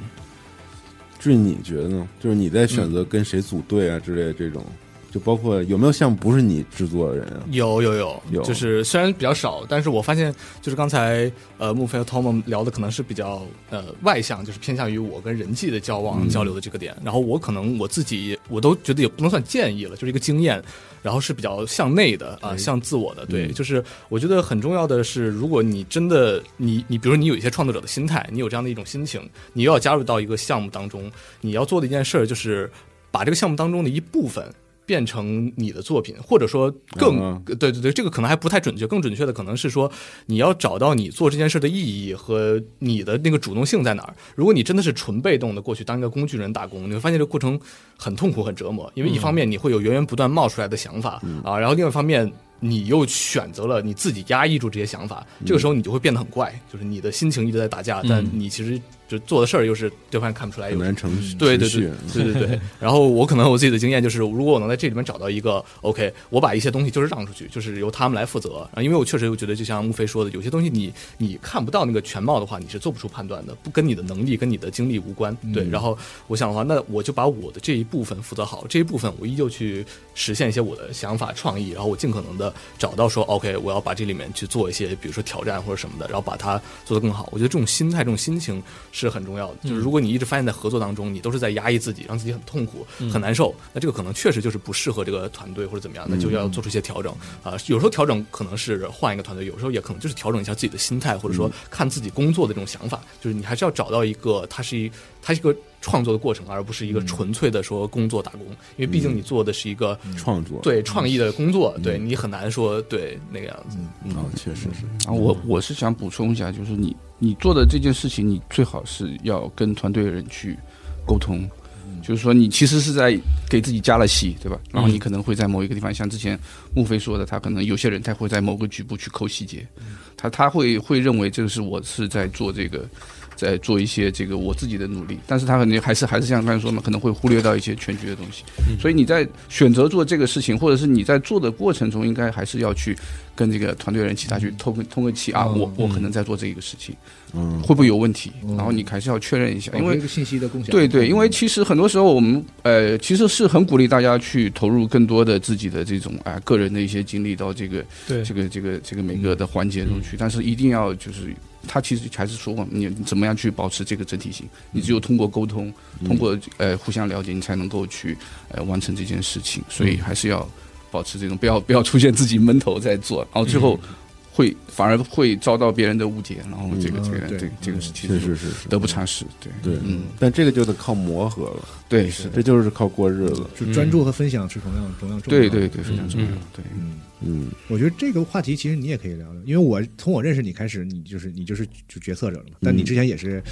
[SPEAKER 2] 至于你觉得呢？就是你在选
[SPEAKER 5] 嗯
[SPEAKER 2] 择跟谁组队啊之类的这种，就包括有没有项目不是你制作的人啊？
[SPEAKER 5] 有有有
[SPEAKER 2] 有
[SPEAKER 5] 就是虽然比较少，但是我发现就是刚才呃穆飞和 Tom 聊的可能是比较呃外向，就是偏向于我跟人际的交往、
[SPEAKER 6] 嗯
[SPEAKER 5] 交流的这个点。然后我可能我自己我都觉得也不能算建议了，就是一个经验，然后是比较向内的啊、向自我的。对，
[SPEAKER 2] 嗯
[SPEAKER 5] 就是我觉得很重要的是，如果你真的你你比如说你有一些创作者的心态，你有这样的一种心情，你又要加入到一个项目当中，你要做的一件事儿就是把这个项目当中的一部分。变成你的作品，或者说更、
[SPEAKER 2] 嗯
[SPEAKER 5] 对对对，这个可能还不太准确，更准确的可能是说你要找到你做这件事的意义和你的那个主动性在哪儿。如果你真的是纯被动的过去当一个工具人打工，你会发现这个过程很痛苦、很折磨，因为一方面你会有源源不断冒出来的想法、啊，然后另外一方面。你又选择了你自己压抑住这些想法，这个时候你就会变得很怪，就是你的心情一直在打架，但你其实就做的事儿又是对方看不出来有
[SPEAKER 2] 很
[SPEAKER 5] 什么
[SPEAKER 2] 难成持续，
[SPEAKER 5] 对对对对对 对。然后我可能我自己的经验就是，如果我能在这里面找到一个 OK，我把一些东西就是让出去，就是由他们来负责。然后因为我确实我觉得，就像穆飞说的，有些东西你你看不到那个全貌的话，你是做不出判断的，不跟你的能力跟你的经历无关。
[SPEAKER 2] 嗯
[SPEAKER 5] 对，然后我想的话，那我就把我的这一部分负责好，这一部分我依旧去实现一些我的想法创意，然后我尽可能的找到说 OK，我要把这里面去做一些，比如说挑战或者什么的，然后把它做得更好。我觉得这种心态、这种心情是很重要的。就是如果你一直发现，在合作当中，你都是在压抑自己，让自己很痛苦、很难受，那这个可能确实就是不适合这个团队或者怎么样，那就要做出一些调整啊、有时候调整可能是换一个团队，有时候也可能就是调整一下自己的心态，或者说看自己工作的这种想法。就是你还是要找到一个，它是一它是一个创作的过程，而不是一个纯粹的说工作打工，因为毕竟你做的是一个。
[SPEAKER 2] 创作
[SPEAKER 5] 对创意的工作，对你很难说对那个样子。
[SPEAKER 2] 啊，确实是
[SPEAKER 5] 嗯
[SPEAKER 6] 啊，我我是想补充一下，就是你你做的这件事情，你最好是要跟团队的人去沟通，就是说你其实是在给自己加了戏，对
[SPEAKER 1] 嗯
[SPEAKER 6] 吧？然后你可能会在某一个地方，像之前孟非说的，他可能有些人他会在某个局部去抠细节，
[SPEAKER 1] 嗯
[SPEAKER 6] 他他会会认为这个是我是在做这个。在做一些这个我自己的努力，但是他肯定还是还是像刚才说嘛，可能会忽略到一些全局的
[SPEAKER 1] 嗯
[SPEAKER 6] 东西。所以你在选择做这个事情，或者是你在做的过程中，应该还是要去跟这个团队人一起他去通个通个气啊，
[SPEAKER 1] 嗯
[SPEAKER 6] 我我可能在做这个事情，
[SPEAKER 2] 嗯
[SPEAKER 6] 会不会有问题
[SPEAKER 1] 嗯？
[SPEAKER 6] 然后你还是要确认一下，因
[SPEAKER 1] 保持
[SPEAKER 6] 为
[SPEAKER 1] 一个信息的共享，
[SPEAKER 6] 对对，因为其实很多时候我们呃，其实是很鼓励大家去投入更多的自己的这种啊、个人的一些经历到这个
[SPEAKER 4] 对
[SPEAKER 6] 这个这个这个每个的环节中去，但是一定要就是。他其实还是说过，你怎么样去保持这个整体性？你只有通过沟通，通过呃互相了解，你才能够去呃完成这件事情。所以还是要保持这种，不要不要出现自己闷头在做，然后最后会反而会遭到别人的误解，然后这个
[SPEAKER 1] 嗯
[SPEAKER 6] 这个
[SPEAKER 1] 对
[SPEAKER 6] 这个这个事情
[SPEAKER 2] 是是是是
[SPEAKER 6] 得不偿失。对
[SPEAKER 2] 对，
[SPEAKER 6] 嗯，
[SPEAKER 2] 但这个就得靠磨合了，
[SPEAKER 6] 对是。
[SPEAKER 2] 这就是靠过日子。
[SPEAKER 1] 就专注和分享是同样同样重要
[SPEAKER 6] 对
[SPEAKER 1] 的。
[SPEAKER 6] 对对，非常重要。对，
[SPEAKER 1] 嗯，
[SPEAKER 2] 嗯
[SPEAKER 1] 我觉得这个话题其实你也可以聊聊，因为我从我认识你开始，你就是你就是就决策者了
[SPEAKER 2] 嗯
[SPEAKER 1] 嘛，但你之前也是。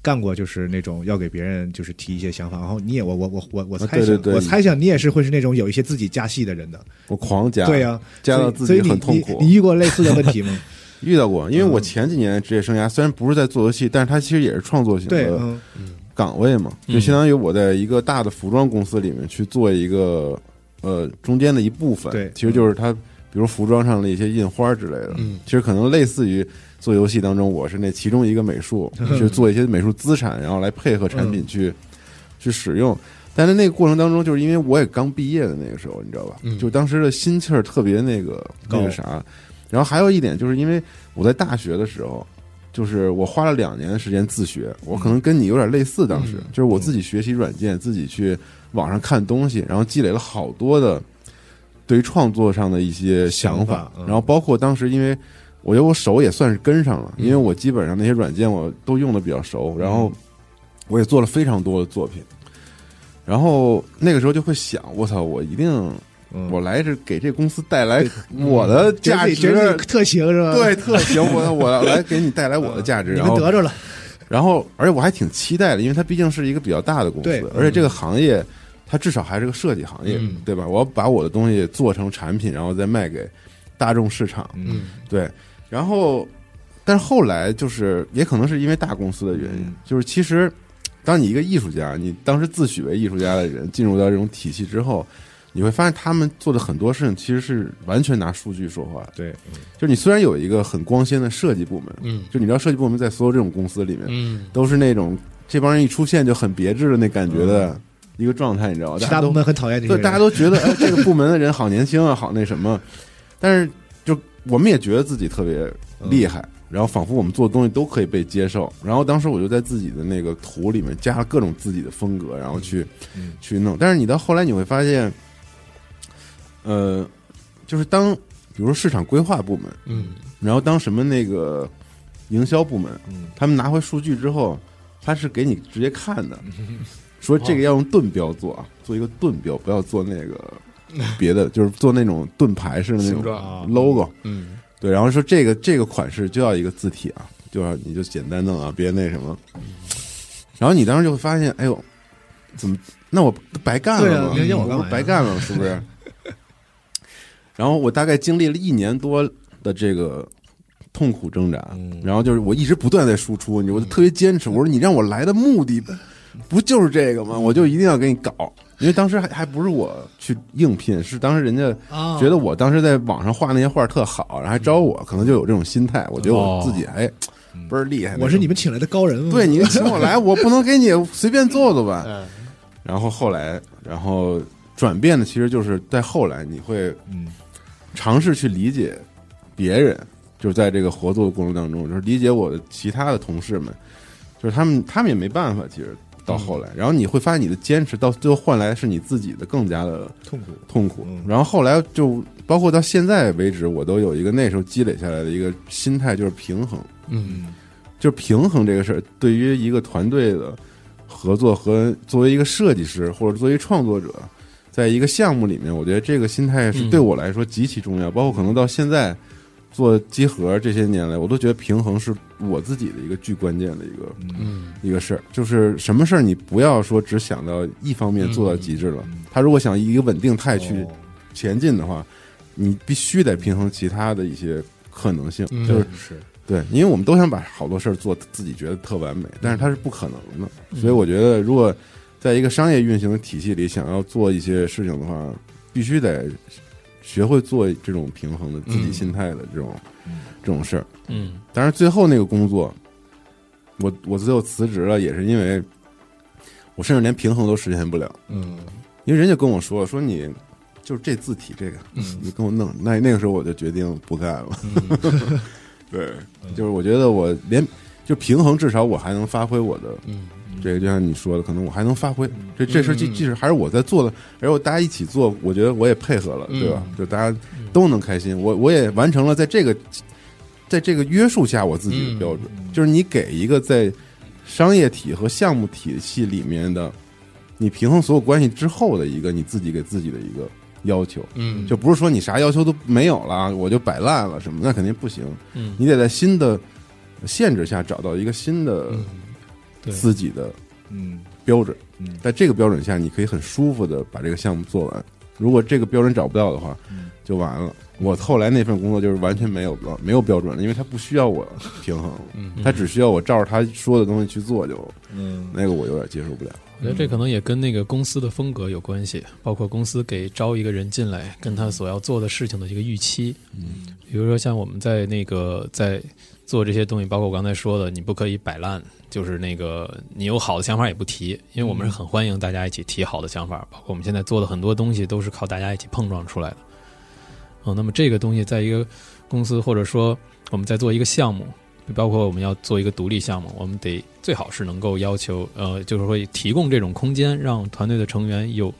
[SPEAKER 1] 干过就是那种要给别人就是提一些想法，然后你也我我我我我
[SPEAKER 2] 啊
[SPEAKER 1] 猜想
[SPEAKER 2] 对对对
[SPEAKER 1] 我猜想你也是会是那种有一些自己加戏的人的，
[SPEAKER 2] 我狂加，
[SPEAKER 1] 对呀、啊
[SPEAKER 2] 加到自
[SPEAKER 1] 所以
[SPEAKER 2] 己
[SPEAKER 1] 所以
[SPEAKER 2] 很痛
[SPEAKER 1] 你
[SPEAKER 2] 苦
[SPEAKER 1] 你。你遇过类似的问题 吗？
[SPEAKER 2] 遇到过，因为我前几年的职业生涯虽然不是在做游戏，但是它其实也是创作型
[SPEAKER 1] 对，
[SPEAKER 2] 的
[SPEAKER 1] 嗯
[SPEAKER 2] 岗位嘛，
[SPEAKER 5] 嗯
[SPEAKER 2] 就相当于我在一个大的服装公司里面去做一个呃中间的一部分，
[SPEAKER 1] 对
[SPEAKER 2] 其实就是它，比如服装上的一些印花之类的，
[SPEAKER 5] 嗯
[SPEAKER 2] 其实可能类似于做游戏当中，我是那其中一个美 术，去做一些美术资产，然后来配合产品
[SPEAKER 5] 嗯
[SPEAKER 2] 去、去使用。但是那个过程当中，就是因为我也刚毕业的那个时候，你知道吧？
[SPEAKER 5] 嗯
[SPEAKER 2] 就当时的心气儿特别那个那
[SPEAKER 1] 高
[SPEAKER 2] 个啥。然后还有一点，就是因为我在大学的时候，就是我花了两年的时间自学，我可能跟你有点类似。当时、
[SPEAKER 5] 嗯
[SPEAKER 2] 就是我自己学习软件，自己去网上看东西，然后积累了好多的对于创作上的一些想
[SPEAKER 1] 想
[SPEAKER 2] 法
[SPEAKER 1] 法。嗯
[SPEAKER 2] 然后包括当时，因为我觉得我手也算是跟上
[SPEAKER 1] 嗯
[SPEAKER 2] 了，因为我基本上那些软件我都用的比较熟，然后我也做了非常多的作品。然后那个时候就会想，我操，我一定，
[SPEAKER 1] 嗯，
[SPEAKER 2] 我来是给这公司带来我的
[SPEAKER 1] 觉得
[SPEAKER 2] 价
[SPEAKER 1] 自己觉得
[SPEAKER 2] 值
[SPEAKER 1] 自己，特行是吧？
[SPEAKER 2] 对，，特行，我我来给你带来我的价 值，
[SPEAKER 1] 你
[SPEAKER 2] 然
[SPEAKER 1] 们
[SPEAKER 2] 后
[SPEAKER 1] 得着了，
[SPEAKER 2] 然后，而且我还挺期待的，因为它毕竟是一个比较大的公
[SPEAKER 1] 对嗯
[SPEAKER 2] 司，而且这个行业它至少还是个设计行业，
[SPEAKER 5] 嗯
[SPEAKER 2] 对吧？我要把我的东西做成产品，然后再卖给大众市场，
[SPEAKER 1] 嗯
[SPEAKER 5] 嗯
[SPEAKER 2] 对。然后，但是后来就是，也可能是因为大公司的原因，
[SPEAKER 1] 嗯
[SPEAKER 2] 就是其实，当你一个艺术家，你当时自诩为艺术家的人进入到这种体系之后，你会发现他们做的很多事情其实是完全拿数据说话的。
[SPEAKER 1] 对，
[SPEAKER 2] 就是你虽然有一个很光鲜的设计部门，
[SPEAKER 5] 嗯
[SPEAKER 2] 就你知道设计部门在所有这种公司里面。
[SPEAKER 5] 嗯
[SPEAKER 2] 都是那种这帮人一出现就很别致的那感觉的一个状态，你知道吧？
[SPEAKER 1] 嗯其
[SPEAKER 2] 大家
[SPEAKER 1] 他部
[SPEAKER 2] 都
[SPEAKER 1] 门很讨厌这些
[SPEAKER 2] 对，
[SPEAKER 1] 人，
[SPEAKER 2] 大家都 觉得哎，这个部门的人 好年轻啊，好那什么，但是就我们也觉得自己特别厉害。
[SPEAKER 1] 嗯
[SPEAKER 2] 然后仿佛我们做的东西都可以被接受，然后当时我就在自己的那个图里面加了各种自己的风格，然后去、
[SPEAKER 1] 嗯
[SPEAKER 2] 去弄。但是你到后来你会发现，呃，就是当比如说市场规划部门，
[SPEAKER 5] 嗯
[SPEAKER 2] 然后当什么那个营销部门，
[SPEAKER 1] 嗯
[SPEAKER 2] 他们拿回数据之后，他是给你直接看 的，说这个要用盾标做啊，做一个盾标，不要做那 个别的，就是做那种盾牌式的那
[SPEAKER 5] 形
[SPEAKER 2] 种
[SPEAKER 5] 状
[SPEAKER 1] 啊
[SPEAKER 2] logo。
[SPEAKER 5] 嗯
[SPEAKER 2] 对，然后说这个这个款式就要一个字体啊，就要你就简单弄啊，别那什么。
[SPEAKER 1] 嗯
[SPEAKER 2] 然后你当时就会发现，哎呦，怎么那我白干
[SPEAKER 1] 对啊
[SPEAKER 2] 了吗？
[SPEAKER 1] 你让我干
[SPEAKER 2] 我
[SPEAKER 1] 嘛
[SPEAKER 2] 不
[SPEAKER 1] 呀
[SPEAKER 2] 是白干了吗是不是？ 然后我大概经历了一年多的这个痛苦挣扎，
[SPEAKER 1] 嗯
[SPEAKER 2] 然后就是我一直不断在输出，你我就特别坚持，我说你让我来的目的不就是这个
[SPEAKER 1] 嗯
[SPEAKER 2] 吗？我就一定要给你搞，因为当时还还不是我去应聘，是当时人家
[SPEAKER 1] 啊嗯
[SPEAKER 2] 觉得我当时在网上画那些画特好，然后还招我，可能就有这种心态，我觉得我自己还倍儿厉害。
[SPEAKER 1] 哦我是你们请来的高人嘛，
[SPEAKER 2] 对你请我来，我不能给你随便做做吧？
[SPEAKER 5] 嗯
[SPEAKER 2] 然后后来，然后转变的其实就是在后来，你会
[SPEAKER 1] 嗯
[SPEAKER 2] 尝试去理解别人，就是在这个合作的过程当中，就是理解我的其他的同事们，就是他们他们也没办法，其实到
[SPEAKER 1] 嗯
[SPEAKER 2] 后来，然后你会发现你的坚持到最后换来是你自己的更加的
[SPEAKER 1] 痛苦，
[SPEAKER 2] 痛苦
[SPEAKER 1] 嗯。
[SPEAKER 2] 然后后来就包括到现在为止，我都有一个那时候积累下来的一个心态，就是平衡，
[SPEAKER 5] 嗯
[SPEAKER 1] 嗯
[SPEAKER 2] 就是平衡这个事儿，对于一个团队的合作和作为一个设计师或者作为创作者，在一个项目里面，我觉得这个心态是
[SPEAKER 5] 嗯
[SPEAKER 2] 对我来说极其重要。包括可能到现在做集合这些年来，我都觉得平衡是我自己的一个巨关键的一个
[SPEAKER 5] 嗯
[SPEAKER 2] 一个事儿，就是什么事儿你不要说只想到一方面做到极致了。
[SPEAKER 1] 嗯
[SPEAKER 2] 他如果想以一个稳定态去
[SPEAKER 1] 哦
[SPEAKER 2] 前进的话，你必须得平衡其他的一些可能性，
[SPEAKER 5] 嗯
[SPEAKER 2] 就是
[SPEAKER 1] 是
[SPEAKER 2] 对，因为我们都想把好多事儿做自己觉得特完美，但是它是不可能的。所以我觉得，如果在一个商业运行的体系里想要做一些事情的话，必须得学会做这种平衡的自己心态的这种、这种事儿。
[SPEAKER 4] 嗯
[SPEAKER 2] 但是最后那个工作，我我最后辞职了，也是因为我甚至连平衡都实现不了，
[SPEAKER 5] 嗯
[SPEAKER 2] 因为人家跟我说说你就是这字体这个，
[SPEAKER 5] 嗯
[SPEAKER 2] 你跟我弄，那那个时候我就决定不干了。
[SPEAKER 5] 嗯
[SPEAKER 2] 对，就是我觉得我连就平衡，至少我还能发挥我的
[SPEAKER 5] 嗯
[SPEAKER 2] 这个，就像你说的，可能我还能发挥这这事儿，即
[SPEAKER 5] 嗯嗯
[SPEAKER 2] 即使还是我在做的，而我大家一起做，我觉得我也配合了，
[SPEAKER 5] 嗯
[SPEAKER 2] 对吧？就大家都能开心，我我也完成了在这个在这个约束下我自己
[SPEAKER 4] 嗯
[SPEAKER 2] 的标准，就是你给一个在商业体和项目体系里面的你平衡所有关系之后的一个你自己给自己的一个要求，
[SPEAKER 5] 嗯
[SPEAKER 2] 就不是说你啥要求都没有了，我就摆烂了什么，那肯定不行。
[SPEAKER 4] 嗯
[SPEAKER 2] 你得在新的限制下找到一个新的
[SPEAKER 4] 嗯对
[SPEAKER 2] 自己的
[SPEAKER 1] 嗯
[SPEAKER 2] 标准
[SPEAKER 1] 嗯，
[SPEAKER 2] 在这个标准下，你可以很舒服的把这个项目做完。如果这个标准找不到的话，
[SPEAKER 5] 嗯
[SPEAKER 2] 就完了。我后来那份工作就是完全没有了，没有标准了，因为它不需要我平衡，
[SPEAKER 5] 嗯
[SPEAKER 2] 它只需要我照着他说的东西去做就，
[SPEAKER 1] 嗯
[SPEAKER 2] 那个我有点接受不了。
[SPEAKER 4] 我觉得这可能也跟那个公司的风格有关系，包括公司给招一个人进来，跟他所要做的事情的一个预期。嗯，比如说像我们在那个在做这些东西，包括我刚才说的，你不可以摆烂，就是那个你有好的想法也不提，因为我们是很欢迎大家一起提好的想法，包括我们现在做的很多东西都是靠大家一起碰撞出来的。嗯，那么这个东西在一个公司或者说我们在做一个项目，包括我们要做一个独立项目，我们得最好是能够要求，呃，就是会提供这种空间，让团队的成员有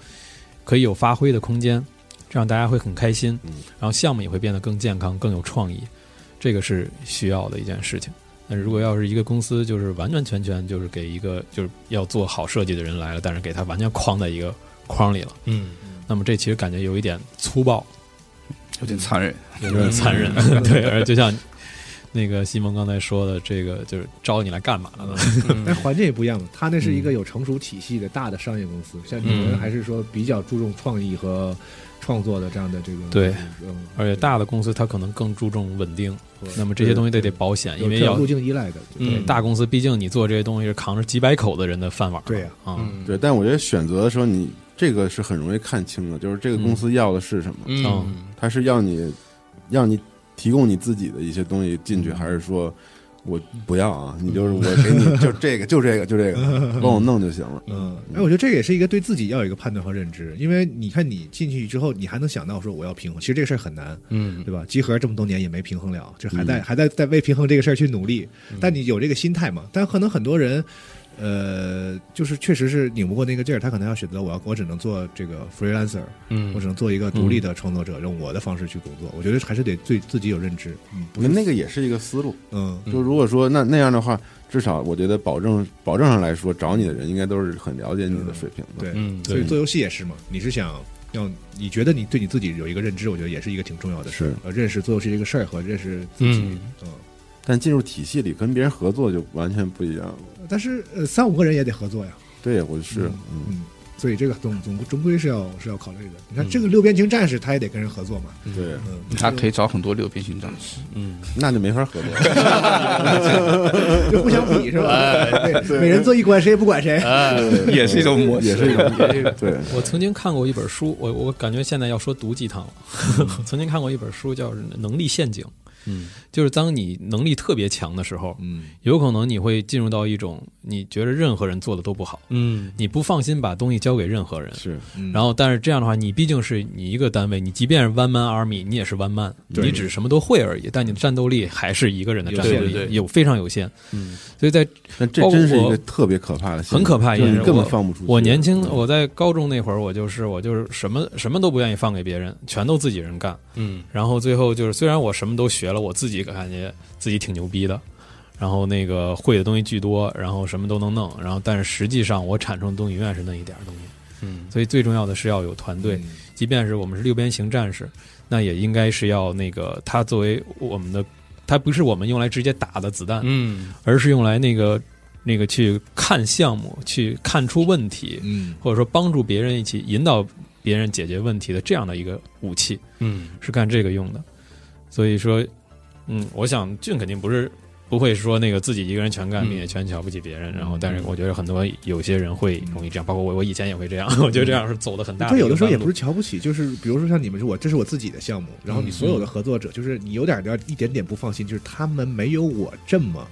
[SPEAKER 4] 可以有发挥的空间，这样大家会很开心，
[SPEAKER 2] 嗯
[SPEAKER 4] 然后项目也会变得更健康、更有创意，这个是需要的一件事情。但是如果要是一个公司，就是完完全全就是给一个就是要做好设计的人来了，但是给他完全框在一个框里了，
[SPEAKER 5] 嗯
[SPEAKER 4] 那么这其实感觉有一点粗暴，
[SPEAKER 6] 有点残忍。
[SPEAKER 4] 有点残忍。
[SPEAKER 1] 嗯
[SPEAKER 4] 对，而就像那个西蒙刚才说的，这个就是招你来干嘛的？
[SPEAKER 1] 但是环境也不一样嘛，他那是一个有成熟体系的大的商业公司，像你们
[SPEAKER 4] 嗯
[SPEAKER 1] 还是说比较注重创意和创作的这样的这个
[SPEAKER 4] 对
[SPEAKER 1] 嗯，
[SPEAKER 4] 而且大的公司它可能更注重稳定，
[SPEAKER 1] 对嗯
[SPEAKER 4] 那么这些东西都得保险，
[SPEAKER 1] 有
[SPEAKER 4] 因为
[SPEAKER 1] 这种
[SPEAKER 4] 要嗯
[SPEAKER 1] 路径依赖的，对
[SPEAKER 4] 对大公司，毕竟你做这些东西是扛着几百口的人的饭碗。
[SPEAKER 1] 对呀
[SPEAKER 4] 啊，
[SPEAKER 5] 嗯
[SPEAKER 2] 对，但我觉得选择的时候，你这个是很容易看清的，就是这个公司要的是什么，
[SPEAKER 5] 嗯
[SPEAKER 2] 它是要你让你提供你自己的一些东西进
[SPEAKER 5] 嗯
[SPEAKER 2] 去，还是说我不要啊？你就是我给你就这个，就这个，就这 个，帮我弄就行了。
[SPEAKER 1] 嗯，哎，我觉得这个也是一个对自己要有一个判断和认知，因为你看你进去之后，你还能想到说我要平衡，其实这个事儿很难，
[SPEAKER 5] 嗯
[SPEAKER 1] 对吧？集合这么多年也没平衡了，就还在、还在在为平衡这个事儿去努力，
[SPEAKER 5] 嗯
[SPEAKER 1] 但你有这个心态嘛？但可能很多人，呃，就是确实是拧不过那个劲儿，他可能要选择我要我只能做这个 freelancer，
[SPEAKER 5] 嗯
[SPEAKER 1] 我只能做一个独立的创作者，用我的方式去工作。我觉得还是得对自己有认知，嗯，不
[SPEAKER 2] 那
[SPEAKER 1] 是
[SPEAKER 2] 那个也是一个思路，
[SPEAKER 1] 嗯
[SPEAKER 2] 就如果说那那样的话，至少我觉得保证保证上来说，找你的人应该都是很了解你的水平的。
[SPEAKER 1] 对，
[SPEAKER 5] 嗯
[SPEAKER 1] 所以做游戏也是嘛，你是想要你觉得你对你自己有一个认知，我觉得也是一个挺重要的事儿
[SPEAKER 2] 是，
[SPEAKER 1] 呃，认识做游戏这个事儿和认识自己，
[SPEAKER 5] 嗯
[SPEAKER 1] 嗯
[SPEAKER 2] 但进入体系里跟别人合作就完全不一样了。
[SPEAKER 1] 但是呃三五个人也得合作呀，
[SPEAKER 2] 对，我是，嗯，
[SPEAKER 1] 嗯，所以这个总总终归是要是要考虑的。你
[SPEAKER 4] 嗯
[SPEAKER 1] 看这个六边形战士，他也得跟人合作 嘛，
[SPEAKER 2] 对，
[SPEAKER 1] 嗯，
[SPEAKER 6] 他可以找很多六边形战 士，
[SPEAKER 5] 嗯
[SPEAKER 2] 那就没法合作了。
[SPEAKER 1] 就互相比是吧？
[SPEAKER 4] 哎
[SPEAKER 1] 对，每人做一关，谁也不管谁。
[SPEAKER 4] 啊
[SPEAKER 6] 也是一种模式，
[SPEAKER 2] 也是一种
[SPEAKER 6] 也是一种
[SPEAKER 2] 对，
[SPEAKER 4] 我曾经看过一本书，我我感觉现在要说毒鸡汤了。
[SPEAKER 1] 嗯
[SPEAKER 4] 我曾经看过一本书叫《能力陷阱》，嗯，就是当你能力特别强的时候，
[SPEAKER 1] 嗯，
[SPEAKER 4] 有可能你会进入到一种你觉得任何人做的都不好，
[SPEAKER 5] 嗯
[SPEAKER 4] 你不放心把东西交给任何人。
[SPEAKER 2] 是，
[SPEAKER 1] 嗯
[SPEAKER 4] 然后，但是这样的话，你毕竟是你一个单位，你即便是 one man army，你也是 one man，
[SPEAKER 1] 对
[SPEAKER 4] 你只是什么都会而已，但你的战斗力还是一个人的战斗
[SPEAKER 5] 有
[SPEAKER 4] 力，
[SPEAKER 5] 限对对对
[SPEAKER 4] 有非常有限。
[SPEAKER 5] 嗯
[SPEAKER 4] 所以在
[SPEAKER 2] 但这
[SPEAKER 4] 包括
[SPEAKER 2] 真是一个特别可怕的现象，
[SPEAKER 4] 很可怕一
[SPEAKER 2] 就
[SPEAKER 4] 件
[SPEAKER 2] 是
[SPEAKER 4] 事
[SPEAKER 2] 你根本
[SPEAKER 4] 我
[SPEAKER 2] 放不出去。
[SPEAKER 4] 我年轻，
[SPEAKER 2] 嗯
[SPEAKER 4] 我在高中那会儿，我就是我就是什么什么都不愿意放给别人，全都自己人干。
[SPEAKER 5] 嗯
[SPEAKER 4] 然后最后就是，虽然我什么都学了，我自己感觉自己挺牛逼的，然后那个会的东西巨多，然后什么都能弄，然后但是实际上我产生的东西永远是那一点儿东西。
[SPEAKER 5] 嗯
[SPEAKER 4] 所以最重要的是要有团队，即便是我们是六边形战士，那也应该是要那个它作为我们的，它不是我们用来直接打的子弹，
[SPEAKER 5] 嗯
[SPEAKER 4] 而是用来那个那个去看项目，去看出问题，
[SPEAKER 1] 嗯
[SPEAKER 4] 或者说帮助别人一起引导别人解决问题的这样的一个武器，
[SPEAKER 5] 嗯
[SPEAKER 4] 是干这个用的。所以说，嗯，我想俊肯定不是不会说那个自己一个人全干，
[SPEAKER 5] 嗯
[SPEAKER 4] 并且全瞧不起别
[SPEAKER 1] 嗯
[SPEAKER 4] 人。然后，但是我觉得很多有些人会容易这样，包括我，我以前也会这样。我觉得这样是走的很大的
[SPEAKER 1] 他
[SPEAKER 4] 一
[SPEAKER 1] 嗯
[SPEAKER 4] 个
[SPEAKER 1] 有的时候也
[SPEAKER 4] 弯
[SPEAKER 1] 不
[SPEAKER 4] 路
[SPEAKER 1] 是瞧不起，就是比如说像你们说，我这是我自己的项目，然后你所有的合作者，就是你有点点一点点不放心，就是他们没有我这么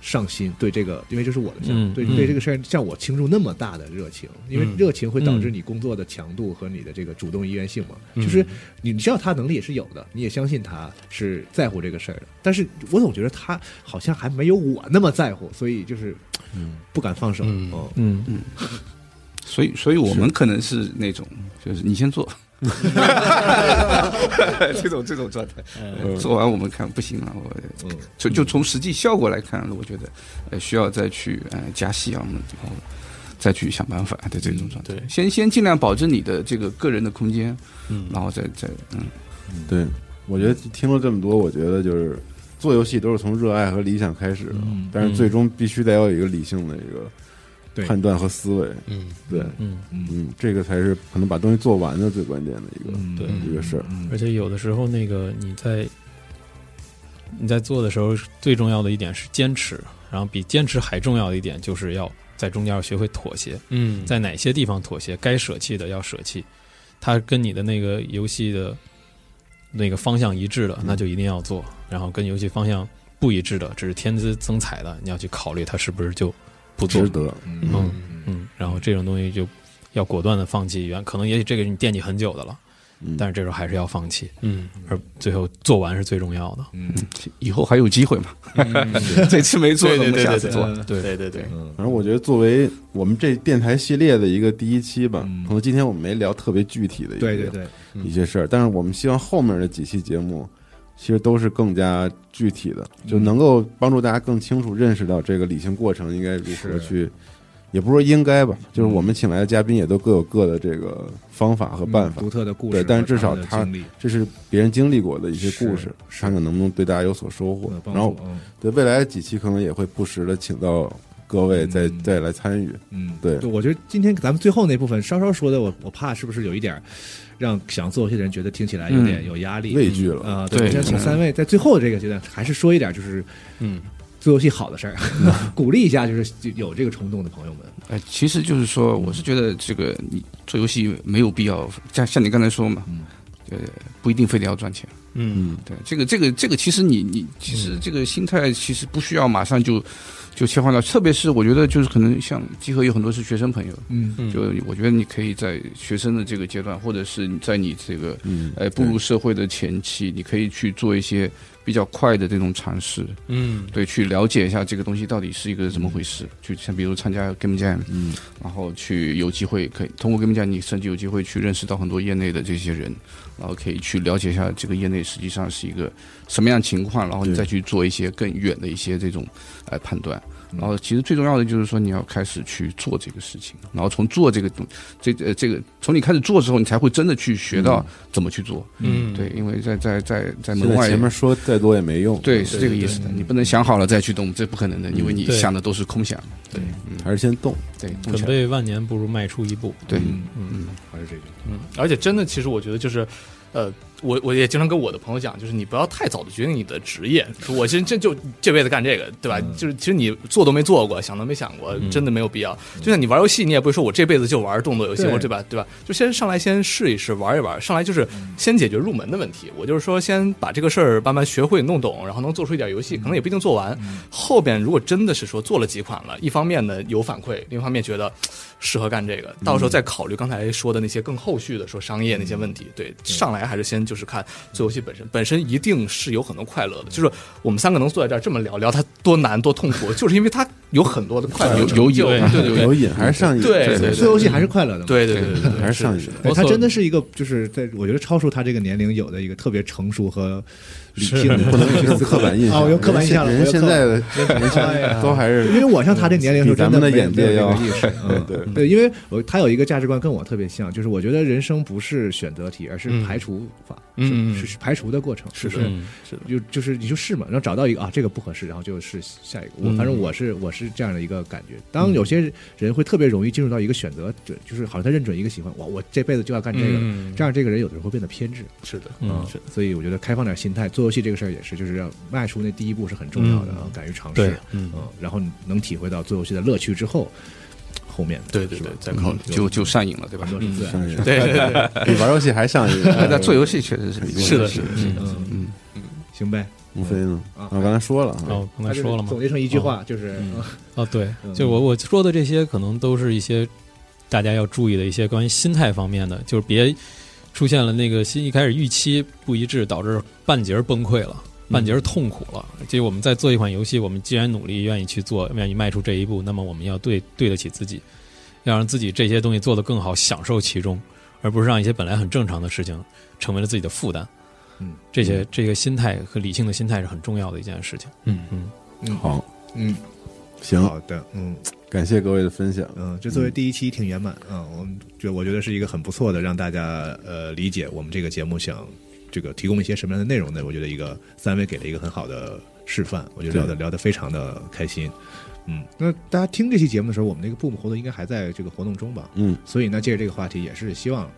[SPEAKER 1] 上心对这个，因为这是我的项目，
[SPEAKER 4] 嗯
[SPEAKER 1] 对
[SPEAKER 4] 嗯
[SPEAKER 1] 对这个事儿向我倾注那么大的热情，因为
[SPEAKER 5] 嗯
[SPEAKER 1] 热情会导致你工作的强度和你的这个主动意愿性嘛，
[SPEAKER 5] 嗯
[SPEAKER 1] 就是你知道他能力也是有的，你也相信他是在乎这个事儿的，但是我总觉得他好像还没有我那么在乎，所以就是不敢放手，
[SPEAKER 5] 嗯
[SPEAKER 1] 哦
[SPEAKER 4] 嗯，
[SPEAKER 6] 所以，所以我们可能是那种，就是你先做， 这种这种状态，
[SPEAKER 5] 嗯
[SPEAKER 6] 做完我们看不行了，我
[SPEAKER 1] 嗯
[SPEAKER 6] 就就从实际效果来看，我觉得呃需要再去呃加戏啊，然后再去想办法的这种状态。
[SPEAKER 5] 嗯对
[SPEAKER 6] 先先尽量保证你的这个个人的空间，
[SPEAKER 5] 嗯
[SPEAKER 6] 然后再再嗯，
[SPEAKER 2] 对，我觉得听了这么多，我觉得就是做游戏都是从热爱和理想开始的，但是最终必须得要有一个理性的一个
[SPEAKER 1] 对
[SPEAKER 2] 判断和思维。
[SPEAKER 5] 嗯，
[SPEAKER 2] 对，
[SPEAKER 4] 嗯
[SPEAKER 2] 嗯，这个才是可能把东西做完的最关键的一个、
[SPEAKER 1] 嗯
[SPEAKER 4] 对
[SPEAKER 2] 一个事儿。
[SPEAKER 4] 而且有的时候，那个你在你在做的时候，最重要的一点是坚持，然后比坚持还重要的一点就是要在中间要学会妥协，
[SPEAKER 5] 嗯，
[SPEAKER 4] 在哪些地方妥协，该舍弃的要舍弃，它跟你的那个游戏的那个方向一致的，
[SPEAKER 2] 嗯
[SPEAKER 4] 那就一定要做；然后跟游戏方向不一致的，只是添枝增彩的，你要去考虑它是不是就不做
[SPEAKER 2] 值。得，
[SPEAKER 1] 嗯
[SPEAKER 4] 嗯嗯，然后这种东西就要果断的放弃，原可能也许这个你惦记很久的了，
[SPEAKER 2] 嗯，
[SPEAKER 4] 但是这时候还是要放弃。
[SPEAKER 5] 嗯，
[SPEAKER 4] 而最后做完是最重要的。
[SPEAKER 1] 嗯
[SPEAKER 6] 以后还有机会嘛， 这次没做，我
[SPEAKER 5] 嗯对对
[SPEAKER 6] 们
[SPEAKER 5] 对
[SPEAKER 6] 下
[SPEAKER 5] 对
[SPEAKER 6] 次
[SPEAKER 5] 对
[SPEAKER 6] 做。
[SPEAKER 5] 对对对对，
[SPEAKER 1] 嗯
[SPEAKER 2] 反正我觉得作为我们这电台系列的一个第一期吧，
[SPEAKER 1] 嗯
[SPEAKER 2] 可能今天我们没聊特别具体的一
[SPEAKER 1] 对对嗯
[SPEAKER 2] 些
[SPEAKER 1] 对，
[SPEAKER 2] 一些事儿，但是我们希望后面的几期节目。其实都是更加具体的，
[SPEAKER 1] 嗯
[SPEAKER 2] 就能够帮助大家更清楚认识到这个理性过程应该如何
[SPEAKER 1] 是
[SPEAKER 2] 去，也不是说应该吧，就是我们请来的嘉宾也都各有各的这个方法和办法
[SPEAKER 1] 嗯独，特的故事
[SPEAKER 2] 对
[SPEAKER 1] 和他们的经历，
[SPEAKER 2] 但是至少他这是别人经历过的一些故事，
[SPEAKER 1] 是是
[SPEAKER 2] 看看能不能对大家有所收获
[SPEAKER 1] 呃。帮
[SPEAKER 2] 然后
[SPEAKER 1] 助嗯
[SPEAKER 2] 对未来几期可能也会不时的请到各位再、
[SPEAKER 1] 嗯
[SPEAKER 2] 再来参与。
[SPEAKER 1] 嗯，
[SPEAKER 2] 对
[SPEAKER 1] 我觉得今天咱们最后那部分稍稍说的，我我怕是不是有一点儿让想做游戏的人觉得听起来有点
[SPEAKER 6] 嗯
[SPEAKER 1] 有压力
[SPEAKER 2] 畏惧了，
[SPEAKER 1] 啊？
[SPEAKER 6] 对
[SPEAKER 1] 我想请
[SPEAKER 6] 嗯
[SPEAKER 1] 三位在最后的这个阶段，还是说一点就是
[SPEAKER 5] 嗯
[SPEAKER 1] 做游戏好的事儿， 鼓励一下就是有这个冲动的朋友们。
[SPEAKER 6] 呃，其实就是说，我是觉得这个你做游戏没有必要，像像你刚才说嘛，
[SPEAKER 1] 嗯
[SPEAKER 6] 呃，不一定非得要赚钱。
[SPEAKER 5] 嗯
[SPEAKER 6] 对，这个这个这个，其实你你其实这个心态其实不需要马上就就切换到，特别是我觉得就是可能像集合有很多是学生朋友，
[SPEAKER 1] 嗯
[SPEAKER 5] 嗯，
[SPEAKER 6] 就我觉得你可以在学生的这个阶段，或者是你在你这个
[SPEAKER 2] 嗯，
[SPEAKER 6] 呃步入社会的前期，你可以去做一些比较快的这种尝试，
[SPEAKER 5] 嗯
[SPEAKER 6] 对，去了解一下这个东西到底是一个怎么回事。去像比如参加 Game Jam，
[SPEAKER 2] 嗯，
[SPEAKER 6] 然后去有机会可以通过 Game Jam，你甚至有机会去认识到很多业内的这些人，然后可以去了解一下这个业内实际上是一个什么样的情况，然后你
[SPEAKER 2] 对
[SPEAKER 6] 再去做一些更远的一些这种呃判断。
[SPEAKER 2] 嗯
[SPEAKER 6] 然后其实最重要的就是说你要开始去做这个事情，然后从做这个东这呃这个从你开始做之后，你才会真的去学到怎么去做。
[SPEAKER 5] 嗯，
[SPEAKER 6] 对，因为在在在在
[SPEAKER 2] 现
[SPEAKER 6] 门
[SPEAKER 2] 在
[SPEAKER 6] 外
[SPEAKER 2] 前面说再多也没用，
[SPEAKER 6] 嗯对，是嗯这个意思的。你不能想好了再去动，这不可能的，因为你
[SPEAKER 4] 对
[SPEAKER 6] 想的都是空想。对，嗯，
[SPEAKER 2] 还是先动。
[SPEAKER 6] 对，动起
[SPEAKER 4] 准
[SPEAKER 6] 来。
[SPEAKER 4] 备万年不如迈出一步。
[SPEAKER 6] 对，
[SPEAKER 4] 嗯
[SPEAKER 1] 还是这句，
[SPEAKER 5] 嗯，而且真的，其实我觉得就是，呃，我我也经常跟我的朋友讲，就是你不要太早的决定你的职业。说我其实这就这辈子干这个，对吧？就是其实你做都没做过，想都没想过，真的没有必要。就像你玩游戏，你也不会说我这辈子就玩动作游戏，
[SPEAKER 1] 对
[SPEAKER 5] 或对吧？对吧？就先上来先试一试，玩一玩。上来就是先解决入门的问题。我就是说，先把这个事儿慢慢学会弄懂，然后能做出一点游戏，可能也不一定做完。后边如果真的是说做了几款了，一方面呢有反馈，另一方面觉得适合干这个，到时候再考虑刚才说的那些更后续的说商业那些问题。对，上来还是先就是看做游戏本身，本身一定是有很多快乐的。就是我们三个能坐在这儿这么聊聊它多难多痛苦，就是因为它有很多的快乐
[SPEAKER 6] 有
[SPEAKER 5] 成
[SPEAKER 6] 有
[SPEAKER 5] 就
[SPEAKER 6] 有
[SPEAKER 5] 对对对
[SPEAKER 2] 有瘾还是上瘾，
[SPEAKER 5] 对对对
[SPEAKER 1] 做游戏还是快乐的嘛。
[SPEAKER 5] 对对对对 对，
[SPEAKER 2] 还是上瘾。
[SPEAKER 1] 对，
[SPEAKER 5] 我
[SPEAKER 1] 他
[SPEAKER 5] 所
[SPEAKER 1] 真的是一个，就是在我觉得超出他这个年龄有的一个特别成熟和理性的，
[SPEAKER 2] 不能有这种刻板印象。
[SPEAKER 1] 哦，我有刻板印象了。
[SPEAKER 2] 人
[SPEAKER 1] 我有
[SPEAKER 2] 现
[SPEAKER 1] 刻板
[SPEAKER 2] 在的年轻
[SPEAKER 1] 哎呀
[SPEAKER 2] 人都还
[SPEAKER 1] 因
[SPEAKER 2] 是
[SPEAKER 1] 为我像他这年龄的时候，
[SPEAKER 2] 比咱
[SPEAKER 1] 真
[SPEAKER 2] 们
[SPEAKER 1] 的
[SPEAKER 2] 的
[SPEAKER 1] 没有没
[SPEAKER 2] 眼界
[SPEAKER 1] 有
[SPEAKER 2] 要
[SPEAKER 1] 这个意识。嗯
[SPEAKER 2] 对对
[SPEAKER 1] 对，因为我他有一个价值观跟我特别像，就是我觉得人生不是选择题，而是
[SPEAKER 5] 嗯
[SPEAKER 1] 排除法，
[SPEAKER 5] 嗯
[SPEAKER 1] 是是排除的过程。是
[SPEAKER 5] 的
[SPEAKER 4] 嗯
[SPEAKER 1] 就就是你就试嘛，然后找到一个啊这个不合适，然后就是下一个。我
[SPEAKER 5] 嗯
[SPEAKER 1] 反正我是我是这样的一个感觉。当有些人会特别容易进入到一个选择准，就是好像他认准一个喜欢，我我这辈子就要干这个，
[SPEAKER 5] 嗯
[SPEAKER 1] 这样这个人有的时候会变得偏执。
[SPEAKER 5] 是的，
[SPEAKER 4] 嗯
[SPEAKER 5] 是的，
[SPEAKER 1] 所以我觉得开放点心态，做游游戏这个事儿也是，就是要迈出那第一步是很重要的，
[SPEAKER 4] 嗯
[SPEAKER 1] 啊，敢于尝
[SPEAKER 4] 对
[SPEAKER 1] 试，，
[SPEAKER 4] 嗯，
[SPEAKER 1] 嗯，然后你能体会到做游戏的乐趣之后，后面嗯
[SPEAKER 5] 对对对，再考虑。
[SPEAKER 6] 就就上瘾了，对吧
[SPEAKER 1] 很？
[SPEAKER 6] 嗯
[SPEAKER 1] 多是自然
[SPEAKER 2] 上瘾，
[SPEAKER 5] 对对对，
[SPEAKER 2] 比玩游戏还上瘾。
[SPEAKER 6] 那做游戏确实是
[SPEAKER 2] 是的
[SPEAKER 6] 是的
[SPEAKER 4] 是的
[SPEAKER 6] 的
[SPEAKER 1] 嗯
[SPEAKER 6] 嗯，
[SPEAKER 1] 行呗，
[SPEAKER 2] 无非呢，
[SPEAKER 1] 啊
[SPEAKER 2] 啊，刚才说了
[SPEAKER 4] 哦，刚才说了嘛
[SPEAKER 1] 总，结成一句话就是，嗯
[SPEAKER 4] 哦，对
[SPEAKER 1] 嗯，
[SPEAKER 4] 就我我说的这些，可能都是一些大家要注意的一些关于心态方面的，就是别出现了那个心一开始预期不一致，导致半截儿崩溃了，
[SPEAKER 1] 嗯
[SPEAKER 4] 半截儿痛苦了。所以我们在做一款游戏，我们既然努力愿意去做，愿意迈出这一步，那么我们要对对得起自己，要让自己这些东西做得更好，享受其中，而不是让一些本来很正常的事情成为了自己的负担。
[SPEAKER 1] 嗯，
[SPEAKER 4] 这些这个心态和理性的心态是很重要的一件事情。
[SPEAKER 5] 嗯
[SPEAKER 4] 嗯，
[SPEAKER 1] 嗯
[SPEAKER 2] 好，
[SPEAKER 1] 嗯，
[SPEAKER 2] 行，
[SPEAKER 1] 好的，嗯
[SPEAKER 2] 感谢各位的分享。
[SPEAKER 1] 嗯，这作为第一期挺圆满啊，我们就我觉得是一个很不错的，让大家呃理解我们这个节目想这个提供一些什么样的内容呢？我觉得一个三位给了一个很好的示范，我觉得聊的聊得非常的开心。嗯，那大家听这期节目的时候，我们那个布幕活动应该还在这个活动中吧？
[SPEAKER 2] 嗯
[SPEAKER 1] 所以呢，借着这个话题，也是希望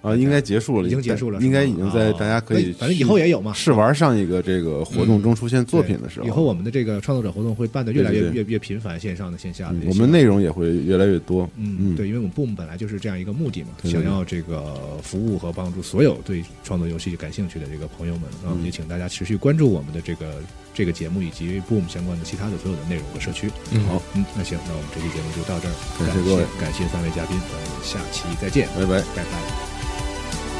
[SPEAKER 2] 啊，应该结束了，
[SPEAKER 1] 已经结束了，
[SPEAKER 2] 应该
[SPEAKER 1] 是
[SPEAKER 2] 已
[SPEAKER 1] 吗
[SPEAKER 2] 经在
[SPEAKER 1] 啊
[SPEAKER 2] 大家可以
[SPEAKER 1] 那反正以后也有嘛。
[SPEAKER 2] 试玩上一个这个活动中出现作品的时候，
[SPEAKER 1] 以后我们的这个创作者活动会办的越来越
[SPEAKER 2] 对对对
[SPEAKER 1] 越越频繁，线上的线下的
[SPEAKER 2] 嗯
[SPEAKER 1] 也
[SPEAKER 2] 我
[SPEAKER 1] 希
[SPEAKER 2] 们
[SPEAKER 1] 望
[SPEAKER 2] 内容也会越来越多。
[SPEAKER 1] 嗯，对，因为我们 Boom 本来就是这样一个目的嘛，
[SPEAKER 2] 对对
[SPEAKER 1] 想
[SPEAKER 2] 对
[SPEAKER 1] 要这个服务和帮助所有对创作游戏感兴趣的这个朋友们啊，
[SPEAKER 2] 嗯
[SPEAKER 1] 也请大家持续关注我们的这个这个节目以及 Boom 相关的其他的所有的内容和社区。
[SPEAKER 4] 嗯
[SPEAKER 2] 好，
[SPEAKER 1] 嗯，那行，那我们这期节目就到这儿，
[SPEAKER 2] 感谢
[SPEAKER 1] 感
[SPEAKER 2] 各位
[SPEAKER 1] 感谢三位嘉宾，我们下期再见，
[SPEAKER 2] 拜拜。
[SPEAKER 1] 拜拜。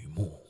[SPEAKER 7] 幕。